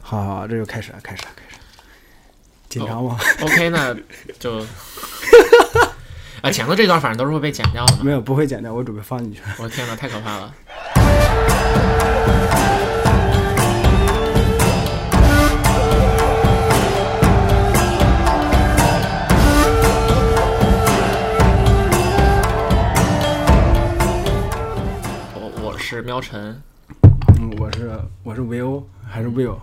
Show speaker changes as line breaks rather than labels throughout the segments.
好好，好这就开始了，开始了，开始了。紧张吗？
OK，那就啊，前头这段反正都是会被剪掉的嘛。
没有，不会剪掉，我准备放进去。
我的天哪，太可怕了！我我是喵晨，
嗯，我是我是 Will 还是 Will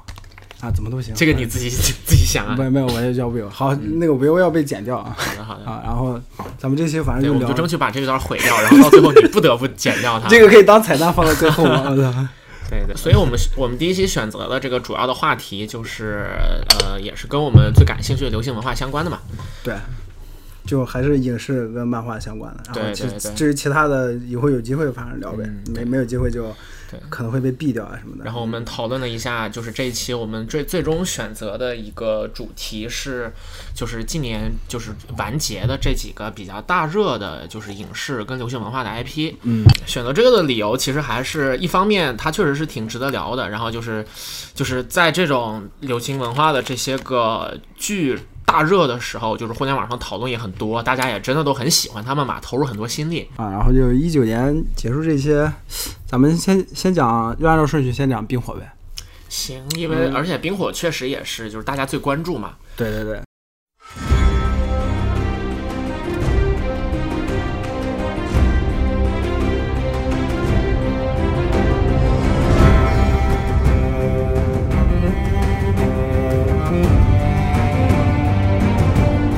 啊？怎么都行。哎
这个你嗯自己 自己想啊。
没有没有，我就叫 Will。好，那个 Will 要被剪掉啊
好的好的，
啊！然后咱们这期反正
嗯对，
就
我
聊
们就争取把这段毁掉，然后到最后你不得不剪掉它。
这个可以当彩蛋放到最后 吗？我操！
对对，所以我们是我们第一期选择的这个主要的话题就是，呃，也是跟我们最感兴趣的流行文化相关的嘛。
对，就还是影视跟漫画相关的。然后
对
其
对对
至于其他的，以后有机会反正聊呗，没没有机会就
对
可能会被毙掉啊什么的。
然后我们讨论了一下，就是这一期我们最最终选择的一个主题是，就是今年就是完结的这几个比较大热的，就是影视跟流行文化的 IP。嗯，选择这个的理由其实还是一方面，它确实是挺值得聊的。然后就是，就是在这种流行文化的这些个剧。大热的时候，就是互联网上讨论也很多，大家也真的都很喜欢他们嘛，投入很多心力。
啊，然后就一九年结束这些，咱们先先讲，就按照顺序先讲冰火呗。
行，因为而且冰火确实也是，就是大家最关注嘛。
对对对，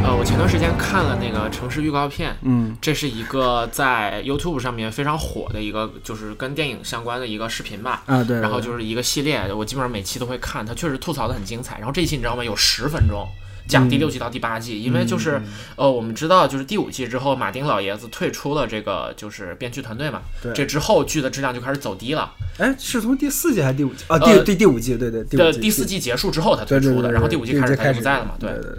呃，我前段时间看了那个城市预告片，
嗯，
这是一个在 YouTube 上面非常火的一个，就是跟电影相关的一个视频吧。
啊对，
然后
对
就是一个系列，我基本上每期都会看，它确实吐槽的很精彩。然后这一期你知道吗？有十分钟。
嗯
讲第六季到第八季，因为就是，呃，我们知道就是第五季之后，马丁老爷子退出了这个就是编剧团队嘛，
对
这之后剧的质量就开始走低了。
哎，是从第四季还是第五季？啊，
呃
第对第五季，对对第五
的
季
第四季结束之后，他退
对对对
出的，
对
然后第五季开始他就不在了嘛，
对对对，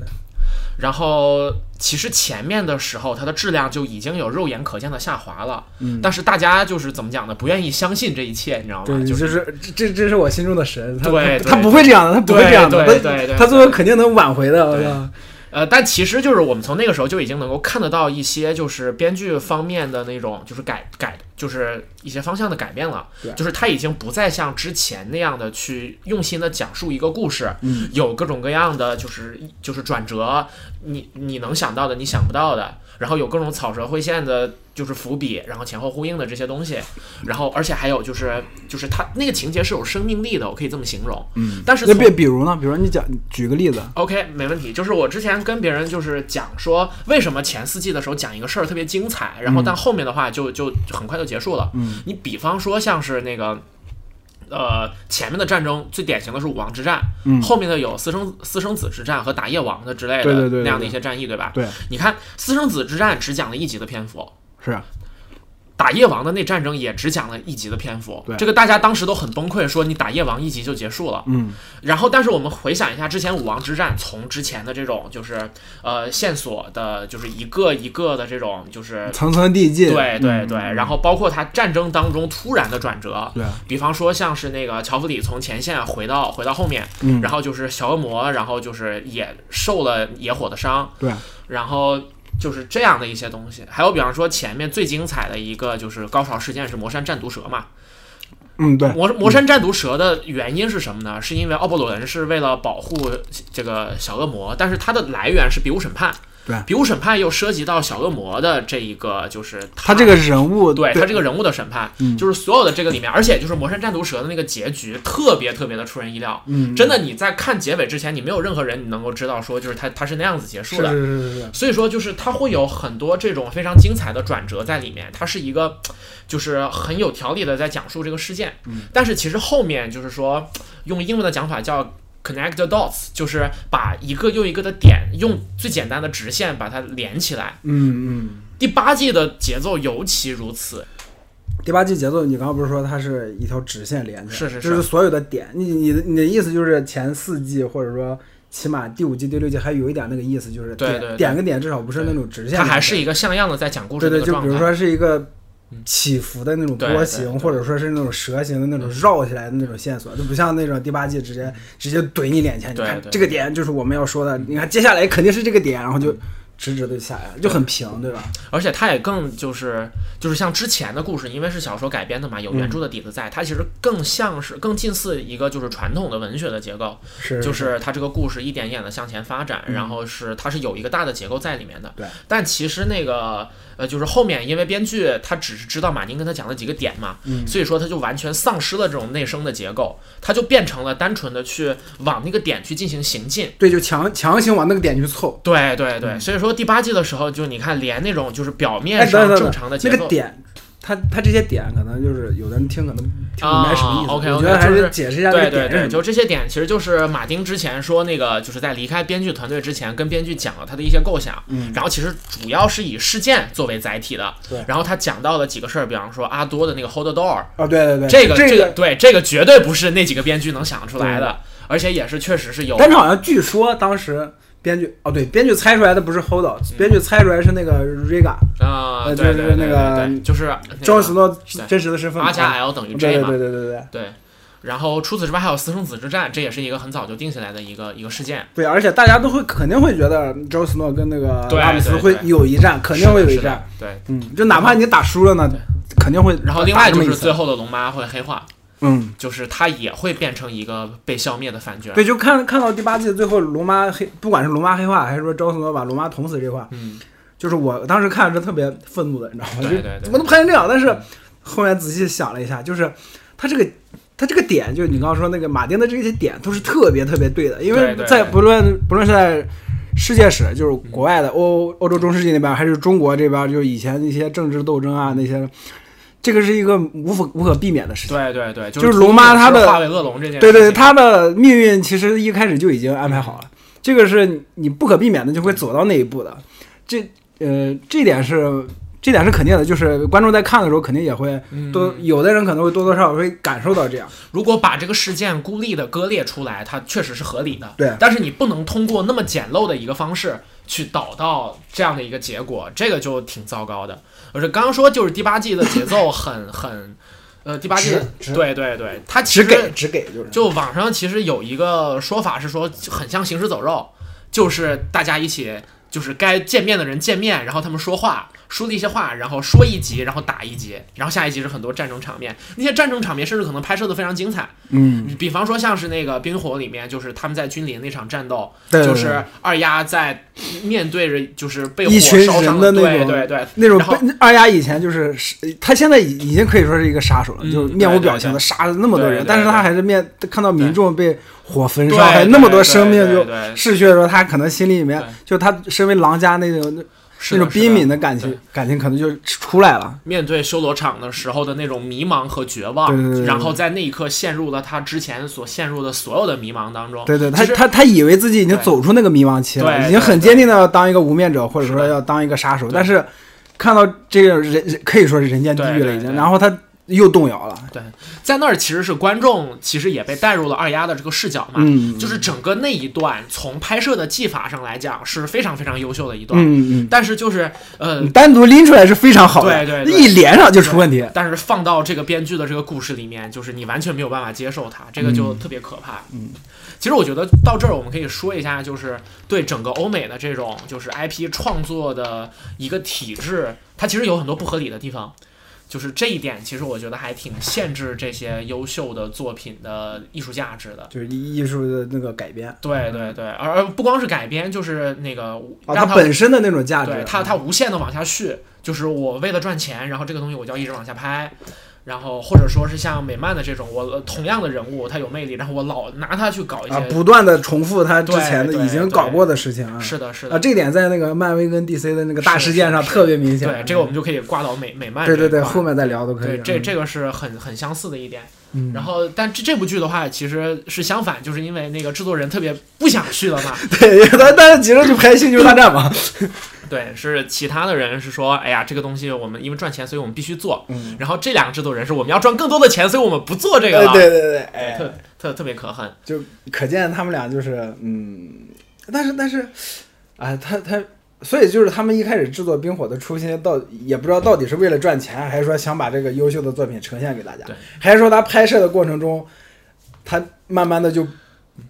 然后其实前面的时候，它的质量就已经有肉眼可见的下滑了。嗯，但是大家就是怎么讲呢？不愿意相信这一切，你知道吗？
对，
就。
就是是这这是我心中的神，他
对
他他
对
不会这样的，他不会这样的，
对对
他
对对
他最后肯定能挽回的，我操，
呃，但其实就是我们从那个时候就已经能够看得到一些就是编剧方面的那种就是改改就是一些方向的改变了
对，
就是他已经不再像之前那样的去用心的讲述一个故事，
嗯
有各种各样的就是就是转折，你你能想到的你想不到的，然后有各种草蛇灰线的。就是伏笔，然后前后呼应的这些东西，然后而且还有就是就是它那个情节是有生命力的，我可以这么形容。嗯，但是
那
从
比比如呢？比如你讲举个例子，
OK，没问题。就是我之前跟别人就是讲说，为什么前四季的时候讲一个事儿特别精彩，然后但后面的话就就就很快就结束了。
嗯，
你比方说像是那个。呃，前面的战争最典型的是武王之战，
嗯
后面的有私生私生子之战和打夜王的之类的
对对对对
那样的一些战役，对吧？
对，
你看私生子之战只讲了一集的篇幅，
是
打夜王的那战争也只讲了一集的篇幅
对，
这个大家当时都很崩溃，说你打夜王一集就结束了。
嗯，
然后但是我们回想一下之前武王之战，从之前的这种就是呃线索的，就是一个一个的这种就是。
层层递进，
呃对对对，
嗯
然后包括他战争当中突然的转折，
对，
比方说像是那个乔弗里从前线回到回到后面，
嗯
然后就是小恶魔，然后就是也受了野火的伤，
对，
然后就是这样的一些东西。还有比方说前面最精彩的一个就是高潮事件是魔山战毒蛇嘛，
嗯对，
魔魔山战毒蛇的原因是什么呢？是因为奥伯鲁恩是为了保护这个小恶魔，但是它的来源是比武审判。
对
比武审判又涉及到小恶魔的这一个，就是
他这个人物，
对他
对
这个人物的审判，
嗯
就是所有的这个里面，而且就是魔山战毒蛇的那个结局特别特别的出人意料。
嗯
真的，你在看结尾之前，你没有任何人你能够知道说，就是他他是那样子结
是
束的。
是是是是，
所以说，就是它会有很多这种非常精彩的转折在里面，它是一个，就是很有条理的在讲述这个事件。
嗯，
但是其实后面就是说，用英文的讲法叫 connect the dots，就是把一个又一个的点用最简单的直线把它连起来。
嗯嗯。
第八季的节奏尤其如此，
第八季节奏，你刚刚不是说它是一条直线连着，
是是是
就是所有的点，你你的你的意思就是前四季或者说起码第五季、第六季还有一点那个意思，就是
对
点
对对
点跟点至少不是那种直线连
它
着，
还是一个像样的在讲故事
对对，
的一个
就
状
比
态。
如说是一个起伏的那种
对
波
对
形，
对
或者说是那种蛇形的那种绕起来的那种线索，就不像那种第八季直接直接怼你脸前，你
对
看
对嗯
这个点就是我们要说的，你看接下来肯定是这个点，然后就直直的下来了，就很平，对吧？
而且它也更就是就是像之前的故事，因为是小说改编的嘛，有
嗯
原著的底子在，它其实更像是更近似一个就是传统的文学的结构，
是嗯
就是它这个故事一点一点的向前发展，然后是它是有一个大的结构在里面的。
对。
但其实那个呃，就是后面因为编剧他只是知道马丁跟他讲了几个点嘛，
嗯
所以说他就完全丧失了这种内生的结构，他就变成了单纯的去往那个点去进行行进。
对，就强强行往那个点去凑。
对对对，所以说第八季的时候，就你看连那种就是
嗯
表
哎，
面
等
上
等
正
等
常的，结
那
构，
个点，他他这些点可能就是有的人听可能听不明白什么意思，
啊，OK，OK，
我觉得还
就是是
解释一下这
对
个
对
点是什
对，
么。
就这些点，其实就是马丁之前说那个，就是在离开编剧团队之前，跟编剧讲了他的一些构想。
嗯
然后其实主要是以事件作为载体的。
对
然后他讲到了几个事儿，比方说阿多的那个 Hold the Door，
哦，对对对，
这个
这
个对，这个绝对不是那几个编剧能想出来的，而且也是确实是有
但是好像据说当时编剧哦，对，编剧猜出来的不是 Holdo，、编
嗯
剧猜出来是那个 Riga
啊，
呃
对
就是
对
那
对
个嗯
对对，就是那
Jon
个
Snow
对
真实的身份嘛。啊
R 加 L 等于
对
J
嗯对
嘛
对，对对对
对。然后除此之外还有私生子之战，这也是一个很早就定下来的一个一个事件。
对，而且大家都会肯定会觉得 Jon Snow 跟那个
对
拉姆斯
对
会
对
有一战，肯定会有一战。。
对，
嗯，就哪怕你打输了呢
对，
肯定会。
然后另外
打这
就
么
是
一次
最后的龙妈会黑化，
嗯，
就是她也会变成一个被消灭的反角。
对，就看看到第八季最后龙妈黑，不管是龙妈黑化还是说 Jon Snow 把龙妈捅死这块，
嗯，
就是我当时看着是特别愤怒的，你知道吗？就
对对对
怎么能拍成这样？但是
嗯
后来仔细想了一下，就是他这个他这个点，就是你刚刚说那个马丁的这些点都是特别特别对的，因为
对对
在
对
不论不论是在世界史，就是国外的欧欧洲中世纪那边，还是中国这边，就是以前那些政治斗争啊那些，这个是一个无可无可避免的事情。
对对对，
就是是龙妈她的
化为恶龙这件事情，
对对，他的命运其实一开始就已经安排好了，这个是你不可避免的就会走到那一步的。这呃，这点是这点是肯定的，就是观众在看的时候肯定也会
嗯
多，有的人可能会多多少少会感受到这样。
如果把这个事件孤立的割裂出来，它确实是合理的。
对
但是你不能通过那么简陋的一个方式去导到这样的一个结果，这个就挺糟糕的。而且刚刚说就是第八季的节奏很很，呃，第八季的
直直
对对对，它其
只
实
给只给就是
就网上其实有一个说法是说很像行尸走肉，就是大家一起就是该见面的人见面，然后他们说话，说了一些话，然后说一集，然后打一集，然后下一集是很多战争场面，那些战争场面甚至可能拍摄的非常精彩，
嗯，
比方说像是那个《冰火》里面，就是他们在君临那场战斗，
对对
就是二丫在面对着就是被火
一群
烧
人
伤
的那
对
种
对对，
那种
然后
被二丫以前就是是他现在已已经可以说是一个杀手了，
嗯
就是面无表情的
对对
杀了那么多人，
对对对
但是他还是面看到民众被火焚
对
烧，还有那么多
对
生命
对
就
对对
逝去的时候，他可能心里面
对
就他身为狼家那种
是
那
的
种悲
是的
悯的感情，感情可能就出来了。
面对修罗场的时候的那种迷茫和绝望，
对对对对
然后在那一刻陷入了他之前所陷入的所有的迷茫当中。
对对，他
其实
他他以为自己已经
哦对
走出那个迷茫期
对
了，
对
已经很坚定的要当一个无面者，或者
是
说
的
要当一个杀手，
对
但是看到这个人人可以说是人间地狱
对
了
对
已经，
对
然后他又动摇了。
在那儿其实是观众其实也被带入了二丫的这个视角嘛，
嗯，
啊就是整个那一段从拍摄的技法上来讲是非常非常优秀的一段，
嗯嗯
但是就是呃
嗯，。单独拎出来是非常好的，
对对对
一连上就出问题。
但是放到这个编剧的这个故事里面，就是你完全没有办法接受它，这个就特别可怕。
嗯，
其实我觉得到这儿我们可以说一下，就是对整个欧美的这种就是 IP 创作的一个体制，它其实有很多不合理的地方。就是这一点，其实我觉得还挺限制这些优秀的作品的艺术价值的。
就是艺术的那个改编
对对对，而而不光是改编，就是那个
啊，
让
它
它
本身的那种价值，啊
对它它无限的往下续，就是我为了赚钱，然后这个东西我就要一直往下拍，然后或者说是像美漫的这种，我呃同样的人物他有魅力，然后我老拿他去搞一些，
啊，不断的重复他之前的
对对
已经搞过的事情啊。
是的是
啊，
的，
这点在那个漫威跟 DC 的那个大
是
事件上
是
特别明显。嗯
对这个我们就可以挂到美美漫
对对
这一
对，
块
后面再聊都可以
对
啊。
这这个是很很相似的一点。
嗯，
然后但这这部剧的话，其实是相反，就是因为那个制作人特别不想续了嘛，
对，他但是急着去拍《星球大战》嘛。
嗯对，是其他的人是说，哎呀，这个东西我们因为赚钱，所以我们必须做。
嗯，
然后这两个制作人是我们要赚更多的钱，所以我们不做这个啊
对对
了。
对对，
对，
哎，
特特特别可恨。
就可见他们俩就是嗯，但是但是，啊，他他所以就是他们一开始制作《冰火》的初心到，也不知道到底是为了赚钱，还是说想把这个优秀的作品呈现给大家
对，
还是说他拍摄的过程中，他慢慢的就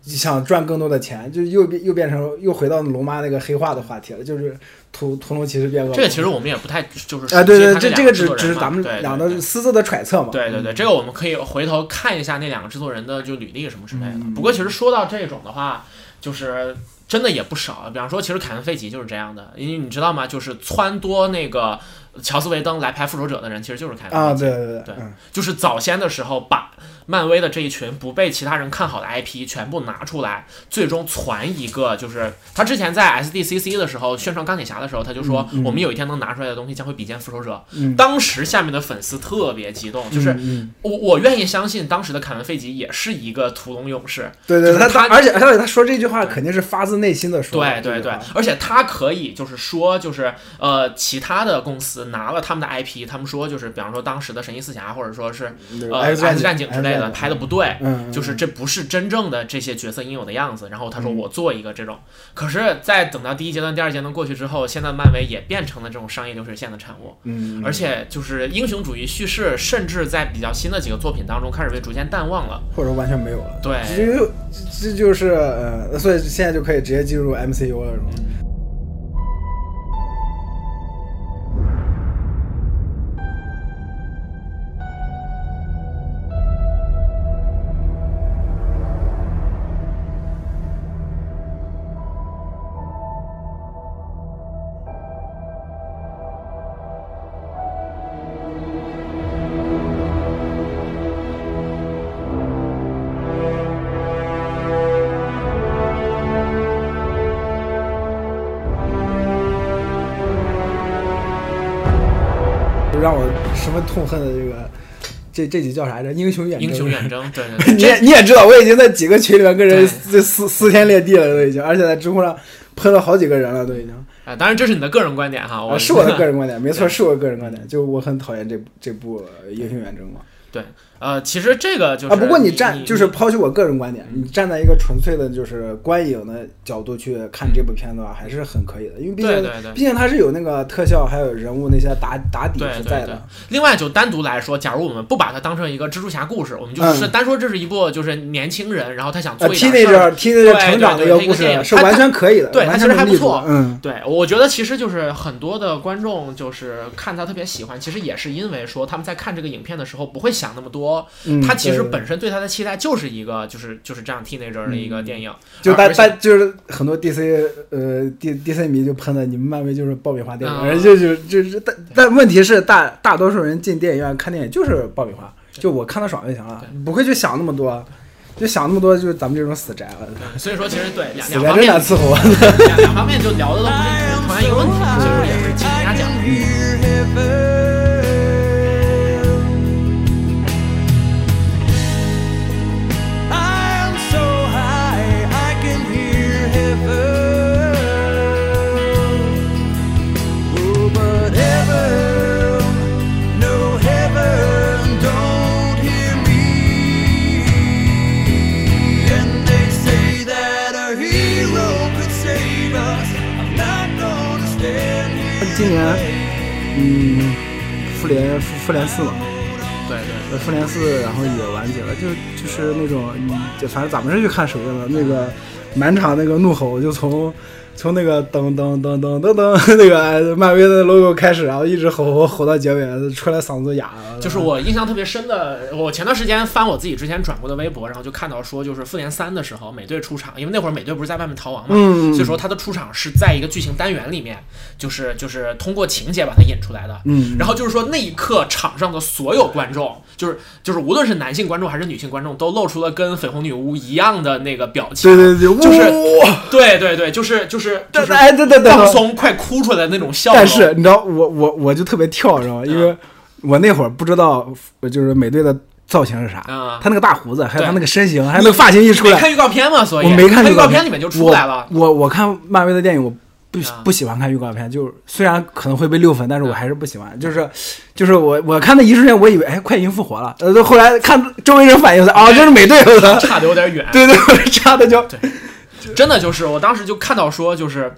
想赚更多的钱，就又变又变成又回到龙妈那个黑化的话题了，就是屠屠龙骑士变恶魔。
这个其实我们也不太就是
啊，对对，
熟悉
这
他
这
那
个只
两制作人
只是
嘛
咱们
对对
俩
对
的私自的揣测嘛。
对对对，这个我们可以回头看一下那两个制作人的就履历什么之类的。
嗯
不过其实说到这种的话，就是真的也不少。比方说，其实凯文·费奇就是这样的，因为你知道吗？就是撺掇那个乔斯·韦登来拍《复仇者》的人，其实就是凯文·
啊，
费奇。
对对
对
嗯，
就是早先的时候，把漫威的这一群不被其他人看好的 IP 全部拿出来，最终攒一个。就是他之前在 SDCC 的时候宣传钢铁侠的时候，他就说
嗯嗯
我们有一天能拿出来的东西将会比肩复仇者。
嗯
当时下面的粉丝特别激动，就是
嗯
我我愿意相信当时的凯文·费吉也是一个屠龙勇士，
对对，
就是
他
他
而且而且他说这句话
对
肯定是发自内心的说
对
的，
对
这句
对
话，
而且他可以就是说，就是呃，其他的公司拿了他们的 IP，他们说就是，比方说当时的神医四侠，或者说是呃
X 战
X 战警之类的，拍的，不对，
嗯，嗯嗯
就是这不是真正的这些角色应有的样子。然后他说我做一个这种，可是，在等到第一阶段、第二阶段过去之后，现在漫威也变成了这种商业流水线的产物，
嗯，
而且就是英雄主义叙事，甚至在比较新的几个作品当中开始被逐渐淡忘了。
或者完全没有了。
对，
这就这就是呃，所以现在就可以直接进入 MCU 了，是吗？
嗯
就让我十分痛恨的这个这这集叫啥来着？英雄远征。
英雄远征，对对对，
你也你也知道，我已经在几个群里面跟人撕
对
撕撕天裂地了，都已经，而且在知乎上喷了好几个人了，都已经。
啊，当然这是你的个人观点哈，
啊，
我
是我的个人观 点，没错，是我的个人观点。就我很讨厌这这部《英雄远征》嘛。
对，呃，其实这个就是
啊，不过你站
你嗯
就是抛弃我个人观点，你站在一个纯粹的就是观影的角度去看这部片子啊，还是很可以的，因为毕
对
竟
对对
毕竟它是有那个特效还有人物那些打打底
对
是
对
在
对
的。。呃
另外，就单独来说，假如我们不把它当成一个蜘蛛侠故事，我们就是
嗯
单说这是一部就是年轻人，然后他想
呃
做一点事儿。
，teenager teenager
对
成长的
对
一个
对
故
一个电
事
影
是
它
完全可以的，
对它
完
其
全
实还
能立
不
足
错
的嗯，
对，我觉得其实就是很多的观众就是看他特别喜欢，其实也是因为说他们在看这个影片的时候不会想那么多，
嗯
他其
对
实
对
本身对他的期待就是一个就是就是这样 teenager 的一个电影，
嗯就
而
大
而
大
且
就是很多 DC 呃 D DC 迷就喷了，你们漫威就是爆米花电影，
啊
人家就就是但但问题是大大多数人进电影院看电影就是爆米花，就我看的爽就行了，不会去想那么多，就想那么多就是咱们这种死宅了，
对所以说其实对两
死
两
宅
方
真
面
难伺候。啊
两两方面就聊的都不是同样一个问题，所以说也是请大家讲。
Oh, Save us. I'm not gonna stand here.
今年嗯，复联复复联四嘛，
对对。
呃复联四然后也完结了，就就是那种嗯，就反正咱们是去看首映的，那个满场那个怒吼就从。从那个噔噔噔噔噔噔 那个漫威的 logo 开始，然后一直吼吼吼到结尾，出来嗓子哑了。
就是我印象特别深的，我前段时间翻我自己之前转过的微博，然后就看到说，就是复联三的时候，美队出场，因为那会儿美队不是在外面逃亡嘛，
嗯
所以说他的出场是在一个剧情单元里面，就是就是通过情节把它引出来的。
嗯，
然后就是说那一刻场上的所有观众，就是就是无论是男性观众还是女性观众，都露出了跟绯红女巫一样的那个表情。
对对对，
就是
哇，
对对对就是就是就
但
是
哎等等
放
等，
松快哭出来的那种笑容。
但是你知道我我我就特别跳，知道吗？因
嗯
为我那会儿不知道就是美队的造型是啥，
啊
他那个大胡子，还有
对
他那个身形，还有那个发型一出
没
来，
看预告片嘛，所以
我没看
它预告
片
片里面就出来了。
我我我看漫威的电影，我不、
啊
不喜欢看预告片，就是虽然可能会被六分，但是我还是不喜欢。就是就是我我看那一瞬间，我以为哎快银复活了，呃，后来看周围人反应是啊，这是美队，我操，
差 的有点远，
对对，我差的就
真的就是，我当时就看到说，就是，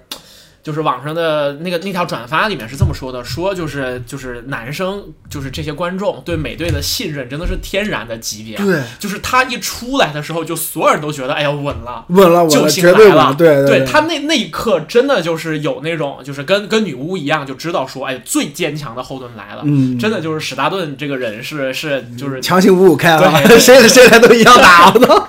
就是网上的那个那条转发里面是这么说的，说就是就是男生就是这些观众对美队的信任真的是天然的级别，
对，
就是他一出来的时候，就所有人都觉得哎呀稳了。
稳了，稳
救
了，
星
绝对
来
稳
了，
了，对
对
对，
他那那一刻真的就是有那种，就是跟跟女巫一样，就知道说，哎，最坚强的后盾来了，
嗯
真的就是史达顿这个人是是就是，
强行五五开了
对，
谁谁来都一样 打，我操！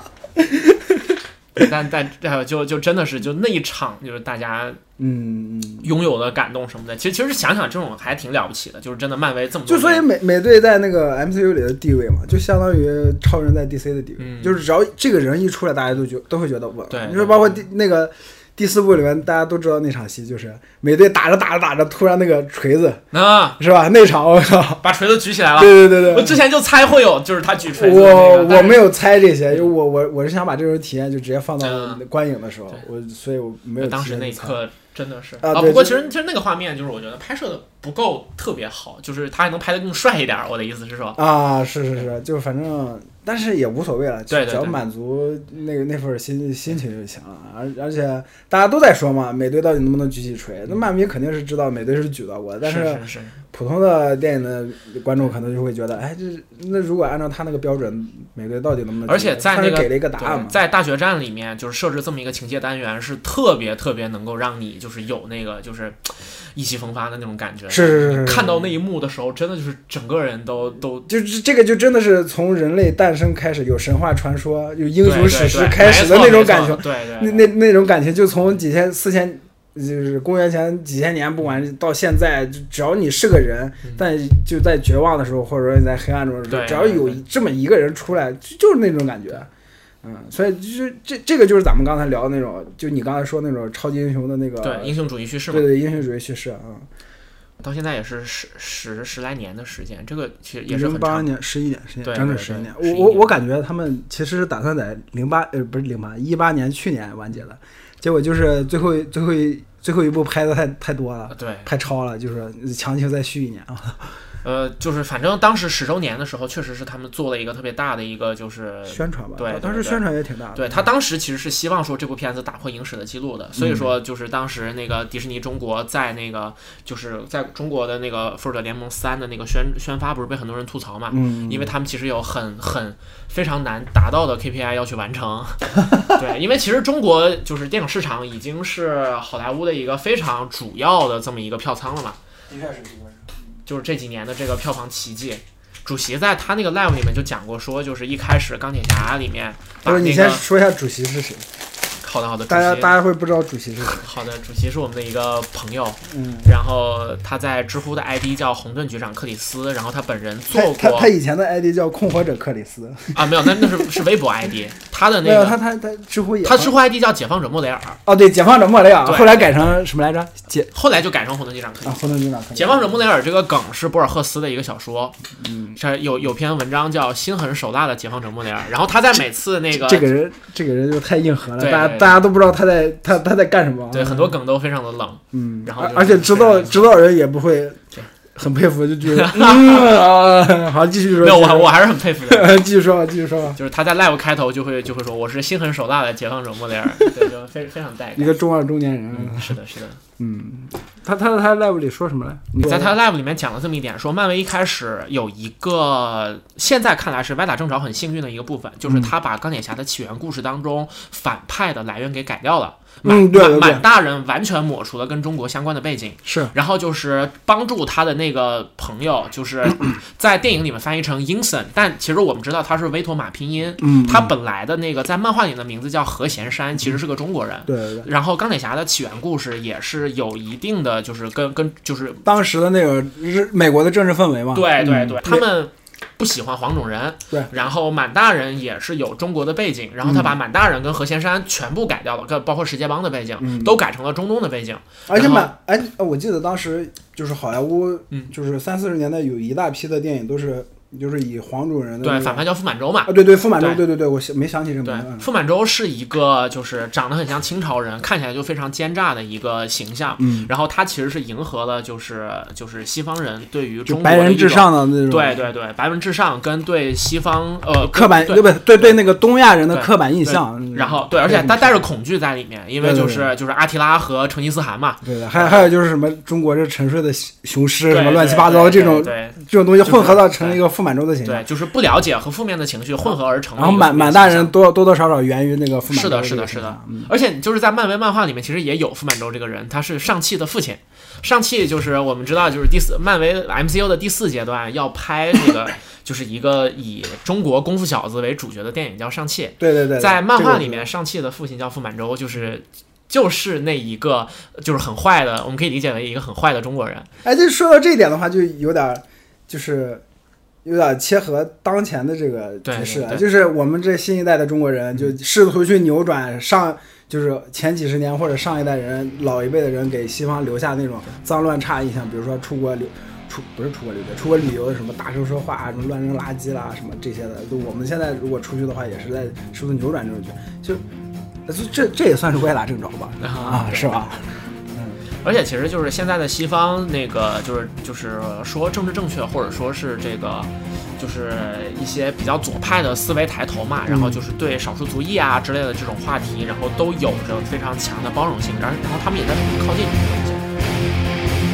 但但呃就就真的是就那一场，就是大家
嗯，嗯
拥有的感动什么的，其实其实想想这种还挺了不起的，就是真的漫威这么多
就
年，
所以美美队在那个 MCU 里的地位嘛，就相当于超人在 DC 的地位，
嗯
就是只要这个人一出来，大家都觉都会觉得稳。
对
你
对
说包括第那个第四部里面，大家都知道那场戏，就是美队打着打着打着，突然那个锤子
啊，
是吧？ 那场我靠，
把锤子举起来了。
对对对
啊我
对。
之前就猜会有，就是他举锤子、那
我
个。
我没
有。
有猜这些，因为我我我是想把这种体验就直接放到
嗯
观影的时候，我所以我没有
当
提
时
前
那一
猜
刻真的是
啊对
不过其
就
实其实那个画面就是我觉得拍摄的不够特别好，就是他还能拍的更帅一点儿。我的意思是说，
啊，是是是，就反正，但是也无所谓了，
对对
只要
对
满足那个那份心心情就行了。而而且大家都在说嘛，美队到底能不能举起锤？那漫迷肯定是知道美队是举到过的，但
嗯是
是
是是，
普通的电影的观众可能就会觉得，哎，这那如果按照他那个标准，美队到底能不能举？
而且在
算是
那个
给了一个答案
对
嘛，
在大决战里面就是设置这么一个情节单元，是特别特别能够让你就是有那个就是意气风发的那种感觉。
是是是是，
看到那一幕的时候，真的就是整个人都都
就是这个就真的是从人类诞生开始，有神话传说，有英
对
雄
对
史诗
对
开始的
没
那
错
种
没
感
错
觉，
对对
那
对
那那种感情，就从几千四千，就是公元前几千年，不管是到现在，就只要你是个人，但就在绝望的时候，或者说你在黑暗中的时候，
嗯对
只要有
对对
这么一个人出来，就就是那种感觉。嗯，所以就是这这个就是咱们刚才聊的那种，就你刚才说那种超级英雄的那个
对英雄主义叙事嘛
呃对，对英雄主义叙事啊，
到现在也是十十十来年的时间，这个其实也是
零
很
八
长。
年十一年十一
对
年整整
对
十一年，
对
我我
11
我感觉他们其实是打算在零八呃不是零八一八年去年完结的，结果就是最后最后一最后一部拍的太太多了，
呃对，
拍超了，就是强行再续一年啊。
呃，就是反正当时十周年的时候，确实是他们做了一个特别大的一个，就是
宣传吧，
对对
当时
对
宣传也挺大的。
对他当时其实是希望说这部片子打破影史的记录的，
嗯
所以说就是当时那个迪士尼中国在那个就是在中国的那个《复仇者联盟三》的那个宣宣发，不是被很多人吐槽嘛？
嗯，
因为他们其实有很很非常难达到的 KPI 要去 完成，对，因为其实中国就是电影市场已经是好莱坞的一个非常主要的这么一个票仓了嘛，
的确是，
就是这几年的这个票房奇迹。主席在他那个 live 里面就讲过，说就是一开始钢铁侠里面把
不是你
那
先
个
说一下主席是谁，
好的好的，主
大家
席
大家会不知道主席是谁。
好的，主席是我们的一个朋友，
嗯，
然后他在知乎的 ID 叫红盾局长克里斯，然后他本人做
他他
过
他以前的 ID 叫控火者克里斯，
啊，没有，那那是是微博 ID，他 的那
没有他
个
他他知乎也
他知乎 ID 叫解放者莫雷尔，
哦对，解放者莫雷尔，
对
后来改成什么来着？解
后来就改成红盾局长克里
啊，
斯。
红灯军长克里斯。
解放者莫雷尔这个梗是博尔赫斯的一个小说，嗯，这有有篇文章叫《心狠手辣的解放者莫雷尔》，然后他在每次那个
这个人，这个人就太硬核了，
对
大家
对对
大家都不知道他在他他在干什么。
对很多梗都非常的冷，
嗯，
然后
而
就
而且知道
是
知道人也不会
对
很佩服，就觉 得嗯啊，好，继续说。
没有我
继续
还
说
我还是很佩服的，
继续说吧，继续说吧。
就是他在 live 开头就会就会说我是心狠手辣的解放者莫雷尔，对，就非非常带
一
感。
个中二中年人，
嗯，是的，是的。
嗯，他他他 live 里说什么来？你
在他 live 里面讲了这么一点，说漫威一开始有一个现在看来是歪打正着很幸运的一个部分，
嗯
就是他把钢铁侠的起源故事当中反派的来源给改掉了，满
嗯对对对
满满大人完全抹除了跟中国相关的背景，
是
然后就是帮助他的那个朋友，就是 在电影里面翻译成 Inson，但其实我们知道他是威妥玛拼音，
嗯，
他本来的那个在漫画里的名字叫何贤山，其实是个中国人。
对对对，
然后钢铁侠的起源故事也是有一定的，就是跟跟就是
当时的那个日美国的政治氛
啊
围嘛，
对对
嗯
对，他们不喜欢黄种人，
对
然后满大人也是有中国的背景，然后
嗯
他把满大人跟何贤山全部改掉了，跟包括石界帮的背景、
嗯
都改成了中东的背景，
而且
然后
满哎，我记得当时就是好莱坞
嗯，
就是三四十年代有一大批的电影都是
就是以黄种人的那
对，
个
反派叫傅满洲嘛
啊，。对对，傅满洲，
对
对对对，我想没想起这个
对
名字，。
傅满洲是一个就是长得很像清朝人，看起来就非常奸诈的一个形象。
嗯，
然后他其实是迎合了就是就是西方人对于
就
中国
白
的
人
一
至
种
上的那种
对对对，白人至上跟对西方呃
刻板，
对
对不对？对那个东亚人的
对
刻板印象。嗯
然后对，而且他带着恐惧在里面，因为
对对
就是就是阿提拉和成吉思汗嘛，
对的，还还有就是什么中国这沉睡的雄雄狮什么
对
乱七
对
八糟的这
对
种
对
这种东西
就是
混合到成了一个傅满洲的形象
对，，就是不了解和负面的情绪混合而成的
然
一个负面
后
形象。
满满大人多多多少少源于那个傅满
是
洲
的，
这
是
个
的，是
形
的
象嗯，
而且就是在漫威漫画里面，其实也有傅满洲这个人，他是上汽的父亲。上汽就是我们知道，就是第四漫威 MCU 的第四阶段要拍这 个，就是一个以中国功夫小子为主角的电影，叫《上汽》。
对对对，对
在漫
这个
画
我
里
知道
面，上汽的父亲叫傅满洲，就是就是那一个就是很坏的，我们可以理解为一个很坏的中国人。
哎，这说到这一点的话，就有点儿就是有点儿切合当前的这个
对
局势啊，
对对嗯
就是我们这新一代的中国人就试图去扭转上。就是前几十年或者上一代人、老一辈的人给西方留下那种脏乱差印象，比如说出国留出不是出国留学，出国旅游的什么大声说话啊，什么乱扔垃圾啦，什么这些的。就我们现在如果出去的话，也是在试图扭转这种局，就就这这也算是歪打正着吧，啊，是吧？
而且其实就是现在的西方那个就是就是说政治正确，或者说是这个就是一些比较左派的思维抬头嘛，然后
嗯
就是对少数族裔啊之类的这种话题，然后都有着非常强的包容性，然后然后他们也在努力靠近这个东西。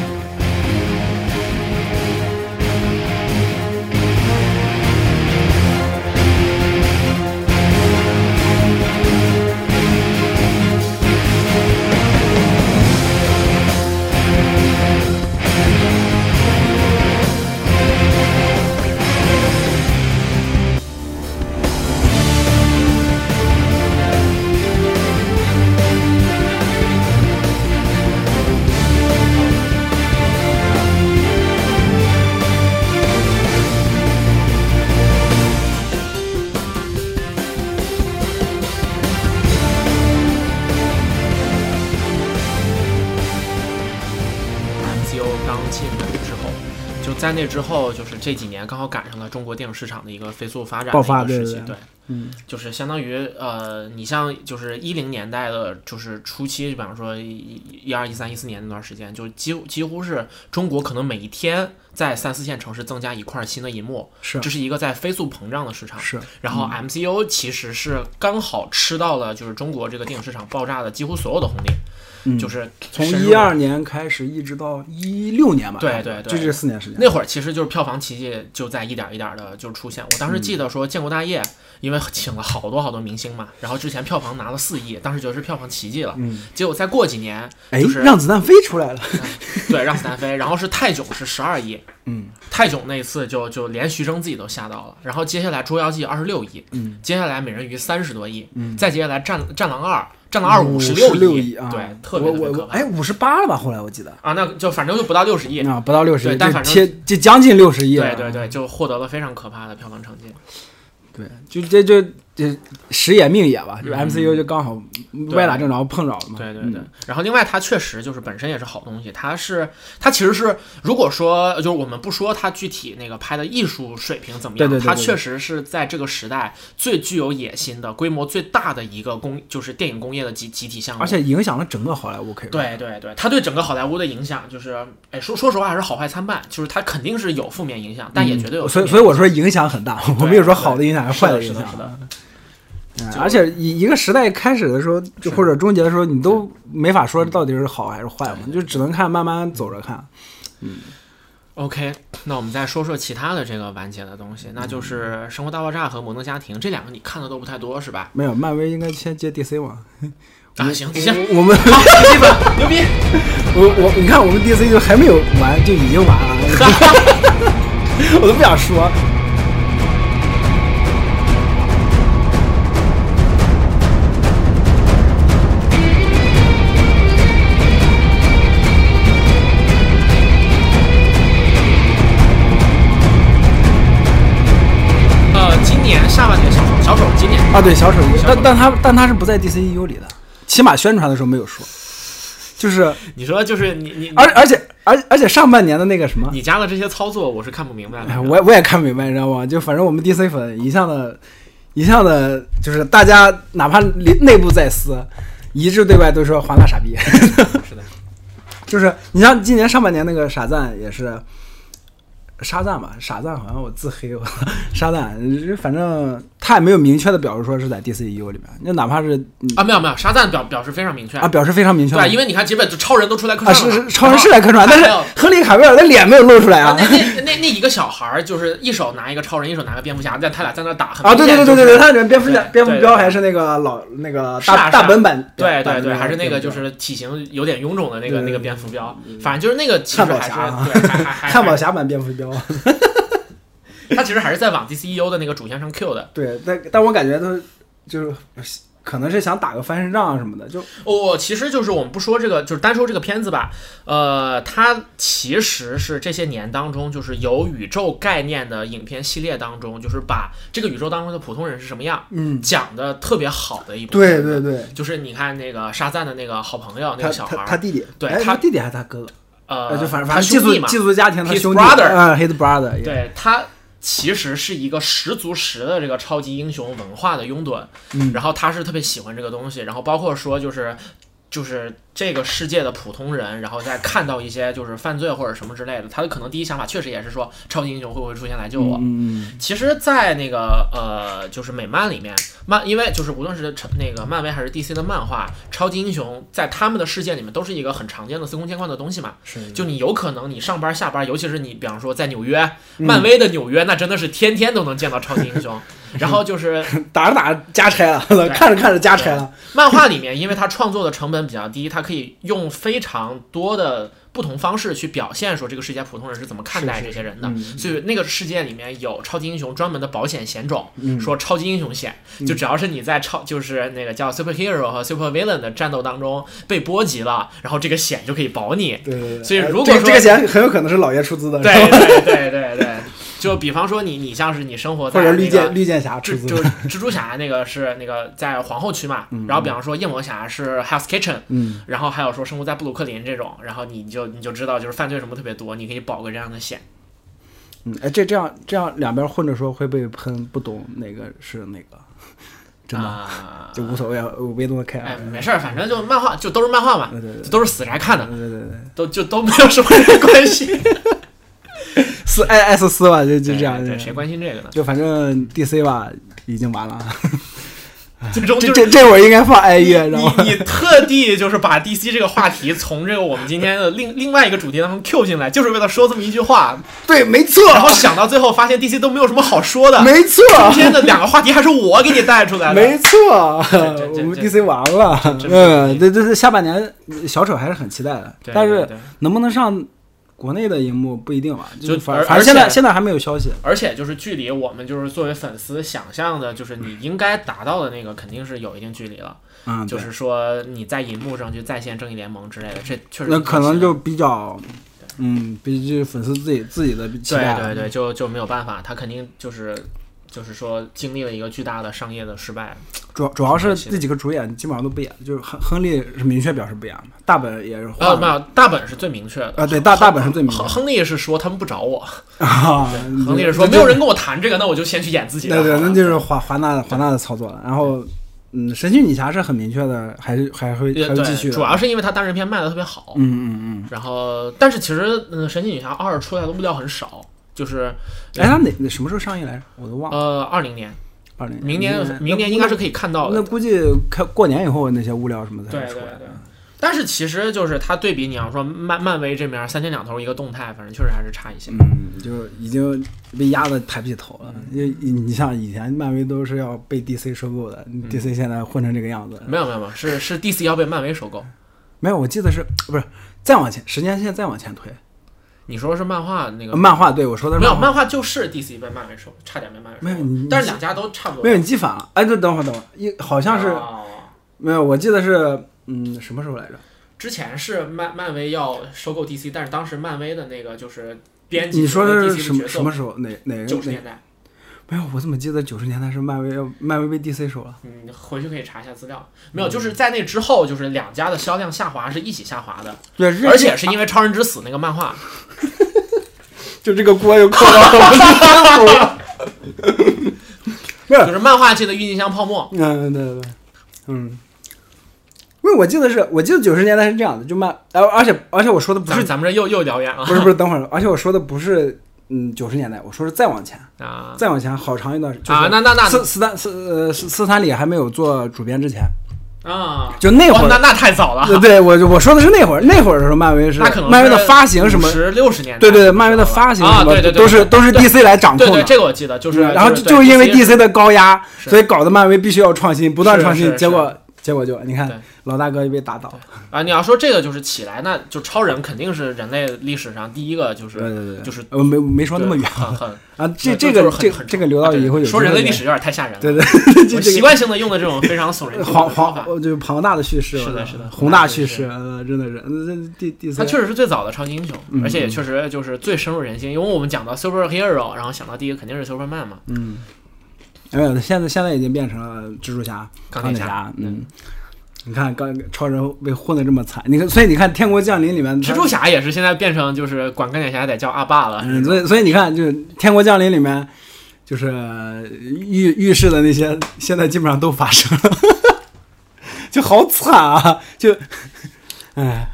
MCU 刚进门之后，就在那之后，就是这几年刚好赶上了中国电影市场的一个飞速发展的
爆发
一个时期，
对对对
对，
嗯，
就是相当于呃，你像就是一零年代的，就是初期，比方说一一二一三一四年那段时间，就几乎几乎是中国可能每一天在三四线城市增加一块新的银幕，
是
这是一个在飞速膨胀的市场。
是，嗯
然后 MCU 其实是刚好吃到了就是中国这个电影市场爆炸的几乎所有的红利，
嗯
就是
从
深入
一二年开始，一直到一六年吧，
对
差不多
对对
就这四年时间。
那会儿其实就是票房奇迹就在一点一点的就出现。我当时记得说《建国大业》，因为请了好多好多明星嘛，然后之前票房拿了四亿，当时觉得是票房奇迹了。
嗯，
结果再过几年，
哎
就，是
让子弹飞出来了。
对让子弹飞，然后是泰囧是十二亿，
嗯，
泰囧那一次就就连徐峥自己都吓到了。然后接下来《捉妖记》二十六亿，
嗯，
接下来《美人鱼》三十多亿，
嗯
再接下来战《战狼二》，《战 狼二》五十
六
亿，
啊，
对，特别特别
我我
可
我
怕。
哎，五十八了吧？后来我记得
啊，那就反正就不到六十亿。
啊，不到六十
对
亿，
但
就
反正
贴就将近六十亿了。
对对对，就获得了非常可怕的票房成绩。
对，就这就这时也命也吧，就
嗯
MCU 就刚好歪打正着碰着了嘛。
对对对
嗯，，
然后另外它确实就是本身也是好东西，它是它其实是如果说就是我们不说它具体那个拍的艺术水平怎么样，
对对对对
它
对
确实是在这个时代最具有野心的、规模最大的一个工就是电影工业的集集体项目，
而且影响了整个好莱坞，可以说。
对对对，它对整个好莱坞的影响就是，哎，说说实话还是好坏参半，就是它肯定是有负面影响，但也绝对有负面影
嗯所以
响、
所以我说影响很大，我没有说好的影响还是坏
是
影响啊
的，。是的，是的
嗯
就
而且一一个时代开始的时候，就是或者终结的时候，你都没法说到底是好还是坏嘛，就只能看慢慢走着看。
OK，那我们再说说其他的这个完结的东西，那就是《生活大爆炸》和《摩登家庭》这两个你看的都不太多是吧？
没有，漫威应该先接 DC 嘛？
啊，行行，
我们
好，基本牛逼。
我我你看，我们 DC 就还没有完就已经完了， 我都不想说。
呃，今年下半年小丑，小丑今年
啊，对，小丑鱼，
小丑
但但他但他是不在 E DCEU 里的，起码宣传的时候没有说。就是，
你说就是你你
而而且而而且上半年的那个什么，
你加的这些操作我是看不明白的。
哎， 我也我也看不明白，你知道吗？就反正我们 DC 粉一向的，一向的，就是大家哪怕里内部在撕，一致对外都说华纳傻逼。
是的，
就是你像今年上半年那个傻赞也是，沙赞吧，傻赞好像我自黑我， 沙赞反正他也没有明确的表示说是在 DCU 里面，就哪怕是
啊，没有没有，沙赞表表示非常明确
啊，表示非常明确，
对，因为你看基本就超人都出来客
啊
串
是
了
是
嘛
超人是来客串，
然后
但是
还有
亨利卡维尔的脸没有露出来
啊，
啊
那那那那一个小孩儿就是一手拿一个超人，一手拿个蝙蝠侠，但他俩在那打，很
啊，对对对对
明
对对，
显就是
他蝙蝠侠
对
蝙蝠
对
标
对
还是那个老那个
是啊
大
是啊
大本版，
对对
大本
对，
版
还是那个
蝙蝠
就
侠
是体型有点臃肿的那
对
个
对
那个
对
蝙蝠标，反正就是那个其
汉
实
堡
还是
侠啊
对，还还 还
汉堡侠版蝙蝠标，
他其实还是在往 DCU 的那个主线上 Q 的。
对，但但我感觉他就是可能是想打个翻身仗啊什么的，就
我、其实就是我们不说这个，就是单说这个片子吧，呃，它其实是这些年当中，就是有宇宙概念的影片系列当中，就是把这个宇宙当中的普通人是什么样
嗯，
讲的特别好的一部分。
对对对，
就是你看那个沙赞的那个好朋友那
他
个小孩
他他
儿，
弟弟，
对
哎
他
弟弟还是他哥哥，
呃，
呃，就反正
他
反正寄
兄
宿
弟嘛，
寄宿家庭他
His
兄弟，
brother
嗯，his brother，也，
对他其实是一个十足十的这个超级英雄文化的拥趸，
嗯
然后他是特别喜欢这个东西，然后包括说就是。就是这个世界的普通人，然后再看到一些就是犯罪或者什么之类的，他可能第一想法确实也是说，超级英雄会不会出现来救我？
嗯，
其实，在那个呃，就是美漫里面，漫因为就是无论是成那个漫威还是 DC 的漫画，超级英雄在他们的世界里面都是一个很常见的司空见惯的东西嘛。
是
就你有可能你上班下班，尤其是你比方说在纽约，
嗯
漫威的纽约那真的是天天都能见到超级英 雄。然后就是
打着打着加拆了，看着看着加拆了，
漫画里面，因为它创作的成本比较低，它可以用非常多的不同方式去表现说这个世界普通人是怎么看待这些人
嗯
的。所以那个世界里面有超级英雄专门的保险险种，
嗯
说超级英雄险，就只要是你在超就是那个叫 superhero 和 supervillain 的战斗当中被波及了，然后这个险就可以保你。
对对对，
所以
哎
如果
这个
说
这个钱很有可能是老爷出资的，
对
是吧
对对对对，就比方说你你像是你生活在
或者绿
那个
箭绿箭侠出
蜘
资
就
的，
是蜘蛛侠那个是那个在皇后区嘛，然后比方说夜魔侠是 Hell's Kitchen，
嗯，
然后还有说生活在布鲁克林这种，然后你就你就知道就是犯罪什么特别多，你可以保个这样的险。
嗯，哎，这这样这样两边混着说会被喷，不懂哪个是哪个，真的、
啊，
就无所谓，我没多么啊 care。
哎，没事儿，反正就漫画就都是漫画嘛
对对，对
就都是死宅看的，
对对对，
都就都没有什么人关心。
撕爱爱撕哎撕吧， 就就这样，
对，对
就
谁关心这个呢？
就反正 DC 吧已经完了，
最终
啊这
哦就
这
是。
这会儿应该放哀乐，然后
你你特地就是把 DC 这个话题从这个我们今天的另另外一个主题当中 Q 进来，就是为了说这么一句 话，
对，没错，
然后想到最后发现 DC 都没有什么好说的，
没 错，
今天的两个话题还是我给你带出来的，
没错，
这
我
这
们
这
DC 完了，
这
嗯，对对对，下半年小丑还是很期待的，
对
但
对
是
对
能不能上国内的荧幕不一定吧，
就
反
而
反正
而
现在
且
现在还没有消息，
而且就是距离我们就是作为粉丝想象的，就是你应该达到的那个，肯定是有一定距离了。
嗯，
就
对
是说你在银幕上去再现《正义联盟》之类的，这确实
那可能
挺
就比较，嗯，比就是粉丝自己自己的期
对
待，
对对，就就没有办法，他肯定就是就是说经历了一个巨大的商业的失败。
主要主要是这几个主演基本上都不演，就是亨亨利是明确表示不演嘛，大本也是
呃，
换
没
了
有，大本是最明确的。
啊对大大本是最明确
亨
的
亨利是说他们不找我，
啊，
亨利
对
是说
这
没有人跟我谈这个，那我就先去演自己的
对
好
对，
了。啊
那就是华华纳华纳的操作了。然后，嗯，神奇女侠是很明确的，还是还会还会继续
对，
的
主要是因为他单人片卖的特别好。
嗯嗯
然后，但是其实，嗯，神奇女侠二出来的物料很少，就是
嗯。哎，他哪哪什么时候上映来着？我都忘了。
呃，二零年，
二零
明年明年应该是可以看到
那
的。
估计开过年以后那些物料什么才
对
会
对
出来。
对。但是其实就是它对比，你要说漫漫威这面三天两头一个动态，反正确实还是差一些。
嗯，就已经被压的抬不起头了。因为你像以前漫威都是要被 DC 收购的，DC
嗯
现在混成这个样子。
没有没有没有，是是 DC 要被漫威收购。
没有，我记得是不是再往前时间线再往前推？呃
你说是漫画那个？
漫画对我说的是
没有，
漫画
漫画就是 DC 被漫威收，差点被漫威收购。
没有你
但是两家都差不多。
没有，你记反了。哎，对，等会儿等会儿，一好像是
哦
没有，我记得是嗯什么时候来着？
之前是漫漫威要收购 DC，但是当时漫威的那个就是编辑
你说
和
的
DC
是
的
什么
角色
什么时候？哪哪个
九十
哪
年代，
没有，我怎么记得九十年代是漫威漫威被 DC 收了？
嗯，回去可以查一下资料。没
嗯
有，就是在那之后，就是两家的销量下滑是一起下滑的，
对，
而且是因为《超人之死》那个漫画。
啊就这个锅又扣到了我们头上。
就是漫画界的郁金香泡沫。
嗯，对对对，嗯。因为我记得是，我记得九十年代是这样的，就漫，而而且而且我说的不
咱
是
们咱们这又又聊远了
不是不是，等会儿，而且我说的不是嗯九十年代，我说是再往前，
啊
再往前好长一段时间。
啊！那那那
斯斯坦斯呃斯斯坦李还没有做主编之前，
啊，
就那会
哦
儿，
那那太早了，
对对我就我说的是那会儿，那会儿的时候漫威是
那可能
漫威的发行什么，
十六十年代
对对对，漫威的发行
啊
什么
对对对
都是都是
对
DC 来掌控
对嗯
的嗯
对，。这个我记得，就是
然后
就
就就是因为 DC
的
的高压，
是
所以搞得漫威必须要创新，不断
是
创
是
新，
是
结果结果就你看
对
老大哥就被打倒了。
啊，你要说这个就是起来，那就超人肯定是人类历史上第一个，就是
对对对，
就是
我没没说那么
对
远
很很
啊，这
就
这
就
个
是很
这
很啊
这个留到以后有
对
机
说
会
人类历
聊
史有点太吓人了，
对对，
我
这
习
这
惯性的用的这种非常 耸人
个
听闻
庞
的方法
庞，就是庞大的叙事，
是的是的
宏
庞大
大
叙
叙
事
事，呃，真的是，嗯这第第
他
三，
确实是最早的超级英雄，
嗯
而且也确实就是最深入人心，因为我们讲到 superhero，然后想到第一个肯定是 Superman 嘛，
嗯，没有，现在现在已经变成了蜘蛛侠、
钢
铁
铁侠
嗯。你看，刚超人被混的这么惨，你看，所以你看《天国降临》里面，
蜘蛛侠也是现在变成就是管钢铁侠得叫阿爸了，
嗯，所以所以你看，就是《天国降临》里面，就是呃浴浴室的那些，现在基本上都发生了， 就好惨啊！就，哎，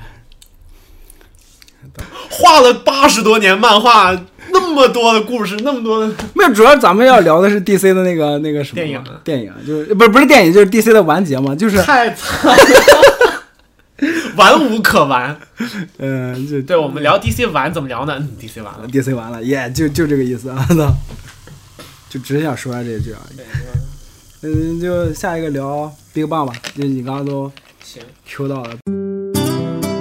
画了八十多年漫画，那么多的故事，那么多的
没有，主要咱们要聊的是 DC 的那个那个什么
电影啊
电影就是不是不是电影，就是 DC 的完结嘛，就是
太惨了， 玩无可玩。
嗯、就
对我们聊 DC 玩怎么聊呢、嗯、？DC 完了，
DC 完了，耶、就就这个意思啊！ 我操，就只想说这句啊。嗯，就下一个聊 Big Bang 吧，就你刚刚都
行，
Q 到了。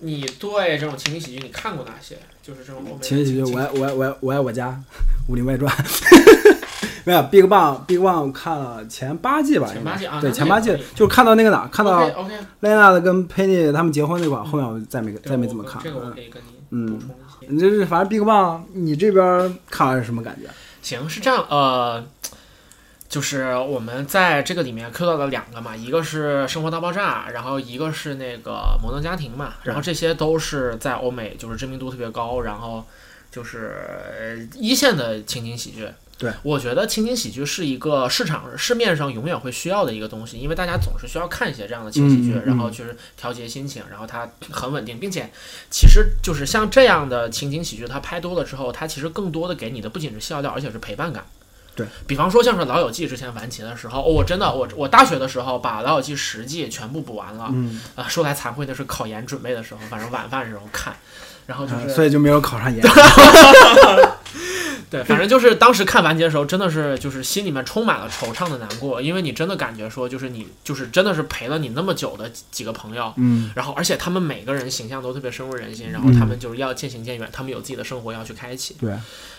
你对这种情景喜剧你看过哪些？就是这种欧美
情景喜剧，我爱我爱我爱我爱我家，《武林外传》 没有 Big Bang Big Bang 看了前八季吧，
前八季啊
对
那
前
那
八
也
季
可以
就是看到那个哪儿，看到
OK OK，
莱娜的跟佩妮他们结婚那块儿，后面我就再没再没怎么看。
这个我
嗯
可以跟你
嗯
补充一些。
你就是反正 Big Bang，你这边看完是什么感觉？
行，是这样，呃，就是我们在这个里面 Q 到了两个嘛，一个是《生活大爆炸》，然后一个是那个《摩登家庭》嘛，然后这些都是在欧美就是知名度特别高，然后就是呃一线的情景喜剧。
对，
我觉得情景喜剧是一个市场市面上永远会需要的一个东西，因为大家总是需要看一些这样的情景喜剧，
嗯嗯
然后就是调节心情，然后它很稳定，并且其实就是像这样的情景喜剧，它拍多了之后，它其实更多的给你的不仅是笑料，而且是陪伴感。
对
比方说，像是《老友记》之前完结的时候，哦、我真的我我大学的时候把《老友记》十季全部补完了。
嗯，
啊、说来惭愧的是，考研准备的时候，反正晚饭的时候看，然后就是、
啊所以就没有考上研。
对，反正就是当时看完结的时候，真的是就是心里面充满了惆怅的难过，因为你真的感觉说，就是你就是真的是陪了你那么久的几个朋友，
嗯，
然后而且他们每个人形象都特别深入人心，然后他们就是要渐行渐远，他们有自己的生活要去开启，
对，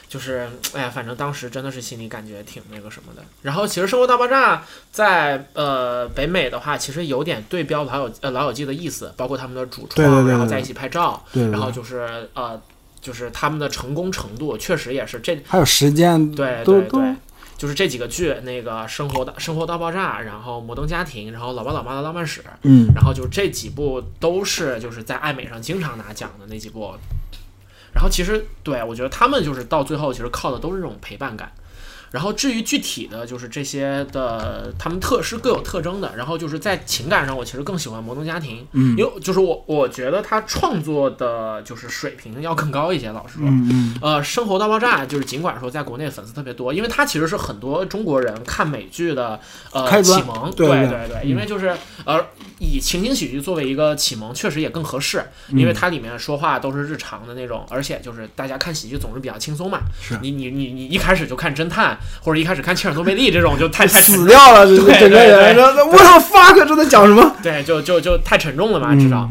就是哎呀，反正当时真的是心里感觉挺那个什么的。然后其实《生活大爆炸》在呃北美的话，其实有点对标老友呃老友记的意思，包括他们的主创，
对对对对
然后
对
在一起拍照，
对对对
然后就是呃就是他们的成功程度确实也是这
还有时间，
对
都
对
都
对，就是这几个剧，那个生活大生活大爆炸，然后摩登家庭，然后老爸老妈的浪漫史，
嗯，
然后就是这几部都是就是在爱美上经常拿奖的那几部。然后其实对我觉得他们就是到最后其实靠的都是这种陪伴感。然后至于具体的就是这些的，他们特是各有特征的。然后就是在情感上，我其实更喜欢《摩登家庭》，
嗯
因为就是我我觉得他创作的就是水平要更高一些。老实说，
嗯嗯，
呃，《生活大爆炸》就是尽管说在国内粉丝特别多，因为它其实是很多中国人看美剧的
开
呃
端
启蒙，
对
对
对嗯
对，因为就是呃以情景喜剧作为一个启蒙，确实也更合适，因为
嗯
它里面说话都是日常的那种，而且就是大家看喜剧总是比较轻松嘛，
是
你你你你一开始就看侦探或者一开始看切尔诺贝利这种就太太
死掉了，这
对
整个
对
人，
对
我操 fuck，这在讲什么？嗯
对，就就就太沉重了嘛，至少。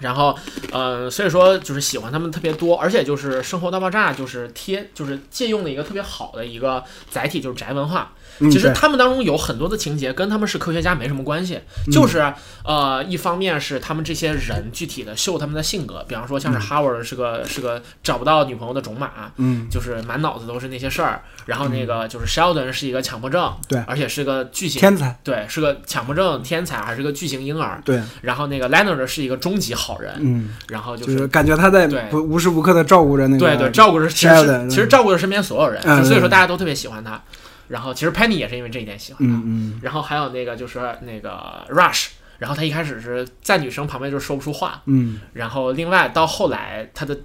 然后，呃，所以说就是喜欢他们特别多，而且就是《生活大爆炸》就是贴就是借用的一个特别好的一个载体，就是宅文化。
嗯
其实
对
他们当中有很多的情节跟他们是科学家没什么关系，
嗯
就是呃，一方面是他们这些人具体的秀他们的性格，比方说像是哈维尔是个是个找不到女朋友的种马，
嗯，
就是满脑子都是那些事儿，然后那个就是 Sheldon 是一个强迫症，
对
而且是个巨型，
天才，
对，是个强迫症天才，还是个巨型婴儿，
对，
然后那个 Leonard 是一个终极好人，
嗯，
然后就
就是是感觉他在
对
不无时无刻的照顾着那个，
对对，照顾着其实
Sheldon，
是其实照顾着身边所有人，
嗯
就所以说
对
大家都特别喜欢他。然后其实 Penny 也是因为这一点喜欢他。
嗯嗯，
然后还有那个就是那个 Rush，然后他一开始是在女生旁边就说不出话，
嗯
然后另外到后来他的。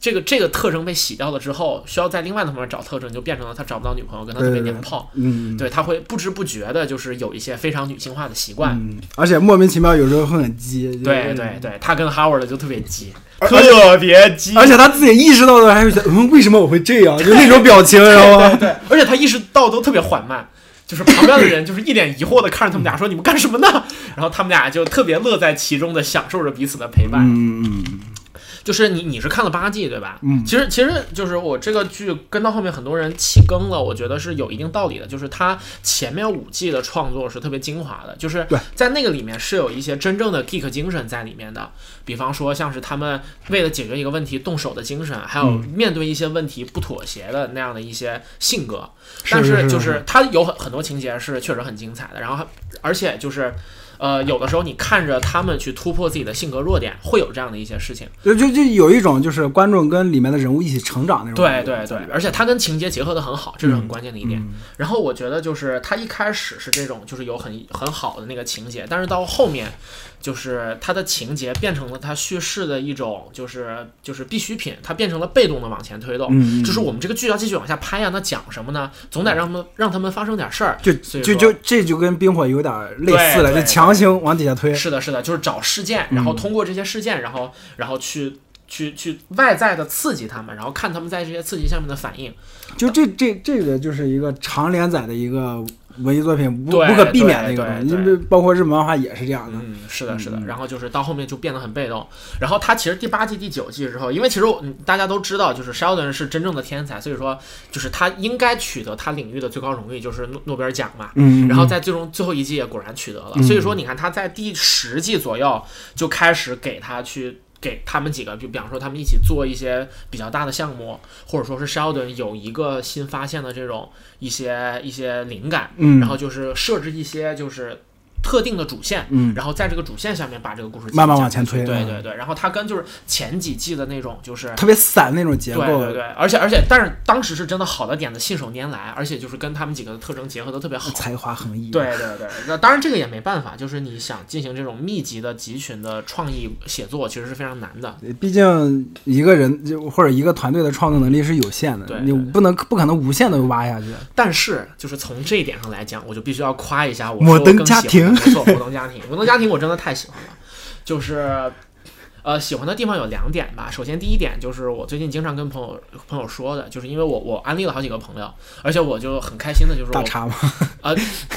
这个这个特征被洗掉了之后，需要在另外的方面找特征，就变成了他找不到女朋友，跟他特别
对对对
娘炮，
嗯，嗯
对他会不知不觉的，就是有一些非常女性化的习惯。
嗯，而且莫名其妙有时候会很鸡，就是
对对，对，他跟 Howard 就特别鸡，
而
特别鸡
而且他自己意识到的时候还会觉得，嗯，为什么我会这样？就那种表情，知 道吗？对，
而且他意识到都特别缓慢，就是旁边的人就是一脸疑惑的看着他们 俩说：“你们干什么呢？”然后他们俩就特别乐在其中的享受着彼此的陪伴。
嗯嗯嗯
就是你你是看了八季对吧？
嗯
其实其实就是我这个剧跟到后面很多人弃更了，我觉得是有一定道理的。就是它前面五季的创作是特别精华的，就是
对
在那个里面是有一些真正的 geek 精神在里面的，比方说像是他们为了解决一个问题动手的精神，还有
嗯
面对一些问题不妥协的那样的一些性格。
是
但
是
就是是它有很很多情节是确实很精彩的，然后还而且就是。呃，有的时候你看着他们去突破自己的性格弱点，会有这样的一些事情。
就就就有一种就是观众跟里面的人物一起成长那种
对
感觉
对
在
对
里，边，
而且它跟情节结合的很好，这是很关键的一点。
嗯
然后我觉得就是它一开始是这种，就是有很很好的那个情节，但是到后面，就是它的情节变成了它叙事的一种，就是就是必需品，它变成了被动的往前推动。
嗯，嗯
哦就是我们这个剧要继续往下拍啊呀、那讲什么呢？总得让他们让他们发生点事儿。
就
所以
就
说
就这就跟冰火有点类似
对
了，
对
就强行往底下推，
是的，是的，就是找事件，然后
嗯
通过这些事件，然后然后去去去外在的刺激他们，然后看他们在这些刺激下面的反应。
就这这这个就是一个长连载的一个文艺作品，不
对
不可避免的一个
对
东西，
对
因为包括日本文化也是这样的，
嗯，是的，是的
嗯。
然后就是到后面就变得很被动。然后他其实第八季、第九季之后，因为其实我嗯大家都知道，就是 Sheldon 是真正的天才，所以说就是他应该取得他领域的最高荣誉，就是诺诺贝尔奖嘛。
嗯，嗯嗯
然后在最终最后一季也果然取得了，所以说你看他在第十季左右就开始给他去给他们几个，就比方说他们一起做一些比较大的项目，或者说是 Sheldon 有一个新发现的这种一些一些灵感，
嗯
然后就是设置一些就是特定的主线，
嗯
然后在这个主线下面把这个故事
慢慢
讲
往前
下去
推
对
嗯
对对，然后它跟就是前几季的那种就是
特别散那种结
对对
构
对，，而且而且，但是当时是真的好的点子信手拈来，而且就是跟他们几个的特征结合的特别好。
才华横溢，
对对对，那当然这个也没办法，就是你想进行这种密集的集群的创意写作，其实是非常难的。
毕竟一个人就或者一个团队的创作能力是有限的，
对
你
对对
不能不可能无限的挖下去。
但是就是从这一点上来讲，我就必须要夸一下我
摩
说我
登
更喜
家
欢
庭
没错，摩登家庭，摩登家庭我真的太喜欢了，就是。呃，喜欢的地方有两点吧。首先，第一点就是我最近经常跟朋友朋友说的，就是因为我我安利了好几个朋友，而且我就很开心的，就是
大
我
叉嘛，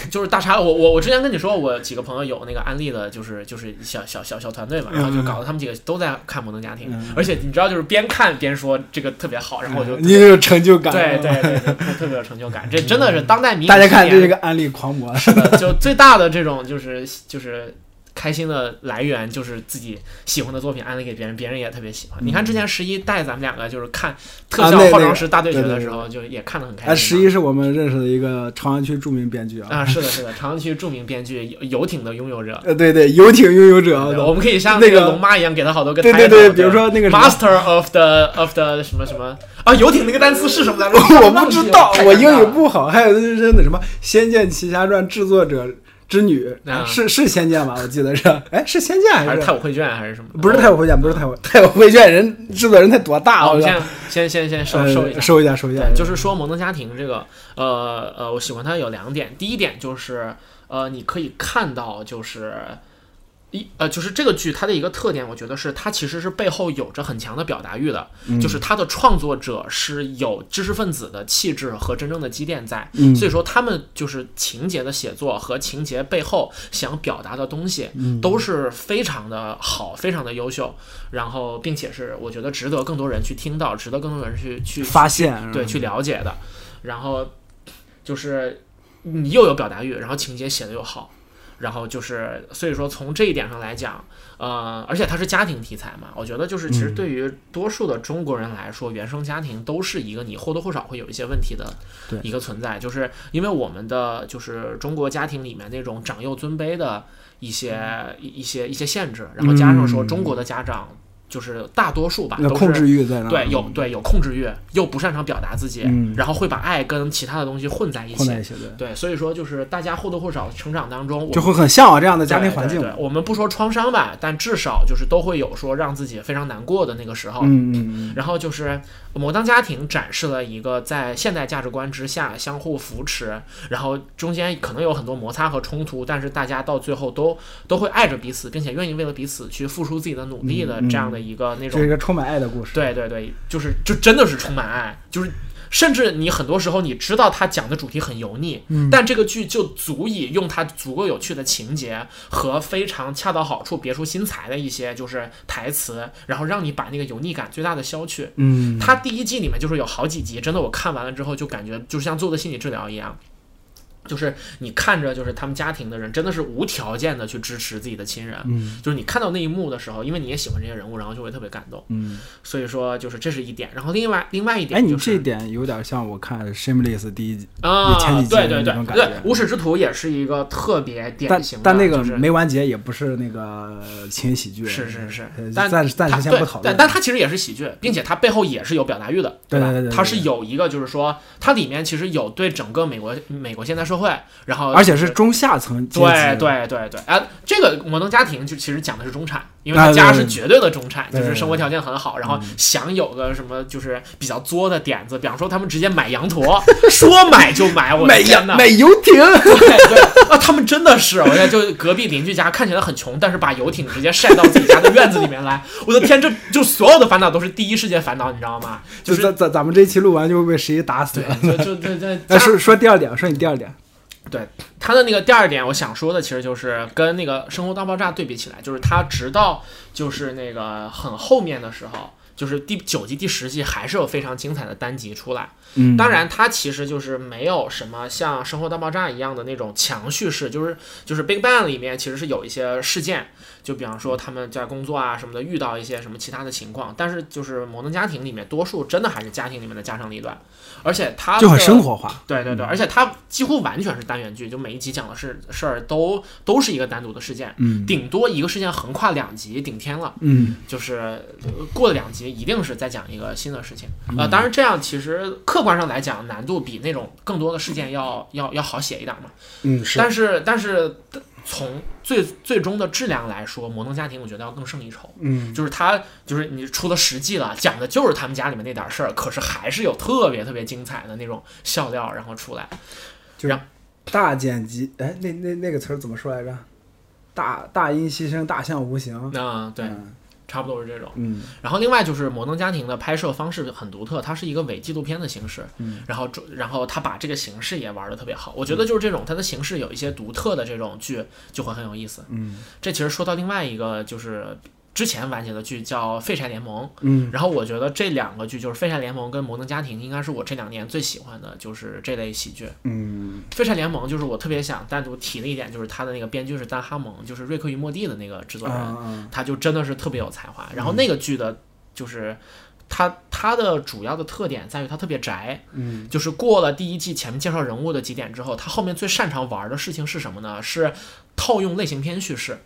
就是大茶，我我我之前跟你说，我几个朋友有那个安利的，就是就是小小小小团队嘛，然后就搞得他们几个都在看《摩登家庭》
嗯
而且你知道，就是边看边说这个特别好，然后我就、
你也有成就感。
对对，对对，特别有成就感。这真的是当代迷
嗯大家看这是
个
个案例狂魔，
就最大的这种就是就是开心的来源，就是自己喜欢的作品安利给别人，别人也特别喜欢。你看之前十一带咱们两个就是看特
嗯
效
啊那
化
那
妆
个
师大对决
对对
的
对
时候，就也看得很开心嘛。
啊，十一是我们认识的一个朝阳区著名编剧啊，
啊，是的，是的，朝阳区著名编剧游游艇的拥有者。
呃，对对，游艇拥有者啊，
对我们可以像
那个
个龙妈一样给他好多个
对
title，
对对比如说那个什么
Master of the of the 什么什么啊，游艇那个单词是什么来着？
我不知道
太尴尬，了
我英语不好。还有就是那什么《仙剑奇侠传》制作者之女，
啊
是是《仙剑》吧？我记得是，哎，是《仙剑》
还
还
是
是
太？武绘卷还是什么？
不是太
武。
武会卷，不是太武太武会卷，人制作人太多
啊
大
好，我
了
们，先哦先先先收
呃
收一下。
收一下，收一下
对，，就是说《萌动家庭》这个，呃呃，我喜欢它有两点。第一点就是，呃，你可以看到就是一呃，就是这个剧它的一个特点，我觉得是它其实是背后有着很强的表达欲的，
嗯
就是它的创作者是有知识分子的气质和真正的积淀在，
嗯
所以说他们就是情节的写作和情节背后想表达的东西都是非常的好，非常的优秀，然后并且是我觉得值得更多人去听到，值得更多人去去
发现嗯
对，去了解的。然后就是你又有表达欲，然后情节写的又好，然后就是所以说从这一点上来讲，呃，而且它是家庭题材嘛，我觉得就是
嗯
其实对于多数的中国人来说，原生家庭都是一个你或多或少会有一些问题的
对
一个存在，就是因为我们的就是中国家庭里面那种长幼尊卑的一些一一些一些限制，然后加上说
嗯
中国的家长。就是大多数吧，
那
都
控
是
制欲在那儿
对，有对有控制欲，又不擅长表达自己，
嗯
然后会把爱跟其他的东西混在一
混
起。
在一起，对，
对，所以说就是大家或多或少成长当中，我
就
们
会很向往这样的家庭环境
对。对对我们不说创伤吧，但至少就是都会有说让自己非常难过的那个时候。
嗯嗯
然后就是《摩登家庭》展示了一个在现代价值观之下相互扶持，然后中间可能有很多摩擦和冲突，但是大家到最后都都会爱着彼此，并且愿意为了彼此去付出自己的努力的
嗯嗯
这样的一个那种
嗯，这是一个充满爱的故事。
对对对，就是就真的是充满爱，就是甚至你很多时候你知道他讲的主题很油腻，但这个剧就足以用它足够有趣的情节和非常恰到好处、别出心裁的一些就是台词，然后让你把那个油腻感最大的消去。
嗯，
它第一季里面就是有好几集，真的我看完了之后就感觉就像做的心理治疗一样。就是你看着，就是他们家庭的人，真的是无条件的去支持自己的亲人。
嗯
就是你看到那一幕的时候，因为你也喜欢这些人物，然后就会特别感动。
嗯，
所以说就是这是一点，然后另外另外一
哎，
点
你
就
这
是、
点有点像我看《Shameless》第一集，
啊
你前几，集
对对
的那
对
种感
对
觉，
无耻之徒也是一个特别典
但
型的，
但那个
就是
没完结，也不是那个情喜剧。
是是是
呃，
但
暂时暂时
它
先
对
不讨
但
论。
但它其实也是喜剧，并且它背后也是有表达欲的，
对
吧
对对对？对
它是有一个就是说，它里面其实有对整个美国美国现代社会，然后
而且是中下层阶级。
对对对对，哎、这个摩登家庭就其实讲的是中产，因为
啊
他
对
家
对
是绝对的中产，就
对对
是
对嗯
生活条件很好，然后想有个什么就是比较作的点子，比方说他们直接买羊驼， 说买就买，我的
美
天呐，
美游艇，
对对啊，他们真的是，我觉得就隔壁邻居家看起来很穷，但是把游艇直接晒到自己家的院子里面来，我的天，这就所有的烦恼都是第一世界烦恼，你知道吗？就
就是咱咱咱们这期录完就会被十一打死
对
了。，
就就就就
哎，说说第二点，说你第二点，
他的那个第二点，我想说的其实就是跟那个《生活大爆炸》对比起来，就是他直到就是那个很后面的时候，就是第九季、第十季还是有非常精彩的单集出来。
嗯
当然，它其实就是没有什么像《生活大爆炸》一样的那种强叙事，就是就是《Big Bang》里面其实是有一些事件，就比方说他们在工作啊什么的遇到一些什么其他的情况，但是就是《摩登家庭》里面多数真的还是家庭里面的家长里短，而且它
就很
的
生活化。
对对对，而且它几乎完全是单元剧，就每一集讲的事事儿都都是一个单独的事件，
嗯
顶多一个事件横跨两集顶天了，
嗯，
就是呃过了两集一定是再讲一个新的事情。
嗯
呃，当然这样其实客观上来讲难度比那种更多的事件要要要好写一点嘛。
嗯是
但是但是从最最终的质量来说，《摩登家庭》我觉得要更胜一筹。
嗯
就是他，就是你出了实际了，讲的就是他们家里面那点事儿，可是还是有特别特别精彩的那种笑料，然后出来。
大剪辑，哎，那那那个词儿怎么说来着？大大音牺牲，大象无形。
嗯，对，
嗯
差不多是这种。
嗯
然后另外就是《摩登家庭》的拍摄方式很独特，它是一个伪纪录片的形式，
嗯
然后主然后他把这个形式也玩的特别好。我觉得就是这种它的形式有一些独特的这种剧就会很有意思。
嗯
这其实说到另外一个就是。之前完结的剧叫《废柴联盟》，
嗯
然后我觉得这两个剧就是《废柴联盟》跟《摩登家庭》，应该是我这两年最喜欢的，就是这类喜剧。
嗯
《废柴联盟》就是我特别想单独提的一点，就是它的那个编剧是丹哈蒙，就是《瑞克与莫蒂》的那个制作
啊
人。
啊，
他就真的是特别有才
嗯
华。然后那个剧的，就是他他的主要的特点在于他特别宅，
嗯
就是过了第一季前面介绍人物的几点之后，他后面最擅长玩的事情是什么呢？是套用类型片叙事。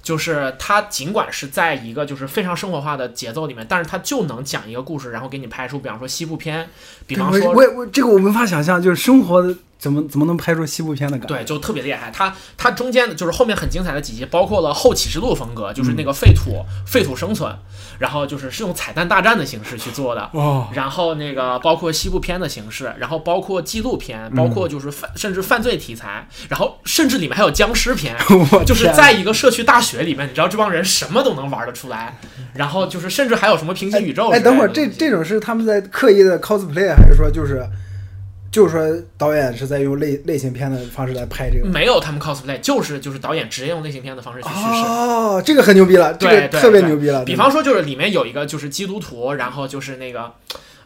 就是他尽管是在一个就是非常生活化的节奏里面，但是他就能讲一个故事，然后给你拍出，比方说西部片，比
对
方
我
说
我我这个我没法想象，就是生活的怎么怎么能拍出西部片的感觉？
对，就特别厉害。它它中间的就是后面很精彩的几集，包括了后启示录风格，就是
嗯
那个废土、废土生存，然后就是是用彩蛋大战的形式去做的。
哦，，
然后那个包括西部片的形式，然后包括纪录片，包括就是犯、甚至犯罪题材，然后甚至里面还有僵尸片
我
就是
天
在一个社区大学里面，你知道这帮人什么都能玩得出来，然后就是甚至还有什么平行宇宙之
哎，
类的东
等
西。
会儿这这种是他们在刻意的 cosplay，还是说就是就是说导演是在用类类型片的方式来拍这个？
没有他们 cosplay，就是就是导演直接用类型片的方式去叙事。
哦，这个很牛逼了，这
对
个
对
特别
对
牛逼了。
比
真的？
方说，就是里面有一个就是基督徒，然后就是那个，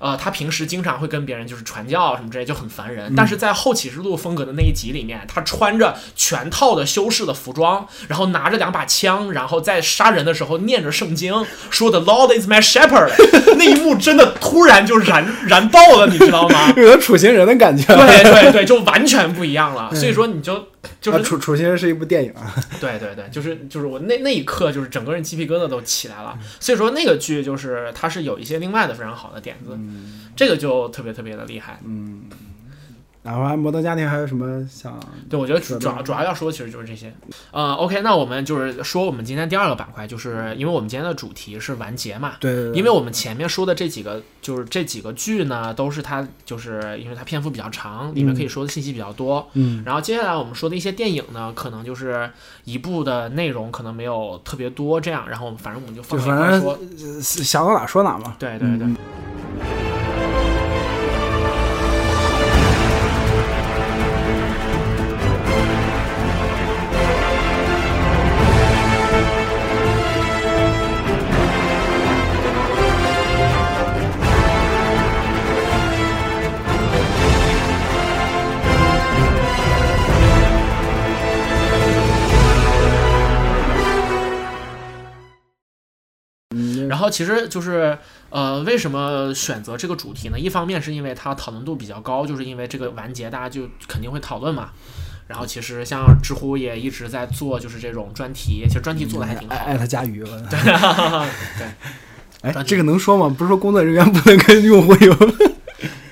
呃，他平时经常会跟别人就是传教什么之类，就很烦人。但是在后启示录风格的那一集里面，他穿着全套的修饰的服装，然后拿着两把枪，然后在杀人的时候念着圣经，说的 “Lord is my shepherd”，那一幕真的突然就燃燃爆了，你知道吗
有点楚行人的感觉。
对对对，就完全不一样了。所以说，你就就
啊，
是
楚楚行人是一部电影啊。
对对对，就是就是我那那一刻，就是整个人鸡皮疙瘩都起来
嗯
了。所以说那个剧就是它是有一些另外的非常好的点子，
嗯
这个就特别特别的厉害。
然后《摩登家庭》还有什么想？
对，我觉得
嗯是
主
的
主要主要要说的其实就是这些。呃，OK，那我们就是说我们今天第二个板块，就是因为我们今天的主题是完结嘛。
对对对，
因为我们前面说的这几个，就是这几个剧呢，都是它就是因为它篇幅比较长，里面可以说的信息比较多，
嗯
然后接下来我们说的一些电影呢，可能就是一部的内容可能没有特别多这样，然后我们反正我们就放
就
在一块
反
儿
正嗯
说。
想到哪说哪嘛。
对对对。然后其实就是呃，为什么选择这个主题呢？一方面是因为它讨论度比较高，就是因为这个完结大家就肯定会讨论嘛。然后其实像知乎也一直在做就是这种专题，其实专题做的还挺好的。
艾艾特加鱼了。嗯
对。
哎，这个能说吗？不是说工作人员不能跟用户有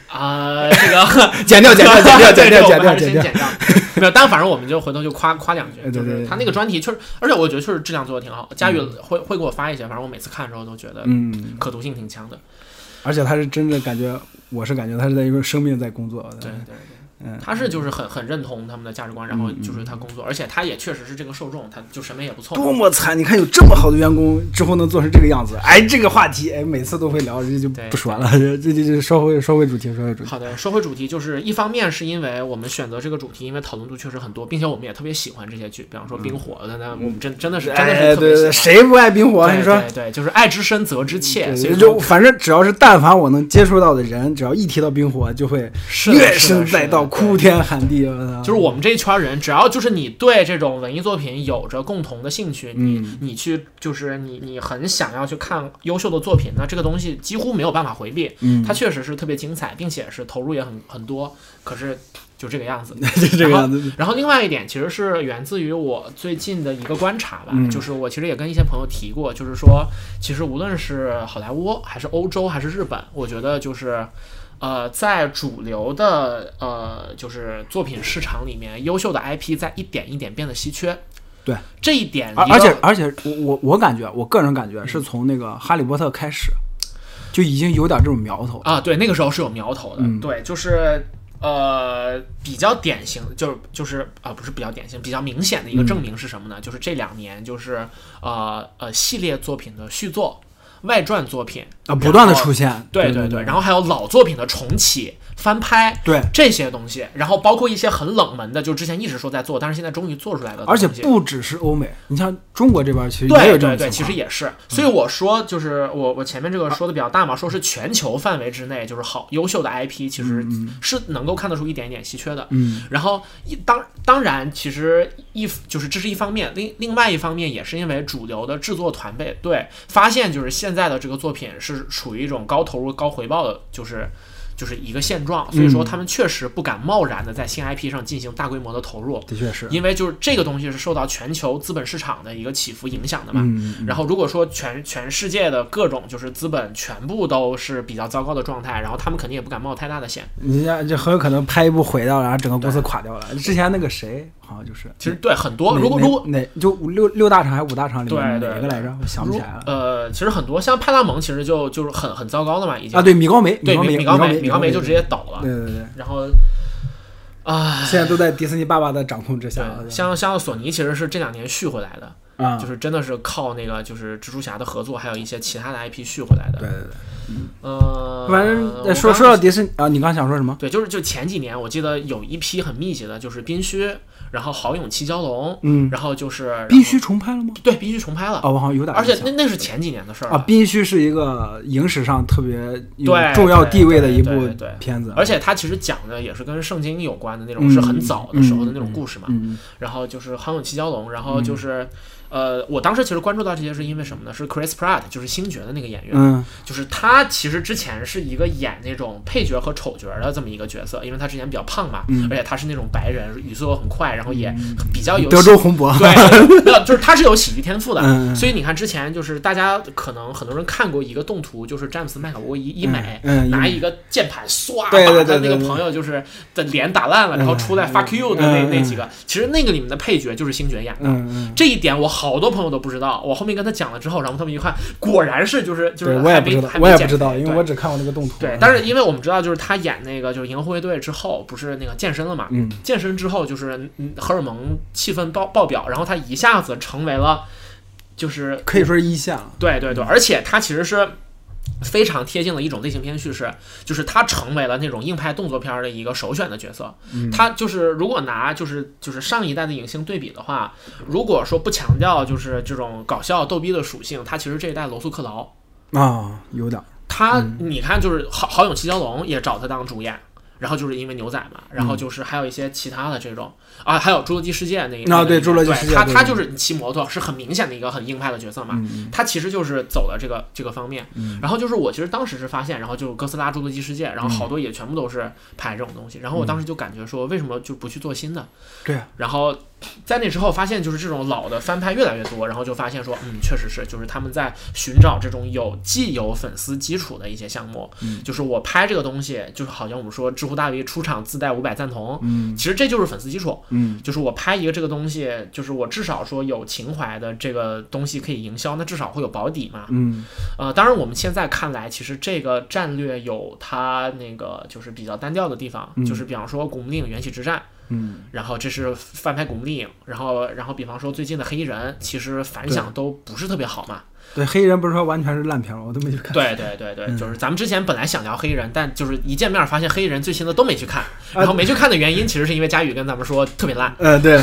啊、这个
剪掉剪掉剪掉剪掉剪掉
剪
剪掉
剪掉， 没有，但反正我们就回头就夸夸两句，
对
就
对对
是他那个专题确实，而且我觉得确实质量做的挺好，佳宇会会给我发一些，反正我每次看的时候都觉得
嗯，
可读性挺强的，
而且他是真的感觉，我是感觉他是在用生命在工作的。
对对对。
嗯，
他是就是很很认同他们的价值观，然后就是他工作，而且他也确实是这个受众，他就审美也不错。
多么惨！你看有这么好的员工，之后能做成这个样子。哎，这个话题，哎，每次都会聊，这就不说了。这这这说回说回主题，说回主题。
好的，说回主题，就是一方面是因为我们选择这个主题，因为讨论度确实很多，并且我们也特别喜欢这些剧，比方说《冰火》的呢，我们真真的是真的
嗯哎，
是特别
对
喜
对，
欢。
谁不爱冰火？
对
你说，
对对，就是爱之深责之切，所以
对，
说
就反正只要是但凡我能接触到的人，只要一提到冰火，就会
是的
怨
是的
声
是的
载道，
对
哭天喊地。啊我操
就是我们这一圈人，只要就是你对这种文艺作品有着共同的兴趣，
嗯
你你去就是你你很想要去看优秀的作品，那这个东西几乎没有办法回避。
嗯
它确实是特别精彩，并且是投入也很很多，可是就这个样子。
就是这个样子。
然后另外一点其实是源自于我最近的一个观察吧，
嗯
就是我其实也跟一些朋友提过，就是说，其实无论是好莱坞还是欧洲还是日本，我觉得就是。呃，在主流的呃，就是作品市场里面，优秀的 IP 在一点一点变得稀缺。
对，
这一点
而
一个，
而且而且，我我我感觉，我个人感觉
嗯
是从那个《哈利波特》开始，就已经有点这种苗头了。
啊，对，那个时候是有苗头
嗯
的，对，就是呃比较典型，就是就是啊、不是比较典型，比较明显的一个
嗯
证明是什么呢？就是这两年就是呃呃系列作品的续作、外传作品
啊，不断
现。
的
然后
出现，
对
对
对，然后还有老作品的重启、翻拍，
对
这些东西，然后包括一些很冷门的，就之前一直说在做，但是现在终于做出来了，
而且不只是欧美，你像中国这边其实也
对
有这
对
种
对，
情
其
况
实也是，所以我说就是我我前面这个说的比较大嘛，说是全球范围之内就是好优秀的 IP，其实是能够看得出一点一点稀缺的。
嗯，
然后一当当然，其实一就是这是一方面，另另外一方面也是因为主流的制作团队对发现就是现在的这个作品是处于一种高投入高回报的，就是。就是一个现状，所以
嗯
说他们确实不敢贸然的在新 IP 上进行大规模的投入，
的确是，
因为就是这个东西是受到全球资本市场的一个起伏影响的嘛。
嗯，嗯
然后如果说全全世界的各种就是资本全部都是比较糟糕的状态，然后他们肯定也不敢冒太大的险。
你像就很有可能拍一部毁掉了，然后整个公司垮掉了。之前那个谁好像就是，
其实对很多，
哪
如果
哪
如果
哪就五六六大厂还是五大厂里面
对对
哪个来着？我想不
如
起来了
呃，其实很多像派大蒙，其实就就是很很糟糕的嘛，已经
啊。对，米高梅，
对
高梅，
米
米
高梅
梅，
米
米
高梅就直接倒
对
了，
对对，
然后啊。
现在都在迪士尼爸爸的掌控之下了。
对，像像索尼其实是这两年续回来的，
啊，
就是真的是靠那个就是蜘蛛侠的合作，还有一些其他的 IP 续回来
对
的。
对对。
呃，
反正呃说
我刚
说到迪士尼啊，你刚想说什么？
对，就是就前几年，我记得有一批很密集的，就是宾虚，然后好勇七蛟龙，
嗯，
然后就是然后
必须重拍了吗？
对必须重拍了，
哦，我好像有点
而且
印象
那那是前几年的事儿
啊，
了。
必须是一个影史上特别有
对
重要地位的一部
对对对对
片子，
而
且
且它其实讲的也是跟圣经有关的那种，
嗯
是很早的时候的那种
嗯
故事嘛。
嗯，
然后就是《航勇七蛟龙》，然后就是，呃，我当时其实关注到这些是因为什么呢？是 Chris Pratt，就是星爵的那个演员，
嗯
就是他其实之前是一个演那种配角和丑角的这么一个角色，因为他之前比较胖嘛，
嗯
而且他是那种白人，语速又很快，然后也比较有
德州红博，
对，没有就是他是有喜剧天赋的，
嗯嗯
所以你看之前就是大家可能很多人看过一个动图，就是詹姆斯麦考沃伊医美、
嗯嗯
拿一个键盘唰
对对
把他
对对
那个
对
朋友就是的脸打烂了，然后出来 fuck you 的那、
嗯嗯
那几个，其实那个里面的配角就是星爵演的。
嗯嗯，
这一点我好多朋友都不知道，我后面跟他讲了之后，然后他们一看，果然是就是就是
对
还
我也不
没
知道
还，没
我也不
减
知道，因为
对
我只看过那个动图。
对，但是因为我们知道，就是他演那个就是《银河护卫队》之后，不是那个健身了嘛？
嗯，
健身之后就是嗯荷尔蒙气氛爆爆表，然后他一下子成为了就是
可以说是一线了。
对对对，而且他其实是。非常贴近的一种类型片叙事，就是他成为了那种硬派动作片儿的一个首选的角色。他就是如果拿就是就是上一代的影星对比的话，如果说不强调就是这种搞笑逗逼的属性，他其实这一代罗素克劳
啊，有点儿，
他，
嗯
你看，就是好好勇七蛟龙也找他当主演，然后就是因为牛仔嘛，
嗯
然后就是还有一些其他的这种啊，还有侏罗纪世界那一
啊
那
对
一
侏罗纪世界
他
对
他就是骑摩托是很明显的一个很硬派的角色嘛，
嗯
他其实就是走了这个这个方面。然后就是我其实当时是发现，然后就是哥斯拉、侏罗纪世界，
嗯
然后好多也全部都是拍这种东西，然后我当时就感觉说，为什么就不去做新的？
对啊，
然后在那之后发现，就是这种老的翻拍越来越多，然后就发现说，嗯，确实是，就是他们在寻找这种有既有粉丝基础的一些项目。
嗯
就是我拍这个东西，就是好像我们说知乎大 V 出场自带五百赞同，
嗯
其实这就是粉丝基础。
嗯
就是我拍一个这个东西，就是我至少说有情怀的这个东西可以营销，那至少会有保底嘛。
嗯，
呃，当然我们现在看来，其实这个战略有它那个就是比较单调的地方，
嗯
就是比方说《古墓丽影：缘起之战》。
嗯，
然后这是翻拍《古墓丽影》，然后然后比方说最近的《黑衣人》，其实反响都不是特别好嘛。
对，黑衣人不是说完全是烂片儿吗？我都没去看。
对对对对，就是咱们之前本来想聊《黑衣人》，但就是一见面发现《黑衣人》最新的都没去看，然后没去看的原因其实是因为佳宇跟咱们说特别烂，
呃，对，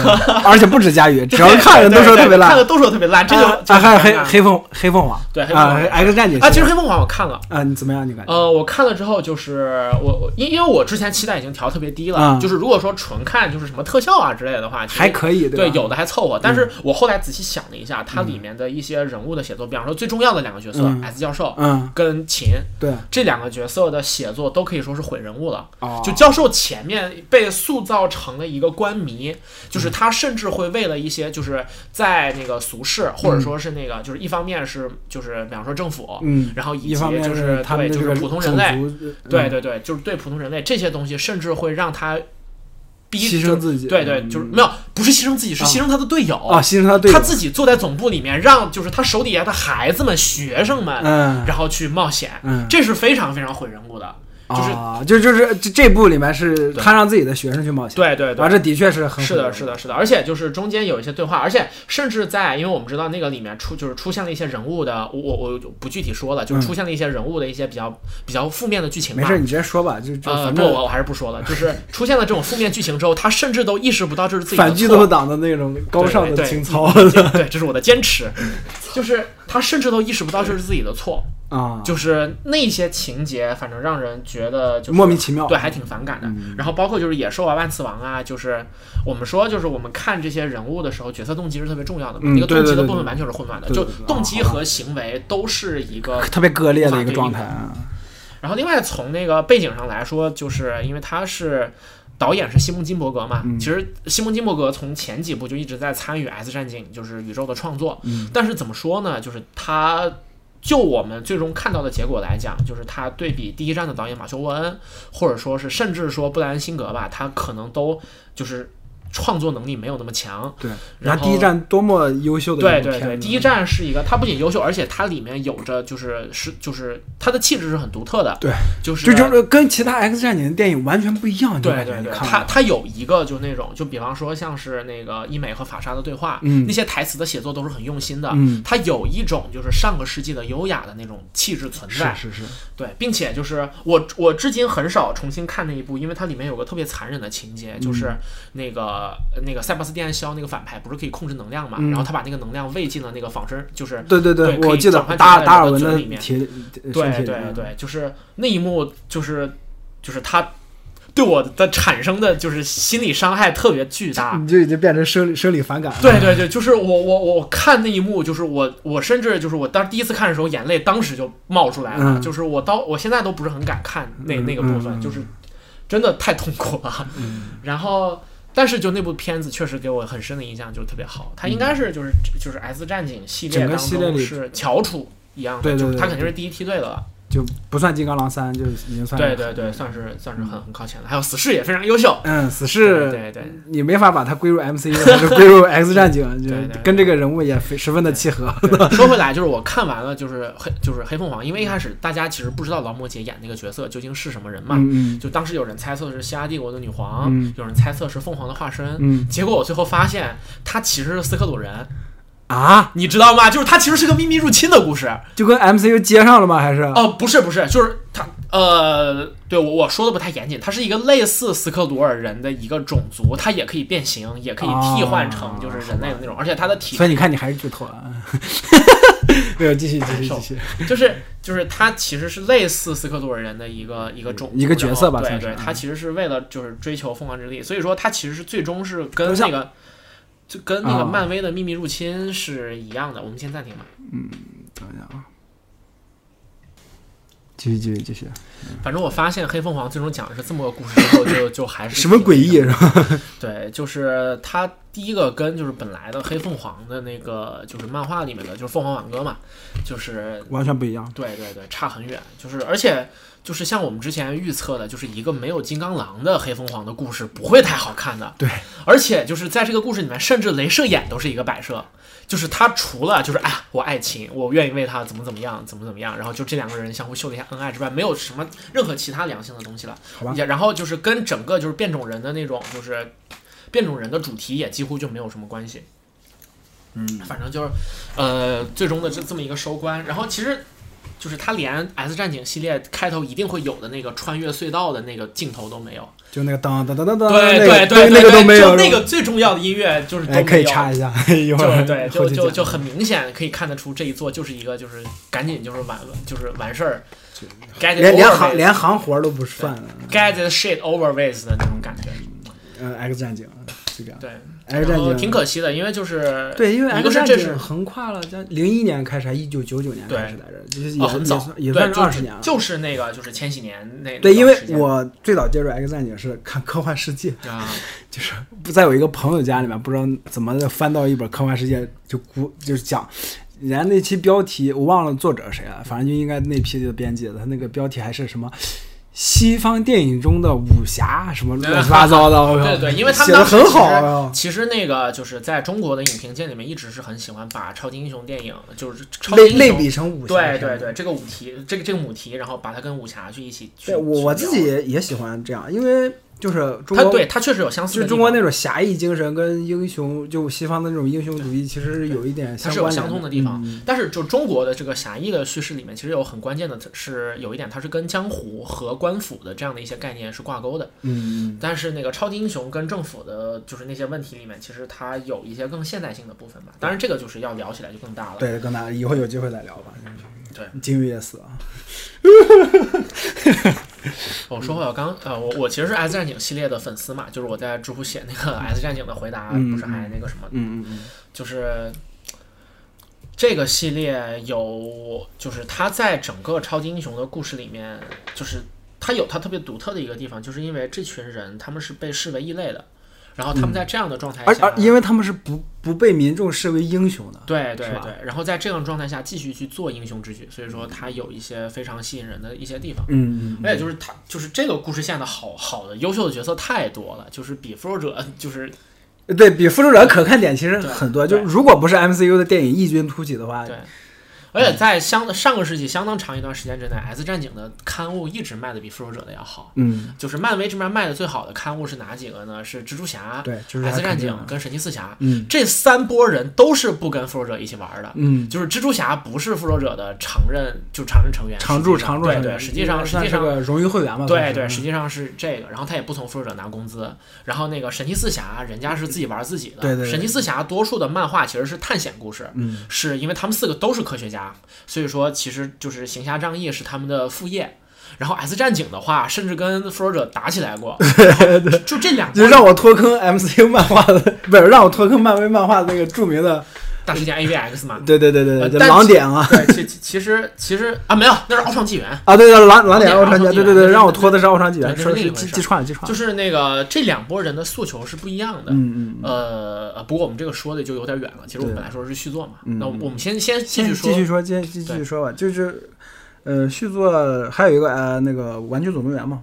而且不止佳宇，只要是看人都说
对对
特别烂
看。了都说特别烂，这就
啊
就
啊，
很
还
尴
有黑
尬
黑凤黑凤凰，
对黑凤
啊
凰
，X 战警
啊，其实《黑凤凰》我看了。
啊，你怎么样？你感觉？
呃，我看了之后，就是我我因因为我之前期待已经调特别低了，
嗯
就是如果说纯看就是什么特效啊之类的话，其实
还可以，
对，
吧？嗯
有的还凑合。但是我后来仔细想了一下，它里面的一些人物的写作，比方说最重要的两个角色
嗯
S 教授
嗯，
跟秦
对，
这两个角色的写作都可以说是毁人物了。
哦
就教授前面被塑造成了一个官迷，
嗯
就是他甚至会为了一些就是在那个俗世，或者说是那个就是一方面是就是比方说政府，
嗯，
然后以及
一方面
就是
他们
对
的
就
这
是
个
普通人类，
种族，呃
对，对对，就是对普通人类这些东西，甚至会让他逼
牺
就
牲自己，
对对，
嗯
就是没有，不是牺牲自己，是牺牲他的队友
啊，牺牲他队友
他自己坐在总部里面，让就是他手底下的孩子们、学生们，
嗯
然后去冒险，
嗯，
这是非常非常毁人物的。就是
啊，就就是这这部里面是
对
他让自己的学生去冒险，
对对
啊，
对。
这的确是很
是的，
狠
是，的，是的，而且就是中间有一些对话，而且甚至在，因为我们知道那个里面出就是出现了一些人物的，我我我就不具体说了，就是出现了一些人物的一些比较比较负面的剧情吧。
嗯没事，你直接说吧，就就
呃，
反
不，
正
我我还是不说了。就是出现了这种负面剧情之后，他甚至都意识不到这是自己的
反剧
错
斗党的那种高尚
对
的
对
情操
对，这是我的坚持。就是他甚至都意识不到这是自己的错，
啊，
就是那些情节，反正让人觉得就是
莫名其妙，嗯
对，还挺反感的。然后包括就是野兽啊、万磁王啊，就是我们说，就是我们看这些人物的时候，角色动机是特别重要的嘛。
嗯
那个
对
动机
对
的
对
部分
对
完全是混乱的，
对
就
对对
动
啊
机
好吧
和行为都是一个
特别割裂的
反
一个
对立
状
的
态啊，
然后另外从那个背景上来说，就是因为他是。导演是西蒙金伯格嘛？
嗯
其实西蒙金伯格从前几部就一直在参与《S 战警》，就是宇宙的创作。
嗯
但是怎么说呢？就是他就我们最终看到的结果来讲，就是他对比第一站的导演马修·沃恩，或者说是甚至说布莱恩·辛格吧，他可能都就是创作能力没有那么强。
对，
然
然
后
后第一站多么优秀的
对
一部
对对，
片子啊嗯
第一站是一个，它不仅优秀，而且它里面有着就是是就是它的气质是很独特的，
对，
就是
这就是跟其他 X 战警的电影完全不一样，你
对
感觉
对
你
对，
看
他
了
他有一个就那种，就比方说像是那个伊美和法莎的对话，
嗯
那些台词的写作都是很用心的，
嗯
他有一种就是上个世纪的优雅的那种气质存在，
是是是，
对，并且就是我我至今很少重新看那一部，因为它里面有个特别残忍的情节，就是
嗯
那个、呃那个塞巴斯蒂安肖那个反派不是可以控制能量
嗯
嘛，然后他把那个能量喂进了那个仿生，就是
对对
对可
我
以
记得
转换
达
成
尔达
在
尔
人
文
的嘴
的
里面
体
对
呃身体里
对
面
对，就是那一幕，就是就是他对我的产生的就是心理伤害特别巨大。
你就已经变成生理生理反感了，
对对对，就是我我我看那一幕，就是我我甚至就是我当第一次看的时候，眼泪当时就冒出来了。
嗯
就是我到我现在都不是很敢看那那个部分，
嗯嗯嗯
就是真的太痛苦了。 然后，但是就那部片子确实给我很深的印象，就特别好。它应该是就是、就是《S 战警》系列
嗯整个
当
系列
中
里
是翘楚一样的，
对对
就是
对
它肯定是第一梯队的了。
就不算金刚狼三，就已经算
对对对，算是算是很很靠前的。还有死侍也非常优秀，
嗯，死侍，
对对对
你没法把它归入 MCU，还是归入 X 战警，就
对对
跟这个人物也非十分的契合。
对说回来，就是我看完了，就是黑就是黑凤凰，因为一开始大家其实不知道劳模姐演那个角色究竟是什么人嘛，
嗯
就当时有人猜测是西亚帝国的女皇，
嗯
有人猜测是凤凰的化身，
嗯
结果我最后发现她其实是斯克鲁人，
啊，
你知道吗？就是她其实是个秘密入侵的故事。
就跟 MCU 接上了吗？还是
哦、不是不是，就是她呃，对我我说的不太严谨，它是一个类似斯克鲁尔人的一个种族，它也可以变形，也可以替换成就是人类的那种，而且它的体
啊所以你看，你还是剧透了。 没有，继续继续继续。
就是就是他其实是类似斯克鲁尔人的一个一个种族
一个角色吧
然后
算是
对对，
嗯
他其实是为了就是追求凤凰之力，所以说他其实是最终是跟那
像
个就跟那个
啊
漫威的秘密入侵是一样的。我们先暂停吧，
等一下啊，继续继续继续。
反正我发现黑凤凰最终讲的是这么个故事之后，就就还是
什么诡异啊
挺
是吧？
对，就是他第一个跟就是本来的黑凤凰的那个就是漫画里面的就是凤凰挽歌嘛，就是
完全不一样。
对对对，差很远。就是而且就是像我们之前预测的，就是一个没有金刚狼的黑凤凰的故事不会太好看的。
对，
而且就是在这个故事里面，甚至镭射眼都是一个摆设。就是他除了就是哎呀，我爱情，我愿意为他怎么怎么样，怎么怎么样，然后就这两个人相互秀了一下恩爱之外，没有什么任何其他良性的东西了。
好吧
也然后就是跟整个就是变种人的那种就是变种人的主题也几乎就没有什么关系。嗯，反正就是，呃，最终的这这么一个收官。然后其实就是它连《S 战警》系列开头一定会有的那个穿越隧道的那个镜头都没有，
就那个当当当当当，
对
那
对
个
对，
那个都
对
没有
就。那
是吧
个最重要的音乐就是都没
哎，
有，
可以插一下， 一会
就
儿
对，
后
就
期
就
讲
就很明显可以看得出这一座就是一个就是赶紧就是完了就是完事儿，get it
连连
over
行
with
连行活儿都不算了。
get the shit over with 的那种感觉，
嗯，X 战警这个样。
对，
X
然
战
后
警
挺可惜的，因为就是
对，因为
一
X
个是
战
这是
警横跨了将零一年开始，还一九九九年开始来着，就是也、
哦很早，
也算也算是
对
二十年了。
就就是那个就是千禧年那
对，
那
因
段
为
时间
我最早接触 X 战警是看《科幻世界》，
啊，
就是不在我一个朋友家里面，不知道怎么翻到一本《科幻世界》，就估就是讲，人家那期标题我忘了作者谁了，反正就应该那批的编辑，他那个标题还是什么。西方电影中的武侠什么乱七八糟的，我靠
对对，因为他
写
们当
的
时
很
其实
好啊，
其实那个就是在中国的影评界里面，一直是很喜欢把超级英雄电影就是超级
类
英
类
雄
比成武侠
对
片
对对，这个母题，这个这个母题，然后把它跟武侠去一起去。
对我我
去
自
聊
己也也喜欢这样，因为就是中
它
国
对它确实有相似
就
的地方，
是中国那种侠义精神跟英雄，就西方的那种英雄主义，其实是有一点
它
相
是有
关
相通的地方。
嗯
但是就中国的这个侠义的叙事里面，其实有很关键的是有一点，它是跟江湖和官府的这样的一些概念是挂钩的。
嗯，
但是那个超级英雄跟政府的就是那些问题里面，其实它有一些更现代性的部分吧。当然这个就是要聊起来就更大了。
对，跟大家以后有机会再聊吧。
对，
金鱼也死了，
我说回我刚呃，我我其实是 S 战警系列的粉丝嘛，就是我在知乎写那个 S 战警的回答，
嗯
不是还那个什么，
嗯嗯
就是这个系列有，就是它在整个超级英雄的故事里面，就是它有它特别独特的一个地方，就是因为这群人他们是被视为异类的，然后他们在这样的状态
嗯而
下，
而因为他们是不不被民众视为英雄的，
对对
是吧
对，然后在这样的状态下继续去做英雄之举，所以说它有一些非常吸引人的一些地方。
嗯，
而且就是他，就是这个故事线的好好的优秀的角色太多了，就是比复仇者 就是
嗯对比复仇者可看点其实
对
很多，就
对
如果不是 MCU 的电影异军突起的话，
对，而且在相上个世纪相当长一段时间之内，《S 战警》的刊物一直卖的比复仇者的要好。
嗯，
就是漫威这边卖的最好的刊物是哪几个呢？是蜘蛛侠、
对，就是
S 战
还
警
看这个
跟神奇四侠。
啊嗯
这三波人都是不跟复仇者一起玩的。
嗯，
就是蜘蛛侠不是复仇者的常任，就常任成员，
常驻
实际上
常驻
对
成
对，
员
实际上实
算
际
是
上
个荣誉会员嘛，
对对，
算啊是嗯
实际上是这个。然后他也不从复仇者拿工资。然后那个神奇四侠，人家是自己玩自己的。
对对对
神奇四侠多数的漫画其实是探险故事，
嗯
是因为他们四个都是科学家，所以说其实就是行侠仗义是他们的副业。然后 S 战警的话，甚至跟复仇者打起来 过，然后就这两
就
个
让我脱坑 MCU 漫画的，不是让我脱坑漫威漫画的那个著名的，
大事件 AVX 嘛。
对对对对
呃
对，
但
狼点啊
对，其其其实其实啊没有，那是奥创纪元。
啊，对对狼狼点
狼点奥
奥创纪
创
元，
纪元
对对对，
对
让我
对
脱的是奥创纪元，
对
说
这是
是
另一回
记
事
记串了记串
就
了，
是那个这两拨人的诉求是不一样的。
啊嗯嗯嗯，
呃，呃不过我们这个说的就有点远了。其实我们
对
本来说是续作嘛，
嗯
那我们先先继
先
续
继
说。
续说，继继继续
对
说吧，就是。呃，续作还有一个呃，那个《玩具总动员》嘛，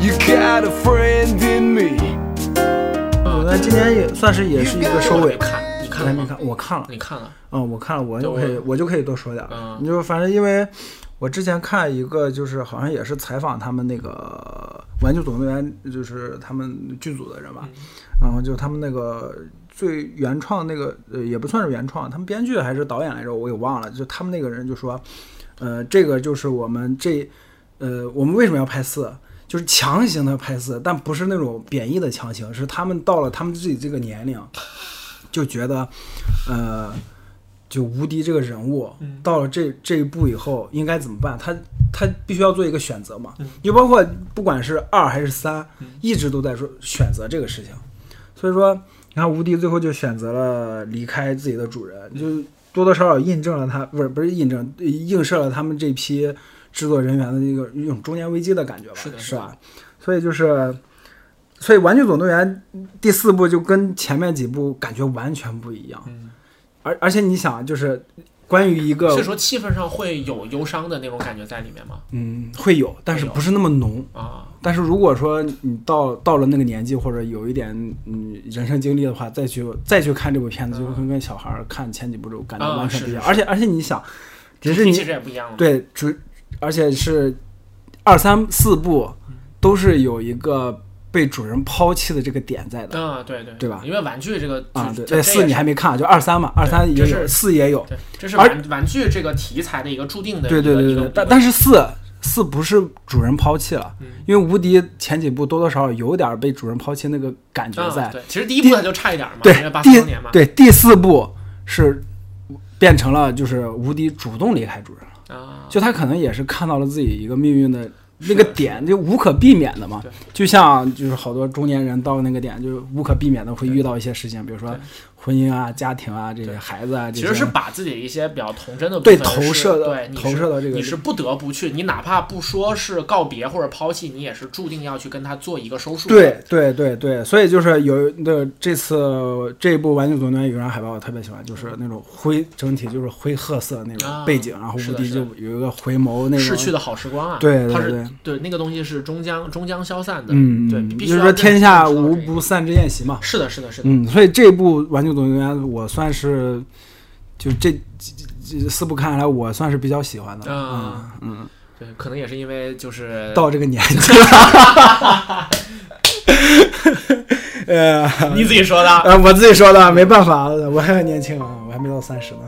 You got a friend in me.
嗯，
那今年也算是也是一个收尾
你。看，你看
还
了
没
吗？
看，我看了，
你看了？
嗯，我看了，我
对
就
我
可以，我就可以多说点儿。
嗯
你就反正因为我之前看一个，就是好像也是采访他们那个《玩具总动员》，就是他们剧组的人吧，然后就他们那个最原创那个，呃，也不算是原创，他们编剧还是导演来着，我给忘了。就他们那个人就说，呃，这个就是我们这，呃，我们为什么要拍四？就是强行的拍四，但不是那种贬义的强行，是他们到了他们自己这个年龄，就觉得，呃，就无敌这个人物
嗯
到了这这一步以后应该怎么办？他他必须要做一个选择嘛
嗯。
就包括不管是二还是三
嗯，
一直都在说选择这个事情。所以说，你看无敌最后就选择了离开自己的主
嗯
人，就多多少少印证了他不是不是印证呃映射了他们这批制作人员的一个一种中年危机的感觉吧？
是的
是
是
吧
的？
所以就是。所以《玩具总动员》第四部就跟前面几部感觉完全不一样，
嗯，
而而且你想，啊就是关于一个
是说气氛上会有忧伤的那种感觉在里面吗？
嗯会有，但是不是那么浓。
啊，
但是如果说你到到了那个年纪，或者有一点嗯人生经历的话，再去再去看这部片子，就会跟跟小孩儿看前几部这种感觉
啊
完全不一样。
是
而且而且你想，迪士
主题
尼
其实也不一样了。
对主，而且是二三四部都是有一个被主人抛弃的这个点在的。
啊，对对
对吧
因为玩具这个
啊，
就
对，
这
对，四你还没看，就二三嘛，二三也
这
有，
是
四也有，
对，这是
而
玩玩具这个题材的一个注定的一
对
个
对对
一个
对
一，个
但但是四四不是主人抛弃了，
嗯
因为无敌前几部多多少少有点被主人抛弃那个感觉
嗯，
在。
对，其实第一部它就差一点嘛，因为八
第
三年嘛，
对第四部是变成了就是无敌主动离开主人了，
啊，
就他可能也是看到了自己一个命运的。
是
那
的
个点就无可避免的嘛
对，
就像就是好多中年人到那个点，就是无可避免的会遇到一些事情，比如说
对
婚姻啊、家庭啊、这些
对
孩子啊，这
其
些
实是把自己的一些比较童真的部
对
分
投
是
射到
对你
投
是
射到这个
你是不得不去，你哪怕不说是告别或者抛弃，你也是注定要去跟他做一个收束。
对，对对对，所以就是有的这次这一部《玩具总动员》有张海报我特别喜欢，就是那种灰整体就是灰褐色那种
啊
背景，然后
是
无
的
敌
是
就
的
有一个回眸那
逝
种。
去的好时光啊，
对对
它
对
是对那个东西是终将终将消散的，
嗯，
对，
嗯
必须
就是
要
说
认识
天下
到这个
无不散之宴席嘛。
是的，是的，是的，
嗯，所以这部《玩具总动员》我算是就这这这这四部看下来，我算是比较喜欢的。嗯
啊
嗯，
对，可能也是因为就是
到这个年
嗯
纪了，呃。
你自己说 的，啊
呃，我自己说的，没办法，我还很年轻啊，我还没到三十呢。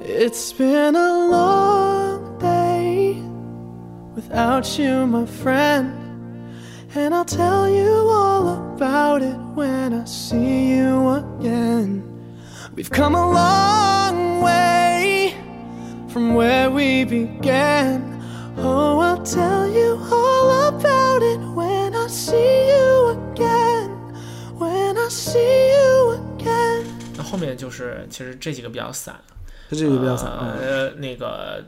It's been a long day without you, my friend. And I'll tell you all about it when I see you again. We've come a long way from where we began. Oh, I'll tell you all about it when I see you again. When I see you again.
那后面就是其实这几个比较散，
这就比较惨。嗯
呃，那个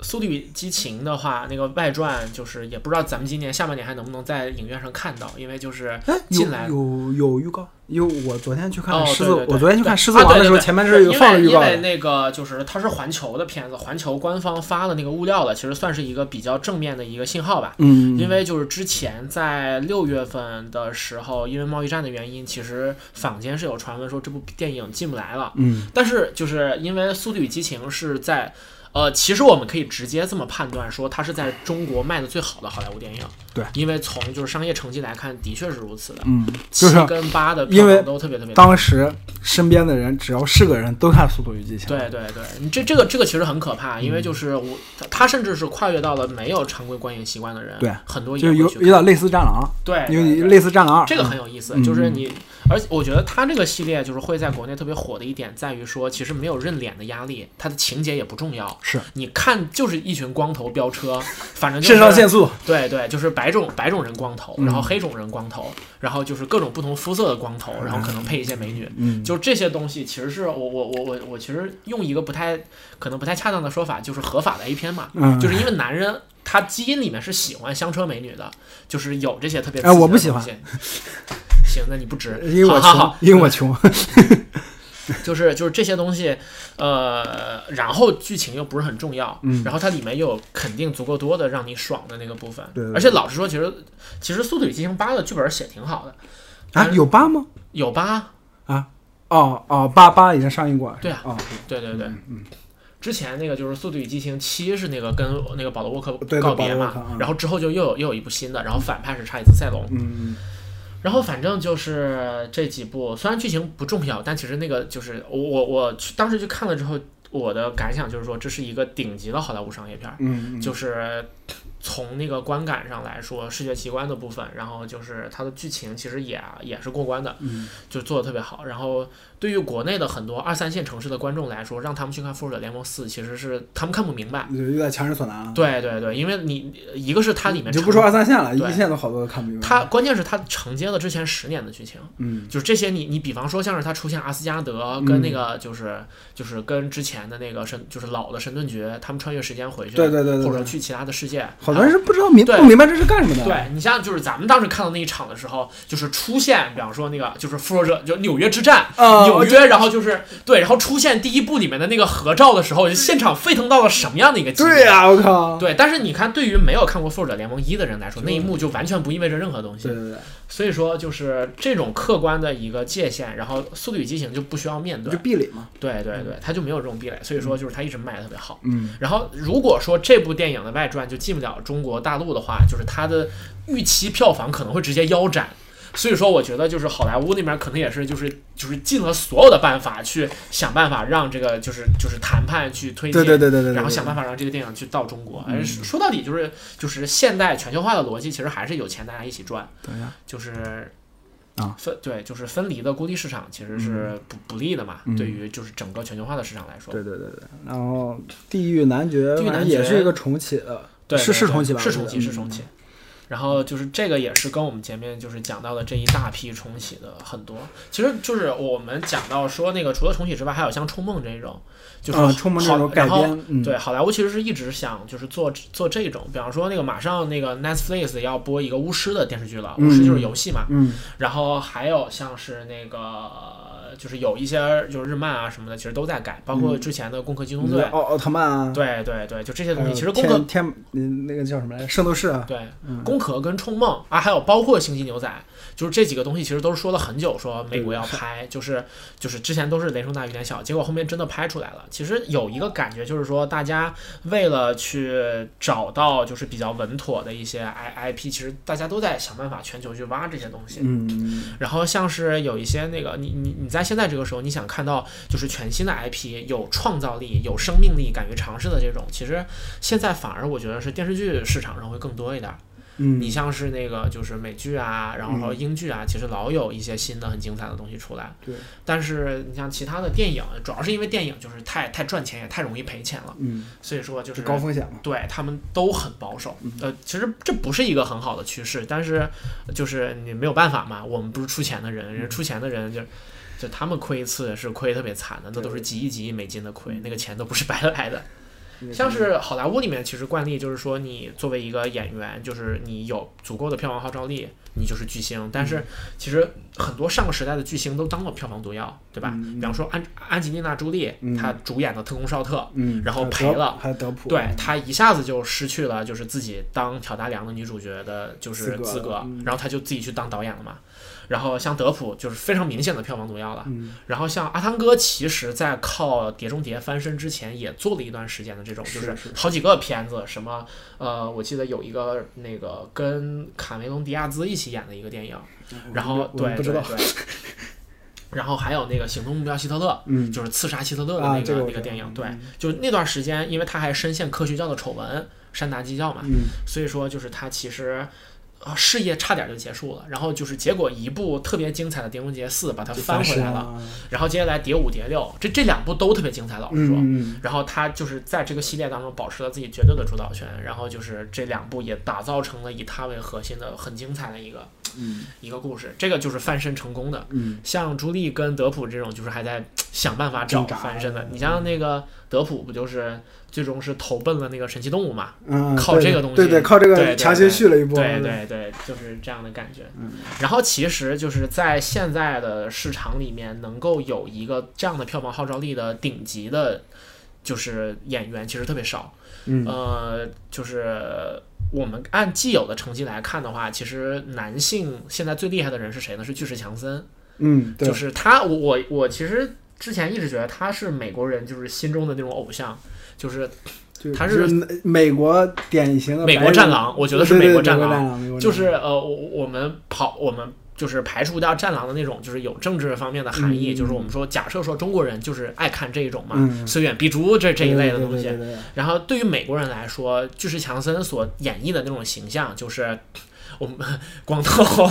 《速度与激情》的话，那个外传就是也不知道咱们今年下半年还能不能在影院上看到，因为就是
哎，有
进来
有有预告，有我昨天去看
哦
《
对
狮子》
对对
我昨天去看《狮子
啊
王》的
对
时候，
对对
前面是
因
有
为
放了预告
因为
的。
那个就是它是环球的片子，环球官方发的那个物料了，其实算是一个比较正面的一个信号吧。
嗯，
因为就是之前在六月份的时候，因为贸易战的原因，其实坊间是有传闻说这部电影进不来了。
嗯，
但是就是因为《速度与激情》是在，呃，其实我们可以直接这么判断说，它是在中国卖的最好的好莱坞电影。
对
因为从就是商业成绩来看，的确是如此的。
嗯，
七
就是
跟八的
因
票
为
房都特别特别大。
当时身边的人只要是个人都看《速度与激情》。
对对对，你这这个这个其实很可
嗯
怕，因为就是我他他甚至是跨越到了没有常规观影习惯的人，
对
很多也
就是有
会去
有点类似《战狼啊
对》，
有
对
点
对
类似《战狼二》。
这个很
嗯
有意思，
嗯
就是你，而且我觉得他这个系列就是会在国内特别火的一点在于说，其实没有认脸的压力，它的情节也不重要，
是
你看就是一群光头飙车，反正就是
肾上腺素。
对对，就是白种白种人光头，
嗯
然后黑种人光头，然后就是各种不同肤色的光头，然后可能配一些美女，
嗯，
就这些东西，其实是我我我我我其实用一个不太可能不太恰当的说法，就是合法的 A 片嘛，
嗯
就是因为男人他基因里面是喜欢香车美女的，就是有这些特别
哎我不喜欢
刺激的东西。行，那你不值，
因为
好
我
好好
穷，，因为我穷。
就是就是这些东西，呃，然后剧情又不是很重要，
嗯
然后它里面又有肯定足够多的让你爽的那个部分，
对对对
而且老实说，其实其实《速度与激情八》的剧本写挺好的，
啊，有八吗？
有八，
哦哦，八八已经上映过了。
对啊
哦，
对对对，
嗯
之前那个就是《速度与激情七》是那个跟那个保罗沃克
对对
告别
保罗
嘛
沃克，嗯
然后之后就又有又有一部新的，然后反派是查理斯塞隆，
嗯，
然后反正就是这几部，虽然剧情不重要，但其实那个就是我我我去当时去看了之后，我的感想就是说，这是一个顶级的好莱坞商业片儿，
嗯嗯，
就是从那个观感上来说，视觉奇观的部分，然后就是它的剧情其实也也是过关的，
嗯
就做的特别好。然后对于国内的很多二三线城市的观众来说，让他们去看《复仇者联盟四》，其实是他们看不明白。
就有点强人所难了。，
对对对，因为你一个是它里面
你就
承
不说二三线了，
对
一线都好多都看不明白。
它关键是它承接了之前十年的剧情，
嗯
就是这些你你比方说像是他出现阿斯加德跟那
嗯
个就是、就是跟之前的那个神就是老的神盾局他们穿越时间回去，
对对对对对
或者去其他的世界，
好多人是不知道明
对
不明白这是干什么的。
对你像就是咱们当时看到那一场的时候，就是出现，比方说那个就是复仇者，就纽约之战，
啊
纽约，然后就是对，然后出现第一部里面的那个合照的时候，就现场沸腾到了什么样的一个级别？
对呀，我 靠。
对，但是你看，对于没有看过《复仇者联盟一》的人来说，那一幕就完全不意味着任何东西
对。对对，
所以说，就是这种客观的一个界限，然后《速度与激情》就不需要面
你
对
就。嗯壁垒嘛。
对对对，它就没有这种壁垒，所以说就是它一直卖的特别好。
嗯，
然后，如果说这部电影的外传就进不了中国大陆的话，就是它的预期票房可能会直接腰斩。所以说，我觉得就是好莱坞那边可能也是就是就是尽了所有的办法去想办法让这个就是就是谈判去推进，
对对对对对。嗯
然后
对
想办法让这个电影去到中国。而说到底就是就是现代全球化的逻辑，其实还是有钱大家一起赚，
对等一下，
就是。
啊
分对，就是分离的孤立市场其实是不不利的嘛，
嗯
对于就是整个全球化的市场来说，
对对对对。然后《地狱男爵》
哦地狱
反正
男爵
也是一个重启的，
对，
是
对
是
对
重启吧
是
我记
重
得
启，是
嗯
重启。然后就是这个也是跟我们前面就是讲到的这一大批重启的很多，其实就是我们讲到说那个除了重启之外，还有像《冲梦》这种，就是
啊，充满这
好
种改。
然后
编，嗯，
对，好莱坞其实是一直想就是做做这种，比方说那个马上那个 Netflix 要播一个巫师的电视剧了，巫师就是游戏嘛，
嗯，
然后还有像是那个就是有一些就是日漫啊什么的，其实都在改，包括
嗯
之前的《攻壳机动队》
奥奥特曼啊，
对对对，就这些
还
东
有
西，其实《攻壳
天天嗯那个叫什么来着，圣斗士啊，
对，攻壳跟冲梦啊，还有包括星际牛仔，就是这几个东西，其实都是说了很久，说美国要拍，就是就是之前都是雷声大雨点小，结果后面真的拍出来了。其实有一个感觉就是说，大家为了去找到就是比较稳妥的一些 I IP，其实大家都在想办法全球去挖这些东西。
嗯，
然后像是有一些那个，你你你在现在这个时候，你想看到就是全新的 IP，有创造力、有生命力、敢于尝试的这种，其实现在反而我觉得是电视剧市场上会更多一点。
嗯
你像是那个就是美剧啊，然后英剧啊，其实老有一些新的很精彩的东西出来。
对，
但是你像其他的电影，主要是因为电影就是太太赚钱，也太容易赔钱了，
嗯，
所以说就是
这高风险嘛，
对他们都很保守。呃，其实这不是一个很好的趋势，但是就是你没有办法嘛，我们不是出钱的人，人家出钱的人就。就他们亏一次是亏特别惨的，那都是几亿几亿美金的亏，那个钱都不是白来的。像是好莱坞里面，其实惯例就是说，你作为一个演员，就是你有足够的票房号召力，你就是巨星。但是其实很多上个时代的巨星都当过票房毒药，对吧？比方说安安吉丽娜·朱莉，她主演的《特工少特》，
嗯，
然后
还
赔
德
了
还德普，
对她一下子就失去了就是自己当挑大梁的女主角的就
资
是
格
资格，
嗯
然后她就自己去当导演了嘛。然后像德普就是非常明显的票房毒药了。
嗯
然后像阿汤哥，其实在靠《碟中谍》翻身之前，也做了一段时间的这种，就是是
是
好几个片子，什么呃，我记得有一个那个跟卡梅隆·迪亚兹一起演的一个电影，然后
哦我
对
不知道
对对然后还有那个《行动目标希特勒》，
嗯，
就是刺杀希特勒的
啊
那
这个我
那
知
个
道
电影，
嗯
对，就那段时间，因为他还深陷科学教的丑闻，山达基教嘛，
嗯，
所以说就是他其实。呃，事业差点就结束了，然后就是结果一部特别精彩的《碟中谍四》把它
就
翻回
身
来了，
啊，
然后接下来《碟五》《碟六》，这这两部都特别精彩，老实说。
嗯，嗯
然后他就是在这个系列当中保持了自己绝对的主导权，然后就是这两部也打造成了以他为核心的很精彩的一个
嗯
一个故事，这个就是翻身成功的。
嗯，
像朱莉跟德普这种，就是还在想办法找
挣扎嗯
翻身的。你像那个德普，不就是最终是投奔了那个神奇动物嘛？
嗯，
靠
对
这个东西
对对，靠这
对
个
对
强行续了一波，
对对对，就是这样的感觉
嗯。
然后其实就是在现在的市场里面，能够有一个这样的票房号召力的顶级的，就是演员其实特别少。
嗯，
呃，就是我们按既有的成绩来看的话，其实男性现在最厉害的人是谁呢？是巨石强森。
嗯，对，
就是他，我我我其实之前一直觉得他是美国人，就是心中的那种偶像，就是
就
他
就是美美国典型的
美
呃
国
白人
战，狼，我
我
觉得是美国战
狼，
狼，
美国战
就是呃，我我们跑我们。就是排除掉战狼的那种，就是有政治方面的含义。
嗯
就是我们说，假设说中国人就是爱看这一种嘛，
嗯
虽远必诛这这一类的
对
东西。
对对对对
然后对于美国人来说，巨石强森所演绎的那种形象，就是我们 光头，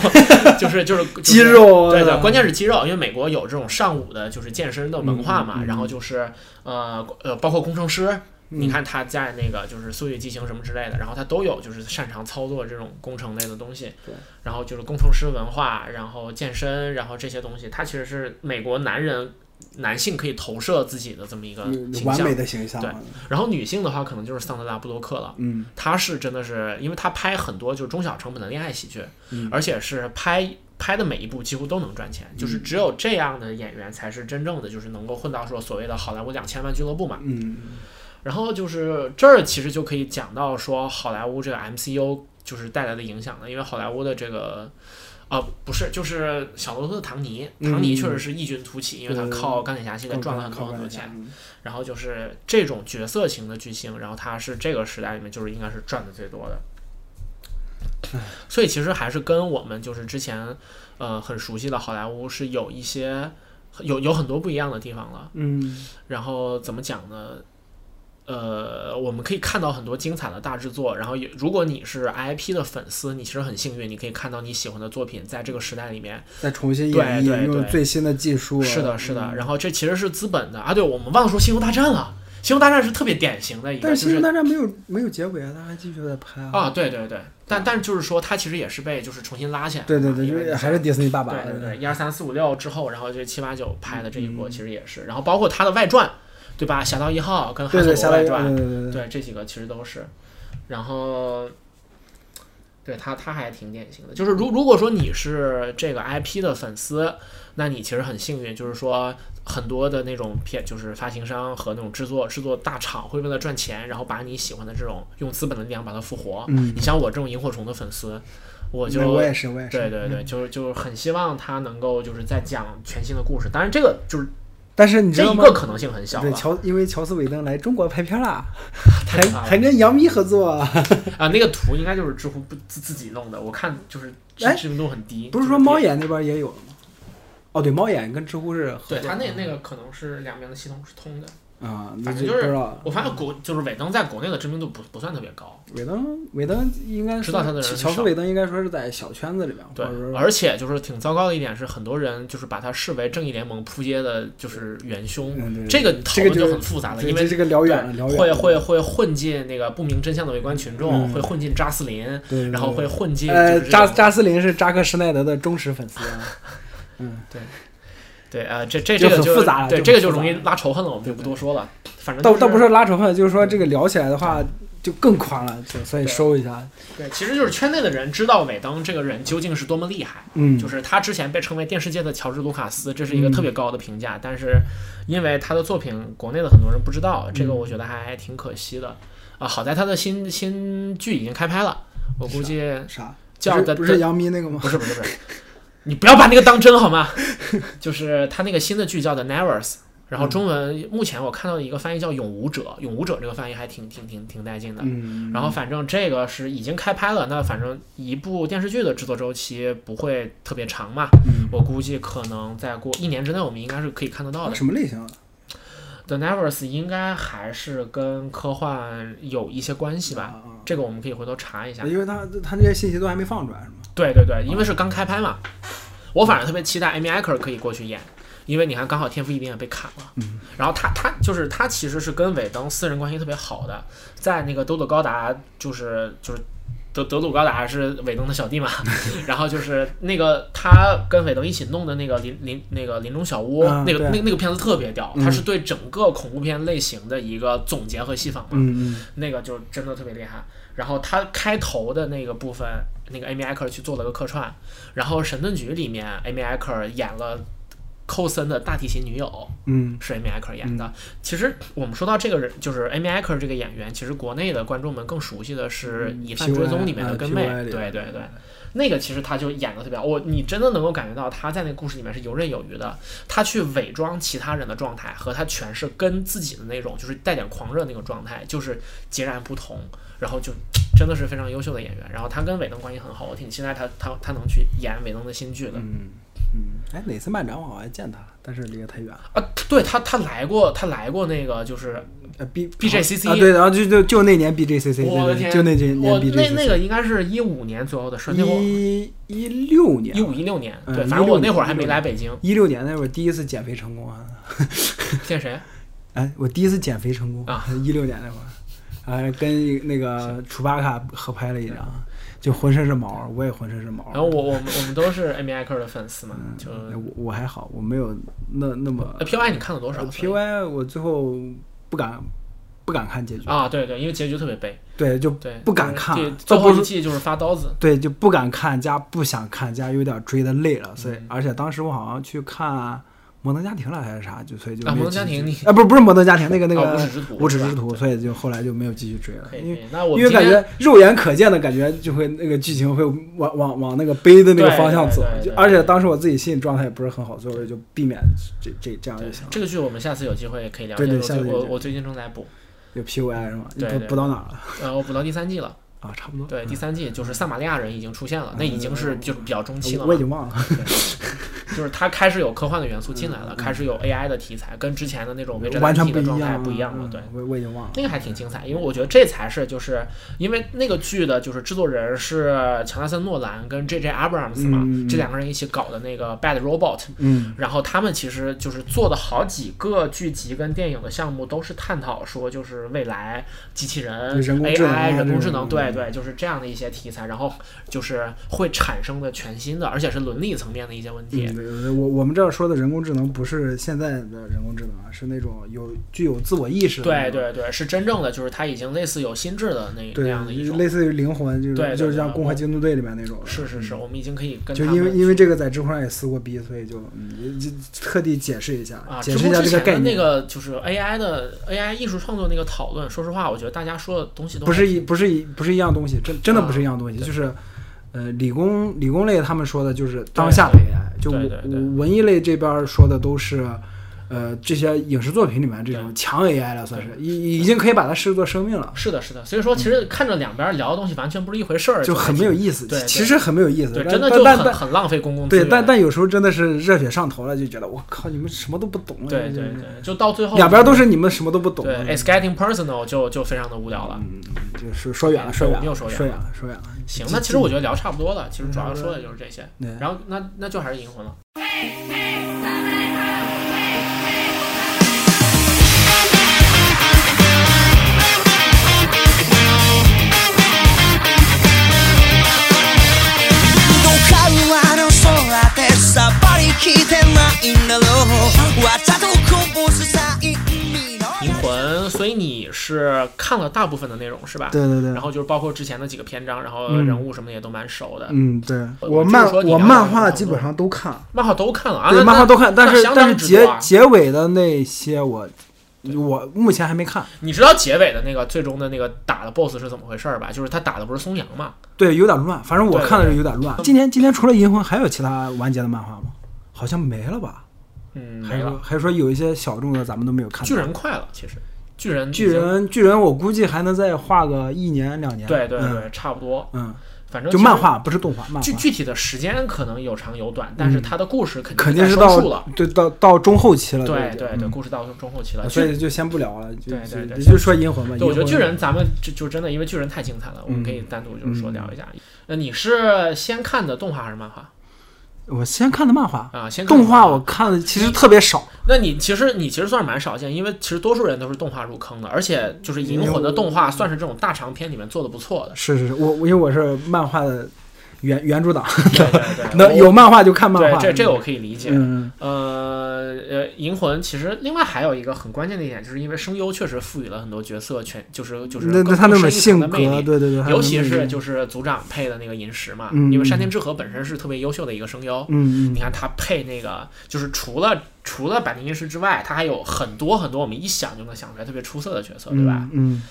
就是就是就是
肌肉
对对，
嗯
关键是肌肉，因为美国有这种上午的，就是健身的文化嘛，
嗯嗯嗯
然后就是呃呃，包括工程师，
嗯
你看他在那个就是《速度与激情》什么之类的，然后他都有就是擅长操作这种工程类的东西
对，
然后就是工程师文化，然后健身，然后这些东西，他其实是美国男人男性可以投射自己的这么一个
有
形
嗯完
象
美，的形象
对
嘛，
然后女性的话可能就是桑德拉布洛克了。
嗯
她是真的是，因为她拍很多就是中小成本的恋爱喜剧，
嗯
而且是拍拍的每一部几乎都能赚钱，就是只有这样的演员才是真正的就是能够混到说所谓的好莱坞两千万俱乐部嘛。
嗯，
然后就是这儿其实就可以讲到说好莱坞这个 MCU 就是带来的影响了，因为好莱坞的这个。啊、不是，就是小罗伯特·唐尼，唐尼确实是异军突起，因为他
对
靠钢铁侠系列
更
赚了很
靠
多很多
靠
钱。
外嗯
然后就是这种角色型的巨星，然后他是这个时代里面就是应该是赚的最多的。所以其实还是跟我们就是之前呃很熟悉的好莱坞是有一些有有很多不一样的地方了。
嗯，
然后怎么讲呢？呃，我们可以看到很多精彩的大制作。然后也，如果你是 IP 的粉丝，你其实很幸运，你可以看到你喜欢的作品在这个时代里面
再重新
对
演
对
绎，用
对
最新的技术，
是的，是
嗯
的。然后这其实是资本的啊，对，我们忘了说《星球大战》了，《星球大战》是特别典型的一个，
但
就是
《星
是
球大战》没有没有结尾啊，他还继续在拍啊。
啊，对对对，但但就是说，它其实也是被就是重新拉起来的
对
嘛，
对对，
因
就
为
是
你
还是
像
迪士尼爸爸。
对对对，一二三四五六之后，然后就七八九拍的这一
嗯
波，其实也是，然后包括它的外传，对吧？《侠盗一号》跟《汉索罗
对对，侠盗
外
一
传
号，》，对对对，
对这几个其实都是，然后。对他，他还挺典型的。就是如如果说你是这个 IP 的粉丝，那你其实很幸运，就是说很多的那种片，就是发行商和那种制作制作大厂会为了赚钱，然后把你喜欢的这种用资本的力量把它复活。
嗯
你像我这种萤火虫的粉丝，我就
我也是，嗯我也是。
对对对，就是就是很希望他能够就是再讲全新的故事。当然，这个就是
但是你知
这
道
一
吗
个？可哦能性很小
对
了。
乔，哎因为乔斯·韦登来中国拍片了，
太
还
可怕了
还跟杨幂合作，
啊，那个图应该就是知乎不自自己弄的，我看就是知
哎
知名度很低。
不是说猫眼那边也有吗？哦，对，猫眼跟知乎是合
对嗯
作
他
的
那那个可能是两边的系统是通的，
啊，那
反正
就
就
不知
是
道了。
我发现国就是尾灯在国内的知名度不不算特别高，
尾灯，尾灯应该
知道他的人
说
很
乔夫
少
尾灯应该说是在小圈子里面，或
对
者，说
而且嗯就是挺糟糕的一点是，很多人就是把它视为正义联盟扑街的，就是元凶
嗯对，
这个讨论
这个就
就是很复杂了，
这
因
这
为
这个聊远了，聊远
会
了
会会混进那个不明真相的围观群众，
嗯
会混进扎斯林，
对，对
然后
对
会混进
呃，
就是这
扎
种
扎斯林是扎克施耐德的忠实粉丝啊，
对啊，呃这这这
就
个
很
就
复杂了
对
就
这个
很
就
复杂
容易
了
拉仇恨了，我们就不多说了。反正
倒
都
倒不是拉仇恨，就是说这个聊起来的话就更宽了，就所以
对
收一下，
对，其实就是圈内的人知道尾灯这个人究竟是多么厉害，
嗯，
就是他之前被称为电视界的乔治·卢卡斯，这是一个
嗯
特别高的评价。但是因为他的作品，国内的很多人不知道，
嗯
这个我觉得还挺可惜的。啊，好在他的新新剧已经开拍了，我估计
啥
叫
不
的
是不是杨幂那个吗
不？是不是不是，你不要把那个当真好 吗？就是他那个新的剧叫《The Nevers》，然后
嗯
中文目前我看到的一个翻译叫《永无者》，《永无者》这个翻译还挺挺挺挺带劲的。
嗯，
然后反正这个是已经开拍了，那反正一部电视剧的制作周期不会特别长嘛，
嗯
我估计可能再过一年之内，我们应该是可以看得到的。
什么类型啊？
The Nevers 应该还是跟科幻有一些关系吧，
啊
这个我们可以回头查一下
啊，。因为他他这些信息都还没放出来，是吗？
对对对，因为是刚开拍嘛，我反正特别期待 Amy Acker 可以过去演，因为你看刚好天赋异禀也被砍了，
嗯
然后他他就是他其实是跟尾灯私人关系特别好的，在那个德鲁高达就是就是。德德鲁高达是尾灯的小弟 嘛，然后就是那个他跟尾灯一起弄的那个林林那个林中小屋，
啊
那个
对
那那个片子特别屌，
嗯
它是对整个恐怖片类型的一个总结和细仿嘛。
嗯
那个就真的特别厉害。然后他开头的那个部分，那个 Amy Acker 去做了个客串，然后《神盾局》里面 Amy Acker 演了寇森的大提琴女友，
嗯
是 Amy Acker 演的。其实我们说到这个人，就是 Amy Acker 这个演员，其实国内的观众们更熟悉的是《
嗯
疑犯追踪》里面的
POI
根妹，
啊 POI 里
对对对。那个其实他就演的特别好，我你真的能够感觉到他在那个故事里面是游刃有余的，他去伪装其他人的状态和他诠释跟自己的那种就是带点狂热那个状态就是截然不同，然后就真的是非常优秀的演员。然后他跟尾灯关系很好，我挺期待他他他能去演尾灯的新剧的。
嗯嗯，哎，哪次漫展我好像见他，但是离得太远了。
啊，对他他来过他来过那个就是
呃，B
BJCC
啊，对，然后就就就那年 BJCC，
我的
对
天，
对，就那年
我那
BJCC，
那个应该是一五年左右的事，那会儿
一一六年
一，五一六年，
嗯
对，反正我
16
那会儿还没
16。
来北京
一六年那会儿第一次减肥成功啊，
见谁？
哎，我第一次减肥成功
啊，
一六年那会儿，啊，跟一那个楚巴卡合拍了一张，就浑身是毛，我也浑身是毛。
然后我我们我们都是 Amy Acker 的粉丝嘛，就
哎我我还好，我没有那那么
呃 PY 你看了多少
呃
所以
PY，我最后不敢不敢看结局，
啊？对对，因为结局特别悲，
对，就
对，
不敢看
就是第，最
倒不
后
是
一季就是发刀子，
对，就不敢看加不想看加有点追的累了，所以、
嗯
而且当时我好像去看《摩登家庭》了还是啥，就所以就
啊
没有
摩登家
继续
庭
追啊，不是不是《摩登家庭》那 个那
啊
个
无耻之徒
无耻
是吧
之徒，所以就后来就没有继续追了
可，以
因
可
为
以。那我
因
们
为
今
感
天
觉肉眼可见的感觉就会那个剧情会往往往那个悲的那个
对
方向走
对对，
就
对
而且当时我自己心理状态也不是很好，所以我就避免这这这样就
对
行了。
这个剧，我们下次有机会可以聊。
对对
我
下
最
次有
我
机会
我最近正在补，
有 PUI 是吗？
对
不
对
不到哪儿了
呃，我补到第三季了。
啊，差不多。
对，第三季就是撒玛利亚人已经出现了，那已经是就是比较中期了
嗯我
嘛
我已。经忘了。
就是它开始有科幻的元素进来了，开始有 AI 的题材，跟之前的那种围着
嗯完
载
全
体
不
的
一
状态
样，
不一样了。对，
嗯我我已经忘了。
那个还挺精彩，因为我觉得这才是就是因为那个剧的就是制作人是乔纳森·诺兰跟 J.J. Abrams 嘛，
嗯
这两个人一起搞的那个 Bad Robot。
嗯
然后他们其实就是做的好几个剧集跟电影的项目，都是探讨说就是未来机器人、
对人工智能啊
AI、人工智
这种
能，对对，就是这样的一些题材，然后就是会产生的全新的，而且是伦理层面的一些问题。
嗯，对对对我我们这儿说的人工智能不是现在的人工智能啊，是那种有具有自我意识的那
对
种，
对对，是真正的，就是它已经类似有心智的那
对
那样的一
就
种
是。类似于灵魂，就是
对对
就是
对
像《
对
攻壳
我
机动队》里面那种。
是是是，我们已经可以跟
嗯就
他
因为
们
因为
去
这个在知乎上也撕过逼，所以就嗯就就特地解释一下，
啊，
解
知
释一
乎
下
之
这个
前
概
的那
念。
个就是 AI 的 AI 艺术创作那个讨论，说实话，我觉得大家说的东西都
不
还
是一
挺
不是一不是一样东西，真真的
啊
不是一样东西，
对
就是。呃，理工理工类他们说的就是当
对
下的 AI，就
对对对
文文艺类这边说的都是呃这些影视作品里面这种强 AI 了，算是已已经可以把它视作生命了，
是的，是的。所以说，其实看着两边聊的东西完全不是一回事儿，
嗯就很没有意思
对，对
其实很没有意思，
对，
但
真的
但
就
但
很
但
很浪费公共资
对，
源。
但但有时候真的是热血上头了，就觉得我靠，你们什么都不懂啊，
对
就
对
是
对，就到最后
两边都是你们什么都不懂嗯啊，
对，it's 哎 getting personal，就就非常的无聊了。
就是说远了，说远
没有
了，
说
说
远
远了，说远了。
行，那其实我觉得聊差不多了，其实主要
嗯
说的就是这些
对。
然后那那就还是银魂了。
どうかあの空でさっぱりきてないんだろうわざとこぼす際にの
银魂，所以你是看了大部分的内容是吧？
对对对
然后就是包括之前的几个篇章，然后
嗯
人物什么的也都蛮熟的。
嗯，对
我
我
就是
漫
说你
我
了解
漫
的
画
程
基
度
本上都看，
漫画都看了啊，
对
那
漫画都看，
那
但
那
是
相
但
当
是
之多
结
啊
结尾的那些我我目前还没看，
你知道结尾的那个最终的那个打的 BOSS 是怎么回事儿吧？就是他打的不是松阳嘛？
对，有点乱，反正我
对
看的
对
是有点乱。今天今天除了《银魂》，还有其他完结的漫画吗？好像没了吧？
嗯，
还
没
是说
了。
还是说有一些小众的咱们都没有看到？
巨人快了，其实巨人已
巨
经
人巨人，我估计还能再画个一年两年。
对对
嗯
对，差不多。
嗯，
反正
就
其实
漫画不是动画，漫
具
画
具体的时间可能有长有短，但是它的故事肯
肯
定在
定是
收
到
束了。
对到到中后期了。
对
对
对
嗯
对，故事到中后期了。
所
巨
以就先不聊了，就
对对
就
对
就说《银魂》吧。
对，我觉得
银魂
巨人咱们就就真的，因为巨人太精彩了，我们可
嗯
以单独就是说聊一下。那你是先看的动画还是漫画
我先看的漫画，
啊？先看的
动画
漫
我看的其实特别少。
那你其实你其实算是蛮少见，因为其实多数人都是动画入坑的，而且就是《银魂》的动画算是这种大长篇里面做的不错 的。
是是是，我我因为我是漫画的原 原著党，
对对
那
对，
有漫画就看漫
对
画。
这这个我可以理解。
嗯，
呃呃，《银魂》其实另外还有一个很关键的一点，就是因为声优确实赋予了很多角色全就是就是
那
更
那他那
更深
种
一层
性
的
格，
魅力
对。对对，他
尤
的
其
魅力
是就是组长配的那个银石嘛，
嗯
因为
嗯
山田智和本身是特别优秀的一个声优，
嗯
你看他配那个就是除了除了百灵银石之外，他还有很多很多我们一想就能想出来特别出色的角色，
嗯
对吧？
嗯，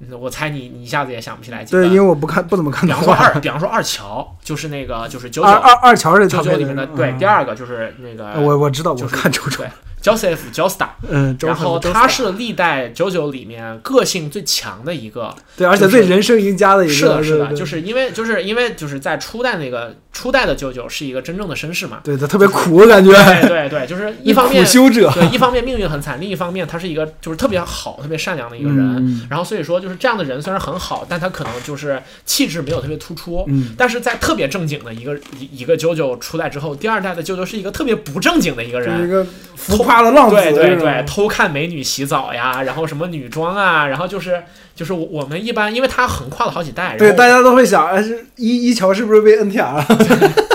嗯我猜你你一下子也想不起来几个。
对，因为我不看不怎么看
比
动
方说
画
二，。比方说二乔，就是那个就是九
二二
九
二乔是
九
他
九里
配
面的
的
对，
嗯呃
第二个就是那个
我我知道，我
就是
看周周
对，Joseph Joestar，
嗯，周
然后
周
他
周
是历代九九里面个性最强的一个，
对，而且
就是
最人生赢家的一个，
是的，是的，
对
就是因为就是因为就是在初代那个初代的九九是一个真正的绅士 嘛，
对他特别苦，感觉
对对对，就是一方面
苦修者，
对，一方面命运很惨，另一方面他是一个就是特别好、特别善良的一个人。
嗯
然后所以说，就是这样的人虽然很好，但他可能就是气质没有特别突出。
嗯
但是在特别正经的一个一一个九九出来之后，第二代的九九是一个特别不正经的一个
就是一
人。
个浮夸的浪子，
对对
这种
对，偷看美女洗澡呀，然后什么女装啊，然后就是就是我我们一般，因为他横跨了好几代，然
对，
后
大家都会想，哎，是一一乔是不是被 NTR 了？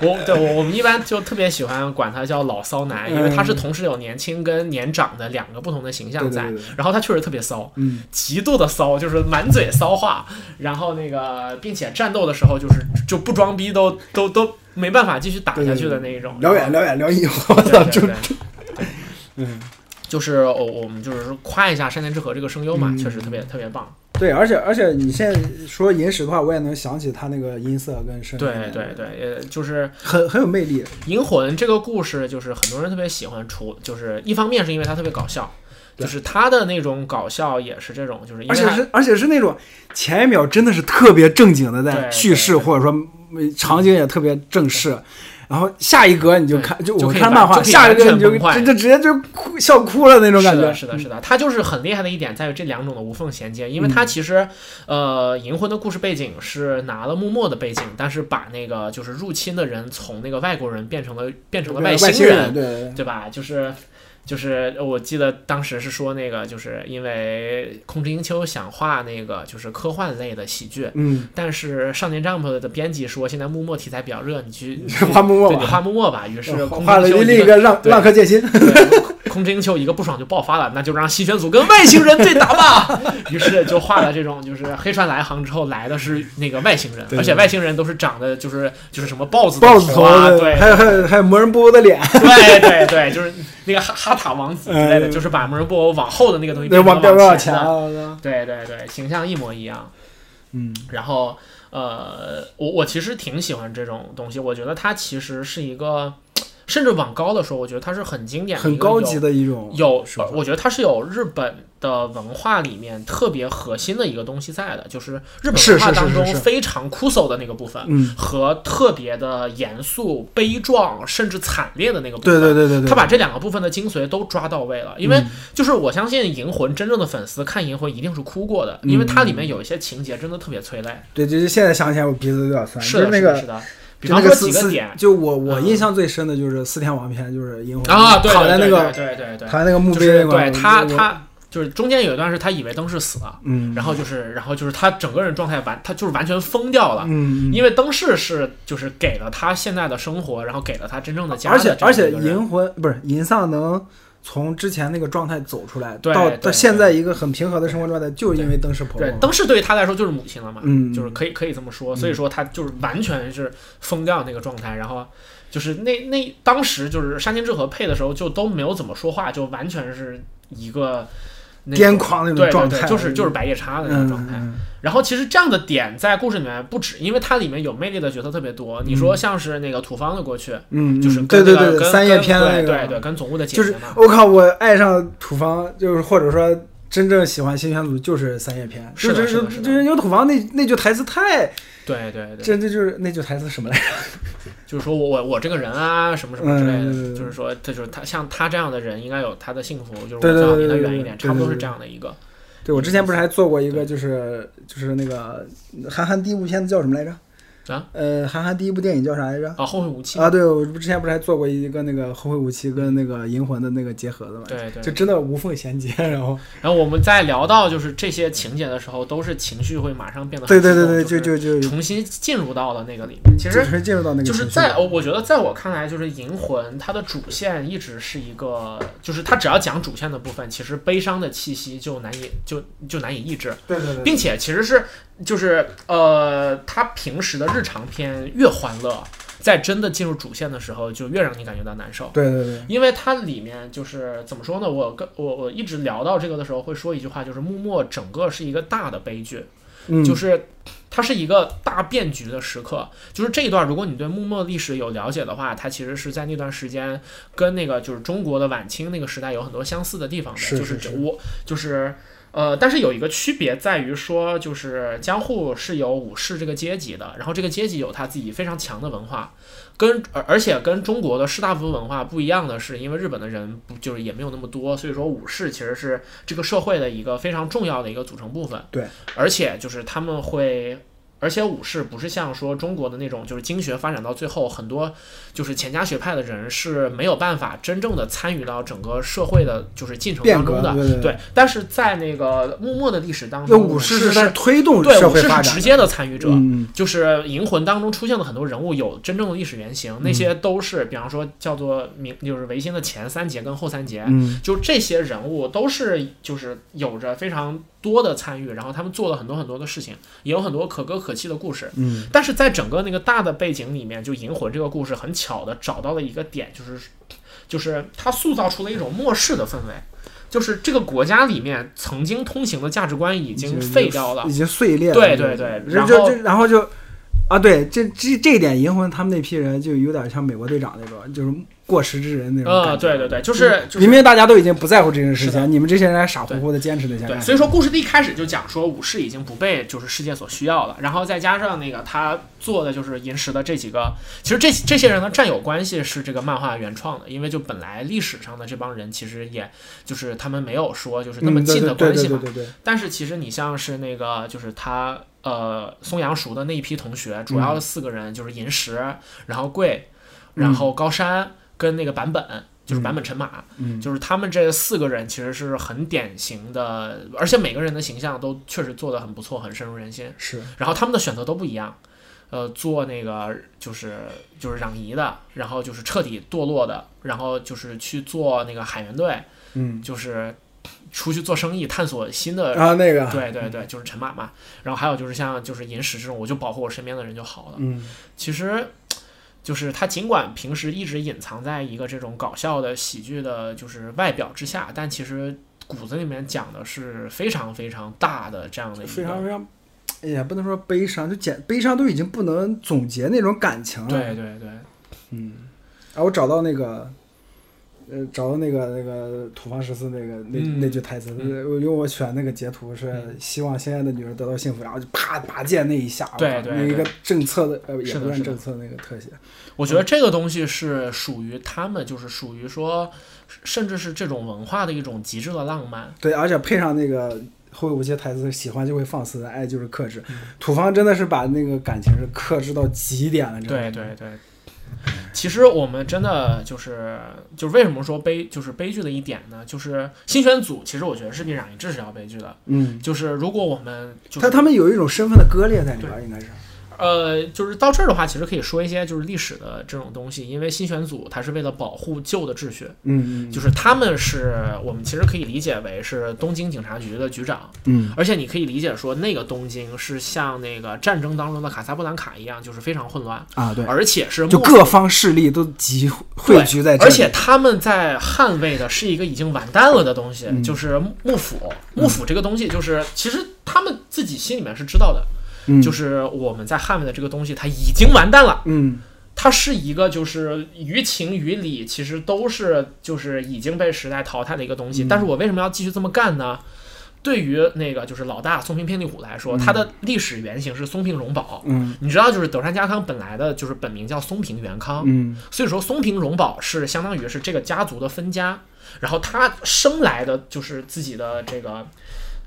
我对我我们一般就特别喜欢管他叫老骚男，因为他是
嗯
同时有年轻跟年长的两个不同的形象
对对
在
对对，
然后他确实特别骚，
嗯，
极度的骚，就是满嘴骚话，然后那个并且战斗的时候就是就不装逼都都都没办法继续打下去的那一种。
聊远聊远聊以后，我
对
操，
对
就
对
嗯，
就是我我们就是说夸一下山田智和这个声优嘛，
嗯
确实特别特别棒。
对，而且而且你现在说银石的话，我也能想起他那个音色跟声音，
对对，对，呃，就是
很很有魅力。
银魂这个故事，就是很多人特别喜欢除，就是一方面是因为它特别搞笑，
对
就是它的那种搞笑也是这种，就是因
而
为
且
它
是而且是那种前一秒真的是特别正经的
对
在叙事，
对对
或者说嗯场景也特别正式，然后下一格你就
对
看，
就
我
可以
看
完
漫画，
就可以
下一个
完
你
全
就
崩坏
就就直接就哭笑哭了那种感
是
觉。嗯
的，是的，是的，它就是很厉害的一点，在于这两种的无缝衔接。因
嗯
为它其实，呃，银魂的故事背景是拿了幕末的背景，但是把那个就是入侵的人从那个外国人变成了变成了
对外
星
人，对对对
对吧？就是就是呃我记得当时是说那个，就是因为空之英秋想画那个就是科幻类的喜剧，
嗯，
但是少年 Jump 的编辑说现在幕末题材比较热，你去你 去
画幕嗯末
对你
吧
画幕末吧。于是空
画了
之英秋
另一
个
个让
对
浪客剑心，
对空之英秋一个不爽就爆发了，那就让细玄组跟外星人对打吧。于是就画了这种，就是黑船来航之后来的是那个外星人，
对
而且外星人都是长得就是就是什么豹子的
豹子头
啊，
的，
对，
还有还有还有魔人布欧的脸，
对对对，就是那个哈哈塔王子之类的，
嗯
就是把魔人布偶往后的那个东西变
对，
成
往
了
变多少
前
钱
的
啊？
对对对，形象一模一样。
嗯，
然后呃，我我其实挺喜欢这种东西，我觉得它其实是一个。甚至往高了说，我觉得它是很经典的一
很
个有、
高级的一种
有呃
手法，
我觉得它是有日本的文化里面特别核心的一个东西在的，就是日本
是
文化
是是
当
是
中
是
非常枯燥的那个部分，
嗯
和特别的严肃、悲壮甚至惨烈的那个部分。
对对对对对，嗯
他把这两个部分的精髓都抓到位了，因为就是我相信《银魂》真正的粉丝看《银魂》一定是哭过
嗯
的，因为它里面有一些情节真的特别催泪。
对，就是现在想起来我鼻子有点酸，
是
就
的，
那
是
个
的，是的。比
就
方
那
说
个四
几个
四
点
就我我
嗯
印象最深的就是四天王篇，就是银魂
啊，对
躺在那
对
个
对对对对
躺在那个墓
就
碑
是
那块
对
儿，
他
我
他就是中间有一段是他以为灯是死了，
嗯，
然后就是然后就是他整个人状态完，他就是完全疯掉了。
嗯，
因为灯饰是就是给了他现在的生活，然后给了他真正的家
而
的
且
这样
而
一个
且
人。
银魂不是银丧能从之前那个状态走出来，
对
到
对
到
对
现在一个很平和的生活状态，就是因为灯是婆
对
婆，，
灯饰对于他来说就是母亲了嘛，
嗯
就是可以可以这么说，所以说他就是完全是疯掉那个状态，然后就是那那当时就是山田智和配的时候就都没有怎么说话，就完全是一个那种
癫狂那种
对
状
对
态，
对，就是就是白夜叉的那个
嗯
状态。
嗯
然后其实这样的点在故事里面不止，因为它里面有魅力的角色特别多。你说像是那个土方的过去，
嗯，
就是
嗯
跟
对
那
对
个
对
跟
三叶
跟
篇的那
对
个
对对，跟总务的姐
就是
姐嘛。
我靠，我爱上土方，就是或者说真正喜欢新选组就是三叶篇，
是的
就是
的
就是
的
就是因为土方那那句台词太，
对对对，
这这就是那句台词什么 来着？
就是说我我我这个人啊，什么什么之类的，
嗯
就是说，这就是他像他这样的人应该有他的幸福，就是我
对
最
对
好离
对
他
对
远
对
一点，
对
差不多
对
是
对
这样的一个。
对我之前不是还做过一个，
对
就是就是那个韩寒第一部片子叫什么来着？
啊？
呃，韩寒第一部电影叫啥来着？
啊，后会无期。
啊，对，我之前不是还做过一个那个《后会无期》跟那个《银魂》的那个结合的嘛？
对对
就真的无缝衔接，然后
然后我们在聊到就是这些情节的时候，都是情绪会马上变得
对
很
对
激
对
动
对，就是就就
重新进入到了那个里面。其
只
实
是进入到那个
就是
情绪
在
里
我觉得，在我看来，就是《银魂》它的主线一直是一个，就是它只要讲主线的部分，其实悲伤的气息就难以就就难以抑制。
对对对，
并且其实是就是呃，他平时的日常片越欢乐，在真的进入主线的时候，就越让你感觉到难受。
对对对，
因为它里面就是怎么说呢？我跟我我一直聊到这个的时候，会说一句话，就是幕末整个是一个大的悲剧，
嗯，
就是它是一个大变局的时刻。就是这一段，如果你对幕末历史有了解的话，它其实是在那段时间跟那个就是中国的晚清那个时代有很多相似的地方的。
是
就是这
是
我就是。呃，但是有一个区别在于说，就是江户是有武士这个阶级的，然后这个阶级有他自己非常强的文化，跟而而且跟中国的士大夫文化不一样的是，因为日本的人不就是也没有那么多，所以说武士其实是这个社会的一个非常重要的一个组成部分。
对，
而且就是他们会而且武士不是像说中国的那种，就是经学发展到最后，很多就是钱家学派的人是没有办法真正的参与到整个社会的，就是进程当中的。
变革对对对
但是在那个幕末的历史当
那
中，
武
武
士
士
是在推动
对
社
武
会
士
发
是直
展的，
接的参与者。
嗯，
就是《银魂》当中出现的很多人物有真正的历史原型，那些都是，比方说叫做明，就是维新的前三节跟后三节，
嗯
就这些人物都是就是有着非常多的参与，然后他们做了很多很多的事情，也有很多可歌可泣的故事。
嗯，
但是在整个那个大的背景里面，就《银魂》这个故事很巧的找到了一个点，就是就是它塑造出了一种末世的氛围。就是这个国家里面曾经通行的价值观已经废掉了
已，经碎裂了，
对对对然
然后
后
就然后就啊，对，这这这一点银魂他们那批人就有点像美国队长那种，就是过时之人那种
呃，
感觉，嗯
对对对，就是就是
明明大家都已经不在乎这件事
是的
情，你们这些人还傻乎乎的坚持那些
对，
干
所
什
以
么，
说故事的一开始就讲说武士已经不被就是世界所需要了，然后再加上那个他做的就是银石的这几个，其实这这些人的战友关系是这个漫画原创的，因为就本来历史上的这帮人其实也就是他们没有说就是那么
嗯对
近的关系
对
嘛，
对对对对，
但是其实你像是那个就是他呃松阳熟的那一批同学，主要四个人就是银石，然后贵，然后高山跟那个版本。就是版本陈马，
嗯
就是他们这四个人其实是很典型的，而且每个人的形象都确实做得很不错，很深入人心。
是
然后他们的选择都不一样，呃，做那个就是就是攘夷的，然后就是彻底堕落的，然后就是去做那个海员队，
嗯，
就是出去做生意，探索新的
然后那 个
对对对，就是陈马嘛。然后还有就是像就是银石这种，我就保护我身边的人就好了。
嗯
其实，就是他尽管平时一直隐藏在一个这种搞笑的喜剧的，就是外表之下，但其实骨子里面讲的是非常非常大的这样的一个
非常非常。哎呀，不能说悲伤，就简悲伤都已经不能总结那种感情了。
对对对，
嗯，啊，我找到那个，呃，找到那个那个土方十四那个那、
嗯
那句台词，我因为我选那个截图是希望心爱的女人得到幸福，然后就啪拔剑那一下，啊
对对
那一个
对
政策的呃也
是的
不算
是的
政策那个特写，
我
嗯
觉得这个东西是属于他们，就是属于说，甚至是这种文化的一种极致的浪漫。
对，而且配上那个后会无期的台词，喜欢就会放肆，爱就是克制。
嗯
土方真的是把那个感情是克制到极点了，真的
对对对。其实我们真的就是，就是为什么说悲，就是悲剧的一点呢？就是新选组，其实我觉得是比染一致是要悲剧的。
嗯，
就是如果我们就是
他他们有一种身份的割裂在里边儿，应该是，
呃，就是到这儿的话，其实可以说一些就是历史的这种东西，因为新选组它是为了保护旧的秩序，
嗯嗯，
就是他们是我们其实可以理解为是东京警察局的局长，
嗯
而且你可以理解说那个东京是像那个战争当中的卡萨布兰卡一样，就是非常混乱，
啊，对，
而且是
就
幕
各方势力都集汇
对
聚哎在这
而
里，
且他们在捍卫的是一个已经完蛋了的东西，
嗯
就是幕府。幕府这个东西，就是其实他们自己心里面是知道的，
嗯
就是我们在捍卫的这个东西，它已经完蛋了。
嗯
它是一个就是于情于理，其实都是就是已经被时代淘汰的一个东西。
嗯
但是我为什么要继续这么干呢？对于那个就是老大松平聘利虎来说，他的历史原型是松平荣保。
嗯
你知道，就是德川家康本来的就是本名叫松平元康，
嗯
所以说松平荣保是相当于是这个家族的分家，然后他生来的就是自己的这个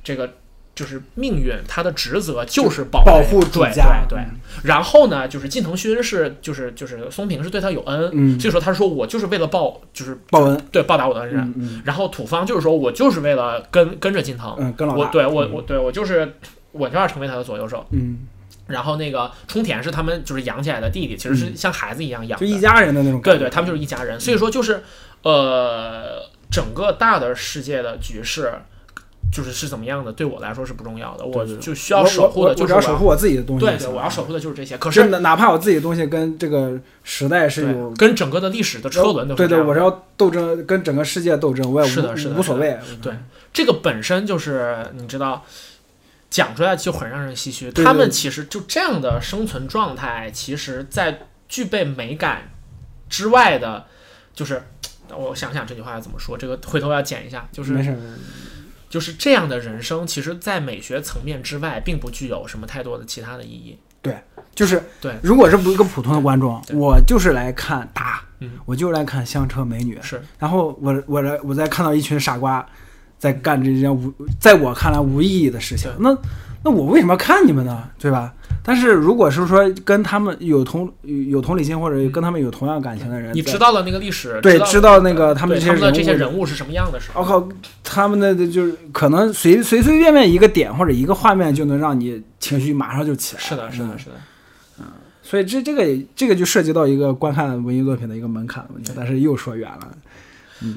这个就是命运，他的职责就是保
保
卫
护主
对
家
对对
嗯。
然后呢，就是近藤勋是就是就是松平是对他有恩，
嗯
所以说他说我就是为了报就是
报恩，
对报答我的恩人。
嗯嗯
然后土方就是说我就是为了跟跟着近藤，
嗯，跟老
我
大，
对我我对我就是我就要成为他的左右手。
嗯，
然后那个冲田是他们就是养起来的弟弟，其实是像孩子一样养的，
嗯就一家人的那种感
对
觉，
对，他们就是一家人。所以说就是，呃，整个大的世界的局势，就是是怎么样的，对我来说是不重要的，我
对对
就需
我
要守护
我
的
我
就
只
是
要
我
守护我自己的东西就
对
行，
对，我要守护的就是这些。可
真
啊是
的，哪怕我自己的东西跟这个时代是
对
有
跟整个的历史的车轮都是
对
这
对，
样
我
的
是要斗争，跟整个世界斗争，我也无
是的是的
无所
是的
谓。
对这个本身就是你知道。讲出来就很让人唏嘘。
对
他
对
们
对
其实就这样的生存状态，其实，在具备美感之外的，就是我想想这句话要怎么说，这个回头要剪一下。就是
没事，
就是这样的人生，其实，在美学层面之外，并不具有什么太多的其他的意义。
对，就是
对
如果是不一个普通的观众，
对
我就是来看打，
嗯
我就是来看香车美女，
是
然后我我来我再看到一群傻瓜在干这件无，在我看来无意义的事情
对，
那那我为什么要看你们呢？对吧？但是如果是说跟他们有同有有同理心，或者跟他们有同样感情的人，
你
在
知道了那个历史，
对知
嗯知
道那个他们
对
这
他
些
们的这些
人物哦
人物是什么样的时
我
候，
靠，他们的就是可能随随随便便一个点或者一个画面就能让你情绪马上就起来。
是的，是的，
嗯
是的。
所以这这个这个就涉及到一个观看文艺作品的一个门槛的问题，但是又说远了。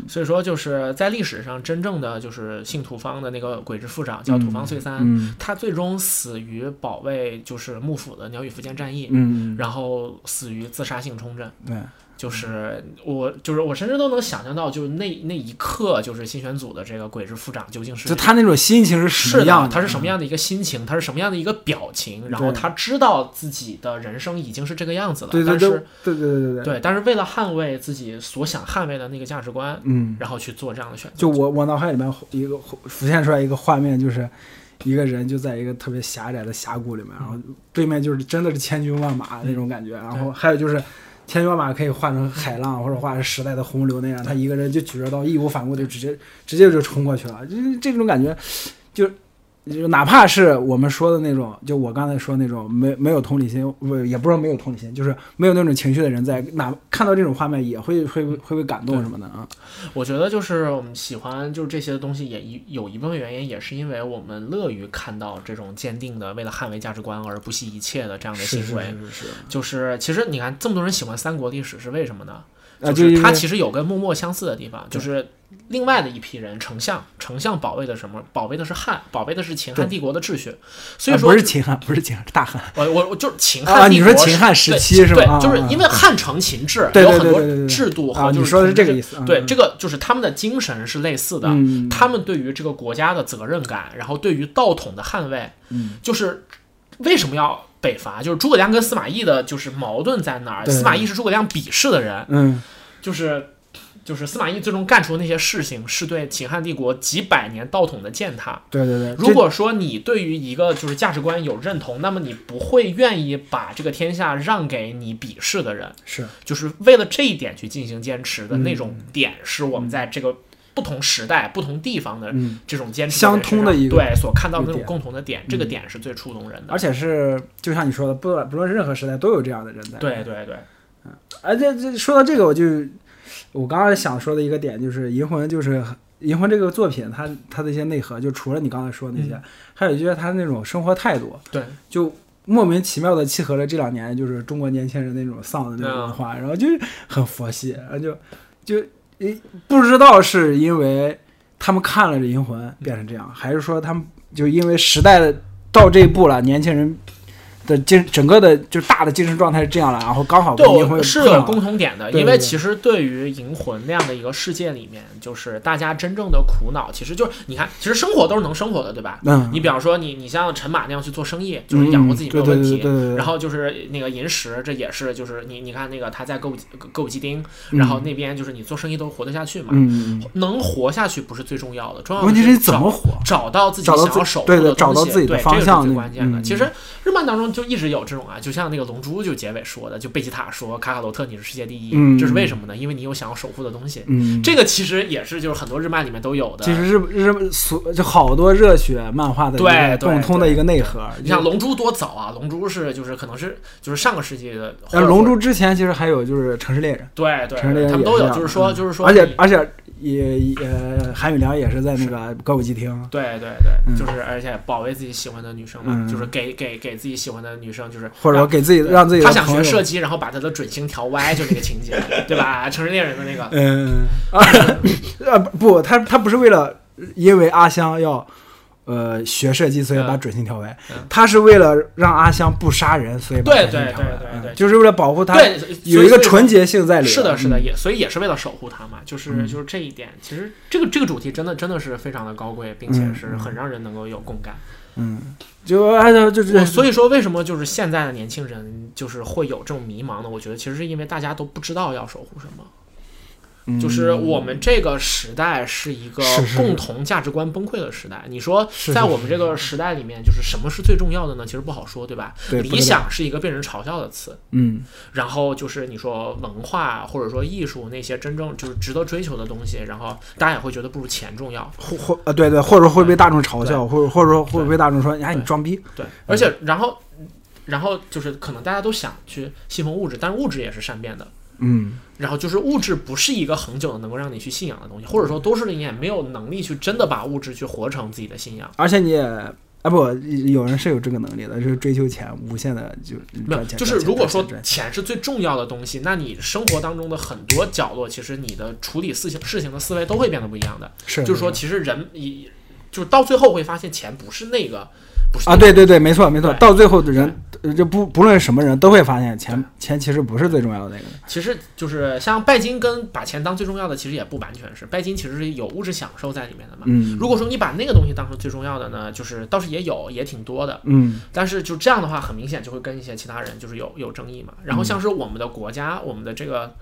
所以说，就是在历史上，真正的就是信土方的那个鬼之副长叫土方岁三，
嗯
他最终死于保卫就是幕府的鸟羽伏见战役，
嗯，
然后死于自杀性冲阵。
对，
就是我，就是我，甚至都能想象到，就是那那一刻，就是新选组的这个鬼之副长究竟是
就他那种心情是什么
是
样
的，他是什么
样？
样的一个心情，他是什么样的一个表情，然后
对
他知道自己的人生已经是这个样子了，
对对
但
对
是
对对对对。
对，但是为了捍卫自己所想捍卫的那个价值观，
嗯，
然后去做这样的选择，
就我我脑海里面一个浮现出来一个画面，就是一个人就在一个特别狭窄的峡谷里面，然后对面就是真的是千军万马那种感觉，然后还有就是。千军万马可以换成海浪，或者换成时代的洪流那样，他一个人就举着刀，义无反顾就直接直接就冲过去了。就是这种感觉，就就哪怕是我们说的那种，就我刚才说那种没没有同理心，不也不是没有同理心，就是没有那种情绪的人在，哪看到这种画面也会会会被感动什么的啊。
我觉得就是我们喜欢就是这些东西也一有一部分原因也是因为我们乐于看到这种坚定的为了捍卫价值观而不惜一切的这样的行
是
为，
是是是，
就是其实你看这么多人喜欢三国历史是为什么呢？就
啊就因
是它
为
其实有跟默默相似的地方，就是另外的一批人丞相，丞相保卫的什么？保卫的是汉，保卫的是秦汉帝国的秩序。所以
啊
说，
不是秦汉，不是秦汉，是大汉。
我我我就是秦
啊
汉帝
你
国
说
是，
秦汉时
对
期是吧啊
对，就是
啊
因为汉承秦制，
对
有
对
很
对
多
对对对
制度
啊
和就
你
是
说的
统
是这
治
个意思嗯
对
嗯，
这个就是他们的精神是类似的
嗯，
他们对于这个国家的责任感，然后对于道统的捍卫，
嗯
就是为什么要北伐？就是诸葛亮跟司马懿的，就是矛盾在哪儿？
对
司马懿是诸葛亮鄙视的人，
嗯，
就是就是司马懿最终干出的那些事情，是对秦汉帝国几百年道统的践踏。
对对对，
如果说你对于一个就是价值观有认同，那么你不会愿意把这个天下让给你鄙视的人，
这是嗯
就是为了这一点去进行坚持的那种点，是我们在这个不同时代、不同地方的
嗯
这种坚持
相通的
人身
一个
上对所看到的那
一个
种
点嗯
共同的点，这个点是最触动人的
而。且是就像你说的，不论不论任何时代都有这样的人在。
对对对，
而且这说到这个，我就我刚刚想说的一个点就是《银魂》，就是《银魂》这个作品，它它的一些内核，就除了你刚才说的那些，还有就是它那种生活态度，
对，
就莫名其妙的契合了这两年就是中国年轻人那种丧的那
啊
种文化，然后就是很佛系，然后就就诶不知道是因为他们看了《这银魂》变成这样，还是说他们就因为时代的到这一步了，年轻人。的精整个的就大的精神状态是这样了，然后刚好跟
对，
银魂
我是
碰上
有
了
共同点的，
对
因为
对
其实对于《银魂》那样的一个世界里面，就是大家真正的苦恼，其实就是你看，其实生活都是能生活的，对吧？
嗯
你比方说你，你像陈马那样去做生意，就是养活自己没有问
嗯对对
题
对对对对。
然后就是那个银石，这也是就是你你看那个他在歌舞歌舞伎町，
嗯
然后那边就是你做生意都活得下去嘛，
嗯，
能活下去不是最重要的，重要的
问题是你怎
找
么活？
找到自己
找
想
到
要
自
守护
对
的
的
东
找到
西
自己的
对
方
这个
向
是最
那个
关键的。
嗯
其实日漫当中就一直有这种啊，就像那个《龙珠》就结尾说的，就贝吉塔说卡卡罗特你是世界第一，
嗯
这是为什么呢？因为你有想要守护的东西。
嗯，
这个其实也是就是很多日漫里面都有的。
其实是日所就好多热血漫画的一
对
个
对
共通的一个内核。
你像《
就
龙珠》多早啊，《龙珠》是就是可能是就是上个世纪的，
呃，龙珠之前其实还有就是《城市猎人
对对，
城市
对
猎人
他们都
也
有，
是
就是说
嗯
就是》，说
而
你，
且而且也也韩宇良也是在那个歌舞伎町。
对对对，
嗯
就是而且保卫自己喜欢的女生嘛，
嗯
就是给给给自己喜欢的女生，就是
或者
让
说给自己让自己的
啊他想
朋
学
友
射击，然后把他的准星调歪，就那个情 节，对吧？城市猎人的那个，
嗯啊呃不，他他不是为了因为阿香要呃学射击，所以把
嗯
准星调歪
嗯，
他是为了让阿香不杀人，所以把
对
准星调
对对
歪，
对对
嗯就是为了保护他
对，所以
有一个
所以
纯洁性在里。
是的，是的，
嗯，
也所以也是为了守护他嘛，就是就是这一点，其实这个这个主题真的真的是非常的高贵，并且
嗯
是很让人能够有共感。
嗯，就按照就是
我所以说，为什么就是现在的年轻人就是会有这种迷茫呢？我觉得其实是因为大家都不知道要守护什么。就是我们这个时代是一个
嗯是是
共同价值观崩溃的时代。你说，
是
在
是
我们这个时代里面，就是什么是最重要的呢？其实不好说，对吧？
对不知
理
道
想是一个被人嘲笑的词，
嗯
然后就是你说文化或者说艺术那些真正就是值得追求的东西，然后大家也会觉得不如钱重要。
或或呃对对，或者说会被大众嘲笑，或者或者说会
嗯对
被大众说哎你
对
装逼，
对，而
嗯
且然后然后就是可能大家都想去信奉物质，但是物质也是善变的。
嗯
然后就是物质不是一个恒久的能够让你去信仰的东西，或者说都市里面没有能力去真的把物质去活成自己的信仰。
而且你也啊不，有人是有这个能力的，就是追求钱，无限的就
没有，
赚钱，
就是
赚钱
如果
赚钱
说
赚钱
钱是最重要的东西，那你生活当中的很多角落，其实你的处理事情事情的思维都会变得不一样的。
是
就是说，其实人一就是到最后会发现，钱不是那个，不是
啊，
那个
对对对，没错没错，
对
到最后的人呃就不不论什么人都会发现钱钱其实不是最重要的那个。
其实就是像拜金跟把钱当最重要的，其实也不完全是。拜金其实是有物质享受在里面的嘛。
嗯
如果说你把那个东西当成最重要的呢，就是倒是也有，也挺多的。
嗯
但是就这样的话，很明显就会跟一些其他人就是有有争议
嗯
嘛。然后像是我们的国家，我们的这 个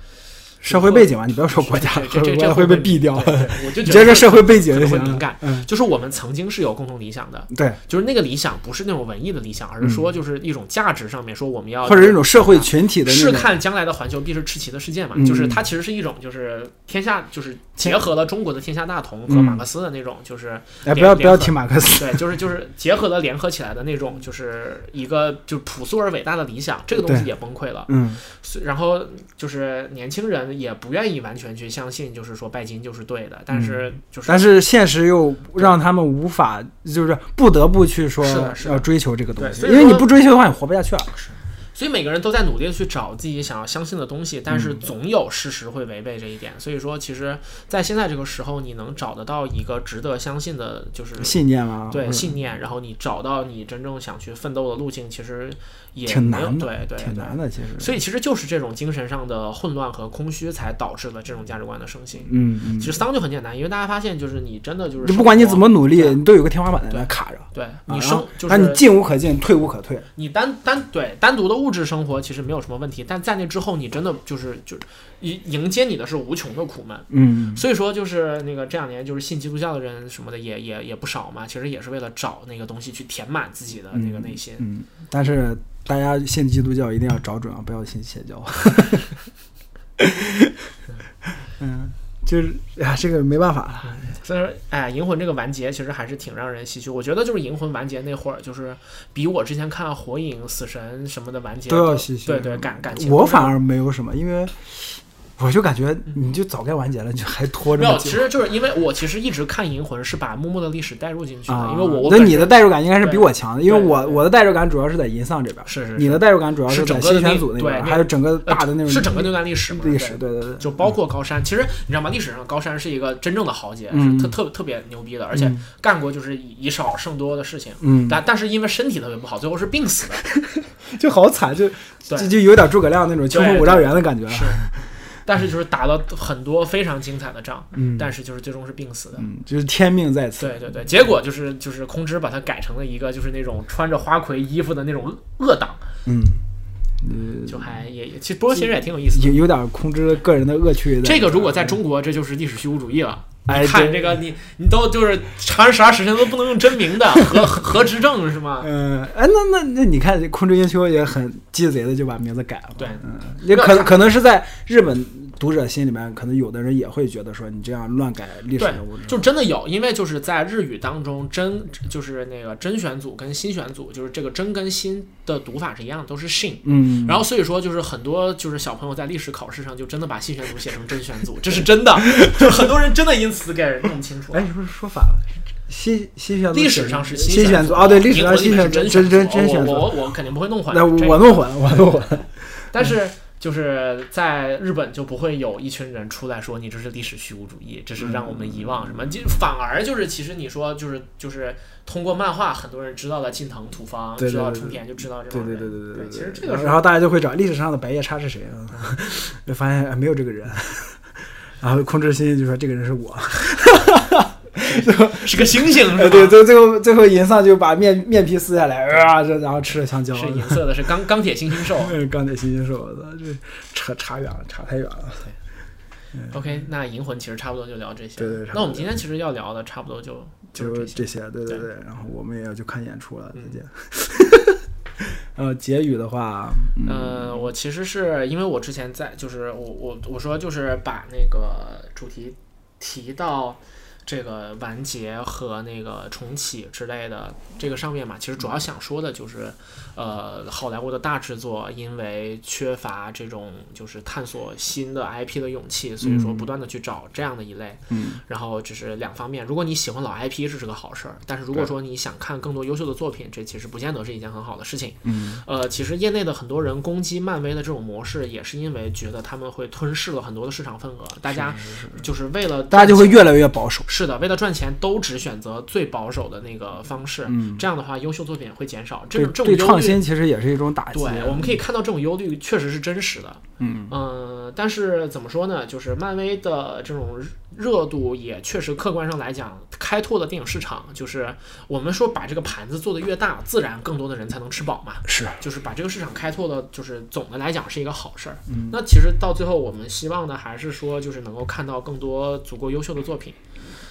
社会背景啊嘛，你不要说国家，
这这这
国
这
家会被毙掉。
对对我就
你
觉 得
这个社会背景
特
就
别会
行
敏
了
感。
嗯，
就是我们曾经是有共同理想的，
对，嗯
就是那个理想不是那种文艺的理想，而是说就是一种价值上面说我们要
或者是一种社会群体的那
是啊
种。
看将来的环球必是赤旗的世界嘛，
嗯
就是它其实是一种就是天下就是结合了中国的天下大同和
嗯
马克思的那种就是
哎，不要
联
不要
联合
提马克思。
对，就是就是结合了联合起来的那种，就是一个就是朴素而伟大的理想，这个东西
对
也崩溃了。
嗯，
所以然后就是年轻人也不愿意完全去相信，就是说拜金就是对的，但是就是
嗯但是现实又让他们无法，就是不得不去说
是啊的是的
要追求这个东西，
对所以
因为你
说啊
不追求的话，你活不下去了。啊
所以每个人都在努力的去找自己想要相信的东西，但
嗯
是总有事实会违背这一点。所以说，其实，在现在这个时候，你能找得到一个值得相信的，就是
信念嘛，
对
嗯
信念，然后你找到你真正想去奋斗的路径，其实也
挺
没有
难
对
的，
对
挺难
的。
的，其实。
所以其实就是这种精神上的混乱和空虚，才导致了这种价值观的盛行。
嗯，嗯
其实丧就很简单，因为大家发现，就是你真的就是
就不管你
生活
怎么努力，
对
你都有个天花板在那
对
卡着。
对
啊
你
然
生
后
就
然后
是
你进无可进，退无可退。
你单单对单独的物质生活其实没有什么问题，但在那之后，你真的就是就是迎迎接你的是无穷的苦闷。
嗯，
所以说，就是那个这两年就是信基督教的人什么的也也也不少嘛，其实也是为了找那个东西去填满自己的那个内心。
嗯，但是大家信基督教一定要找准啊，不要信邪 教。嗯，就是呀，这个没办法了。
所以说，哎，《银魂》这个完结其实还是挺让人唏嘘。我觉得就是《银魂》完结那会儿，就是比我之前看《火影》《死神》什么的完结
都要唏嘘
对对，感感情。
我反而没有什么，因为我就感觉
嗯
你就早该完结了，你就还拖这
没有，
么
其
久。
实就是因为我其实一直看《银魂》是把木木的历史带入进去的，
啊，
因为我我
那
本
你的代入感应该是
对
比我强的，因为
对
我
对
我的代入感主要是在银丧这边，
是是是
你的代入感主要
是
在
整个的
新
那
选组那
对
边，
那呃
还有整个大的那种
是整个那段历史嘛
历史，对对对，
就包括高山，其实你知道吗？历史上高山是一个真正的豪杰，
嗯
是特特特别牛逼的，而且干过就是以以少胜多的事情。
嗯
但但是因为身体特别不好，最后是病死的。
就好惨，就
对
就就有点诸葛亮那种青
对
红五丈原的感觉。
是，但是就是打了很多非常精彩的仗，
嗯
但是就是最终是病死的。
嗯，就是天命在此。
对对对，结果就是就是空知把它改成了一个就是那种穿着花魁衣服的那种恶党，
嗯，呃
就还也也其实不过其实也挺有意思
有
的。
有点控制个人的恶趣味在。
这个如果在中国，这就是历史虚无主义了。
哎
你看这
对
个，你你都就是长安十二时辰都不能用真名的，何 何何执政是吗？
嗯，哎，那那那你看，空之英雄也很鸡贼的就把名字改了。
对
嗯，也可能可能是在日本读者心里面，可能有的人也会觉得说你这样乱改历史
对
人物，，
就真的有，因为就是在日语当中，真就是那个真选组跟新选组，就是这个真跟新的读法是一样的，都是 shin。
嗯，
然后所以说就是很多就是小朋友在历史考试上就真的把新选组写成真选组，这是真 的，就是很多人真的因此给弄清楚。
哎，是不是说反了？新新选组
历史上是
新
选啊
组哦，对，历史
银
上
魂
新
里面
选
是
组
真
真真真
组
选
我
组
我，我肯定不会弄混。
那
这
我
个
弄混了，我弄混了。
但
嗯
是就是在日本就不会有一群人出来说你这是历史虚无主义，这是让我们遗忘什
嗯
么，就反而就是其实你说就是就是通过漫画很多人知道了近藤土方，
对对
知道
对
冲田，就知道这
对
帮
对
人。
对
对
对对
其实这个是
然后大家就会找历史上的白夜叉是谁啊？ 就发现哎没有这个人，然后控制心就说这个人是我。
是个星星是
呃，
吧？
对， 最最后最后银丧就把面面皮撕下来，啊，这然后吃了香蕉。
是银色的，是钢钢铁猩猩兽。
呃 钢铁心心兽，我操，这扯差远了，差太远了。
OK，那银魂其实差不多就聊这些。
对对差不多
那我们今天其实要聊的差不多就就是这
就
些。
这些，对
对
对对。然后我们也要去看演出了，
嗯
再见。 呃，结语的话，
呃，我其实是因为我之前在就是我我我说就是把那个主题提到这个完结和那个重启之类的这个上面嘛，其实主要想说的就是，呃，好莱坞的大制作因为缺乏这种就是探索新的 IP 的勇气，所以说不断的去找这样的一类，
嗯，
然后这是两方面。如果你喜欢老 IP 这是个好事儿，但是如果说你想看更多优秀的作品，这其实不见得是一件很好的事情。嗯，呃，其实业内的很多人攻击漫威的这种模式，也是因为觉得他们会吞噬了很多的市场份额，大家就是为了
大家就
赚
会
钱
越来越保守。
是的，为了赚钱，都只选择最保守的那个方式。
嗯
这样的话，优秀作品会减少。这
对
种这种
对，
忧
创
虑
新其实也是一种打击。啊
对，我们可以看到这种忧虑确实是真实的。
嗯
呃但是怎么说呢？就是漫威的这种热度也确实客观上来讲，开拓了电影市场。就是我们说把这个盘子做得越大，自然更多的人才能吃饱嘛。
是，
就是把这个市场开拓的，就是总的来讲是一个好事儿。
嗯
那其实到最后，我们希望呢，还是说就是能够看到更多足够优秀的作品。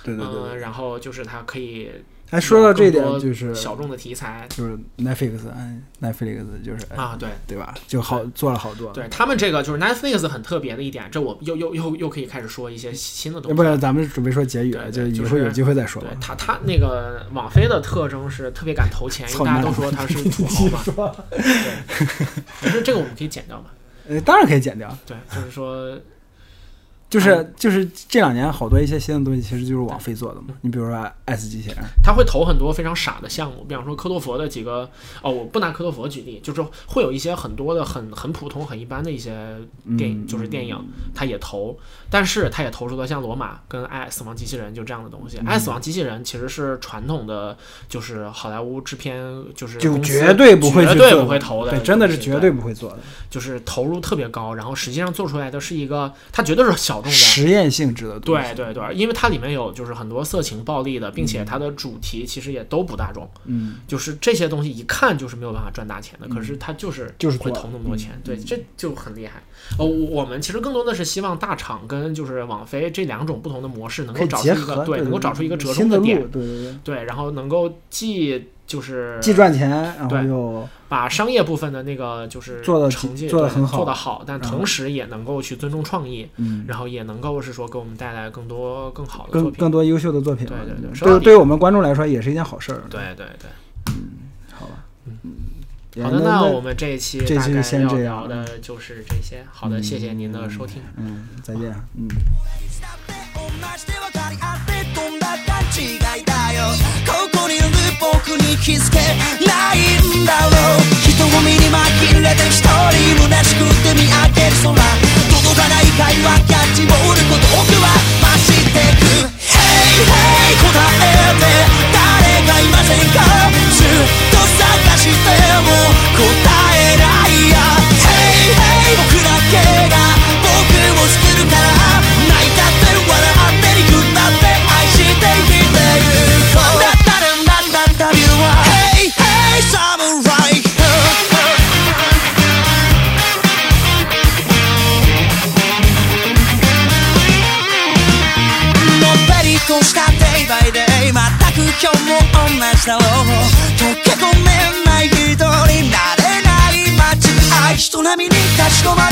对对对。
嗯，然后就是它可以
哎，说到这一点
有更多
就是
小众的题材
就是 Netflix，哎，Netflix 就是哎
啊，对。
对吧？就好做了好多。
对他们这个就是 Netflix 很特别的一点，这我又又又又可以开始说一些新的东
要
西。
不然咱们准备说结语了，
对
就
对
以
就
后有
是
机会再说吧
对。他，他那个网飞的特征是特别敢投钱，因
操
为大家
你
都
妈
说他是土豪嘛。可是这个我们可以剪掉嘛？
呃，当然可以剪掉。
对，就是说，
就是
嗯
就是这两年好多一些新的东西，其实就是网飞做的嘛。
嗯
你比如说《爱死机器人》，
他会投很多非常傻的项目，比方说科多佛的几个哦，我不拿科多佛举例，就是说会有一些很多的很很普通、很一般的一些电
嗯
影，就是电影，他也投，但是他也投出了像罗马跟爱死亡机器人就这样的东西。爱死亡机器人其实是传统的，就是好莱坞制片就是
就
公司
绝对不会
绝
去
对
做
不会投的，
对，真的是绝对不会做的。
就是投入特别高，然后实际上做出来的是一个，它绝对是小小众的。
实验性质的东西
对对对，因为它里面有就是很多色情、暴力的，并且它的主题其实也都不大众，
嗯，
就是这些东西一看就是没有办法赚大钱的，可是它就是
就是嗯
会
做
投那么多钱，对，这就很厉害。呃，我我们其实更多的是希望大厂跟就是网飞这两种不同的模式能
可
够
以
找出
结
一个
合，对，嗯
能够找出一个折中
新的路，
点嗯
对，对对，
对，然后能够既就是
既赚钱，然后
对
又
把商业部分的那个就是
做得
成绩
做得
对
很好
做得好，但
然后
同时也能够去尊重创意，
嗯，
然后也能够是说给我们带来更多更好的作
更
品。
更多优秀的作品嘛，
对对对
嗯
说到
对，
底
对于我们观众来说也是一件好事儿，
对对对。
嗯好吧，嗯，
好的，
也
那我们这一期
这
大
期就
概
先
要
这样
聊的就是这些。好的，谢谢您的收听。
嗯，再见啊，嗯。
同じで分かり合ってどんな勘違いだよここにいる僕に気づけないんだろう人混みに紛れて一人虚しくって見上げる空届かない会話キャッチボール孤独は増してく Hey hey 答えて誰かいませんかずっと探しても答えないや Hey hey 僕だけが僕を作るから泣いたって笑って憎んだって愛して生きてゆこうだったらなんだった理由は Hey hey 侍のんべりとしたデイバイデイ全く今日も同じだろう溶け込めない人になれない街愛人並みに立ち止まる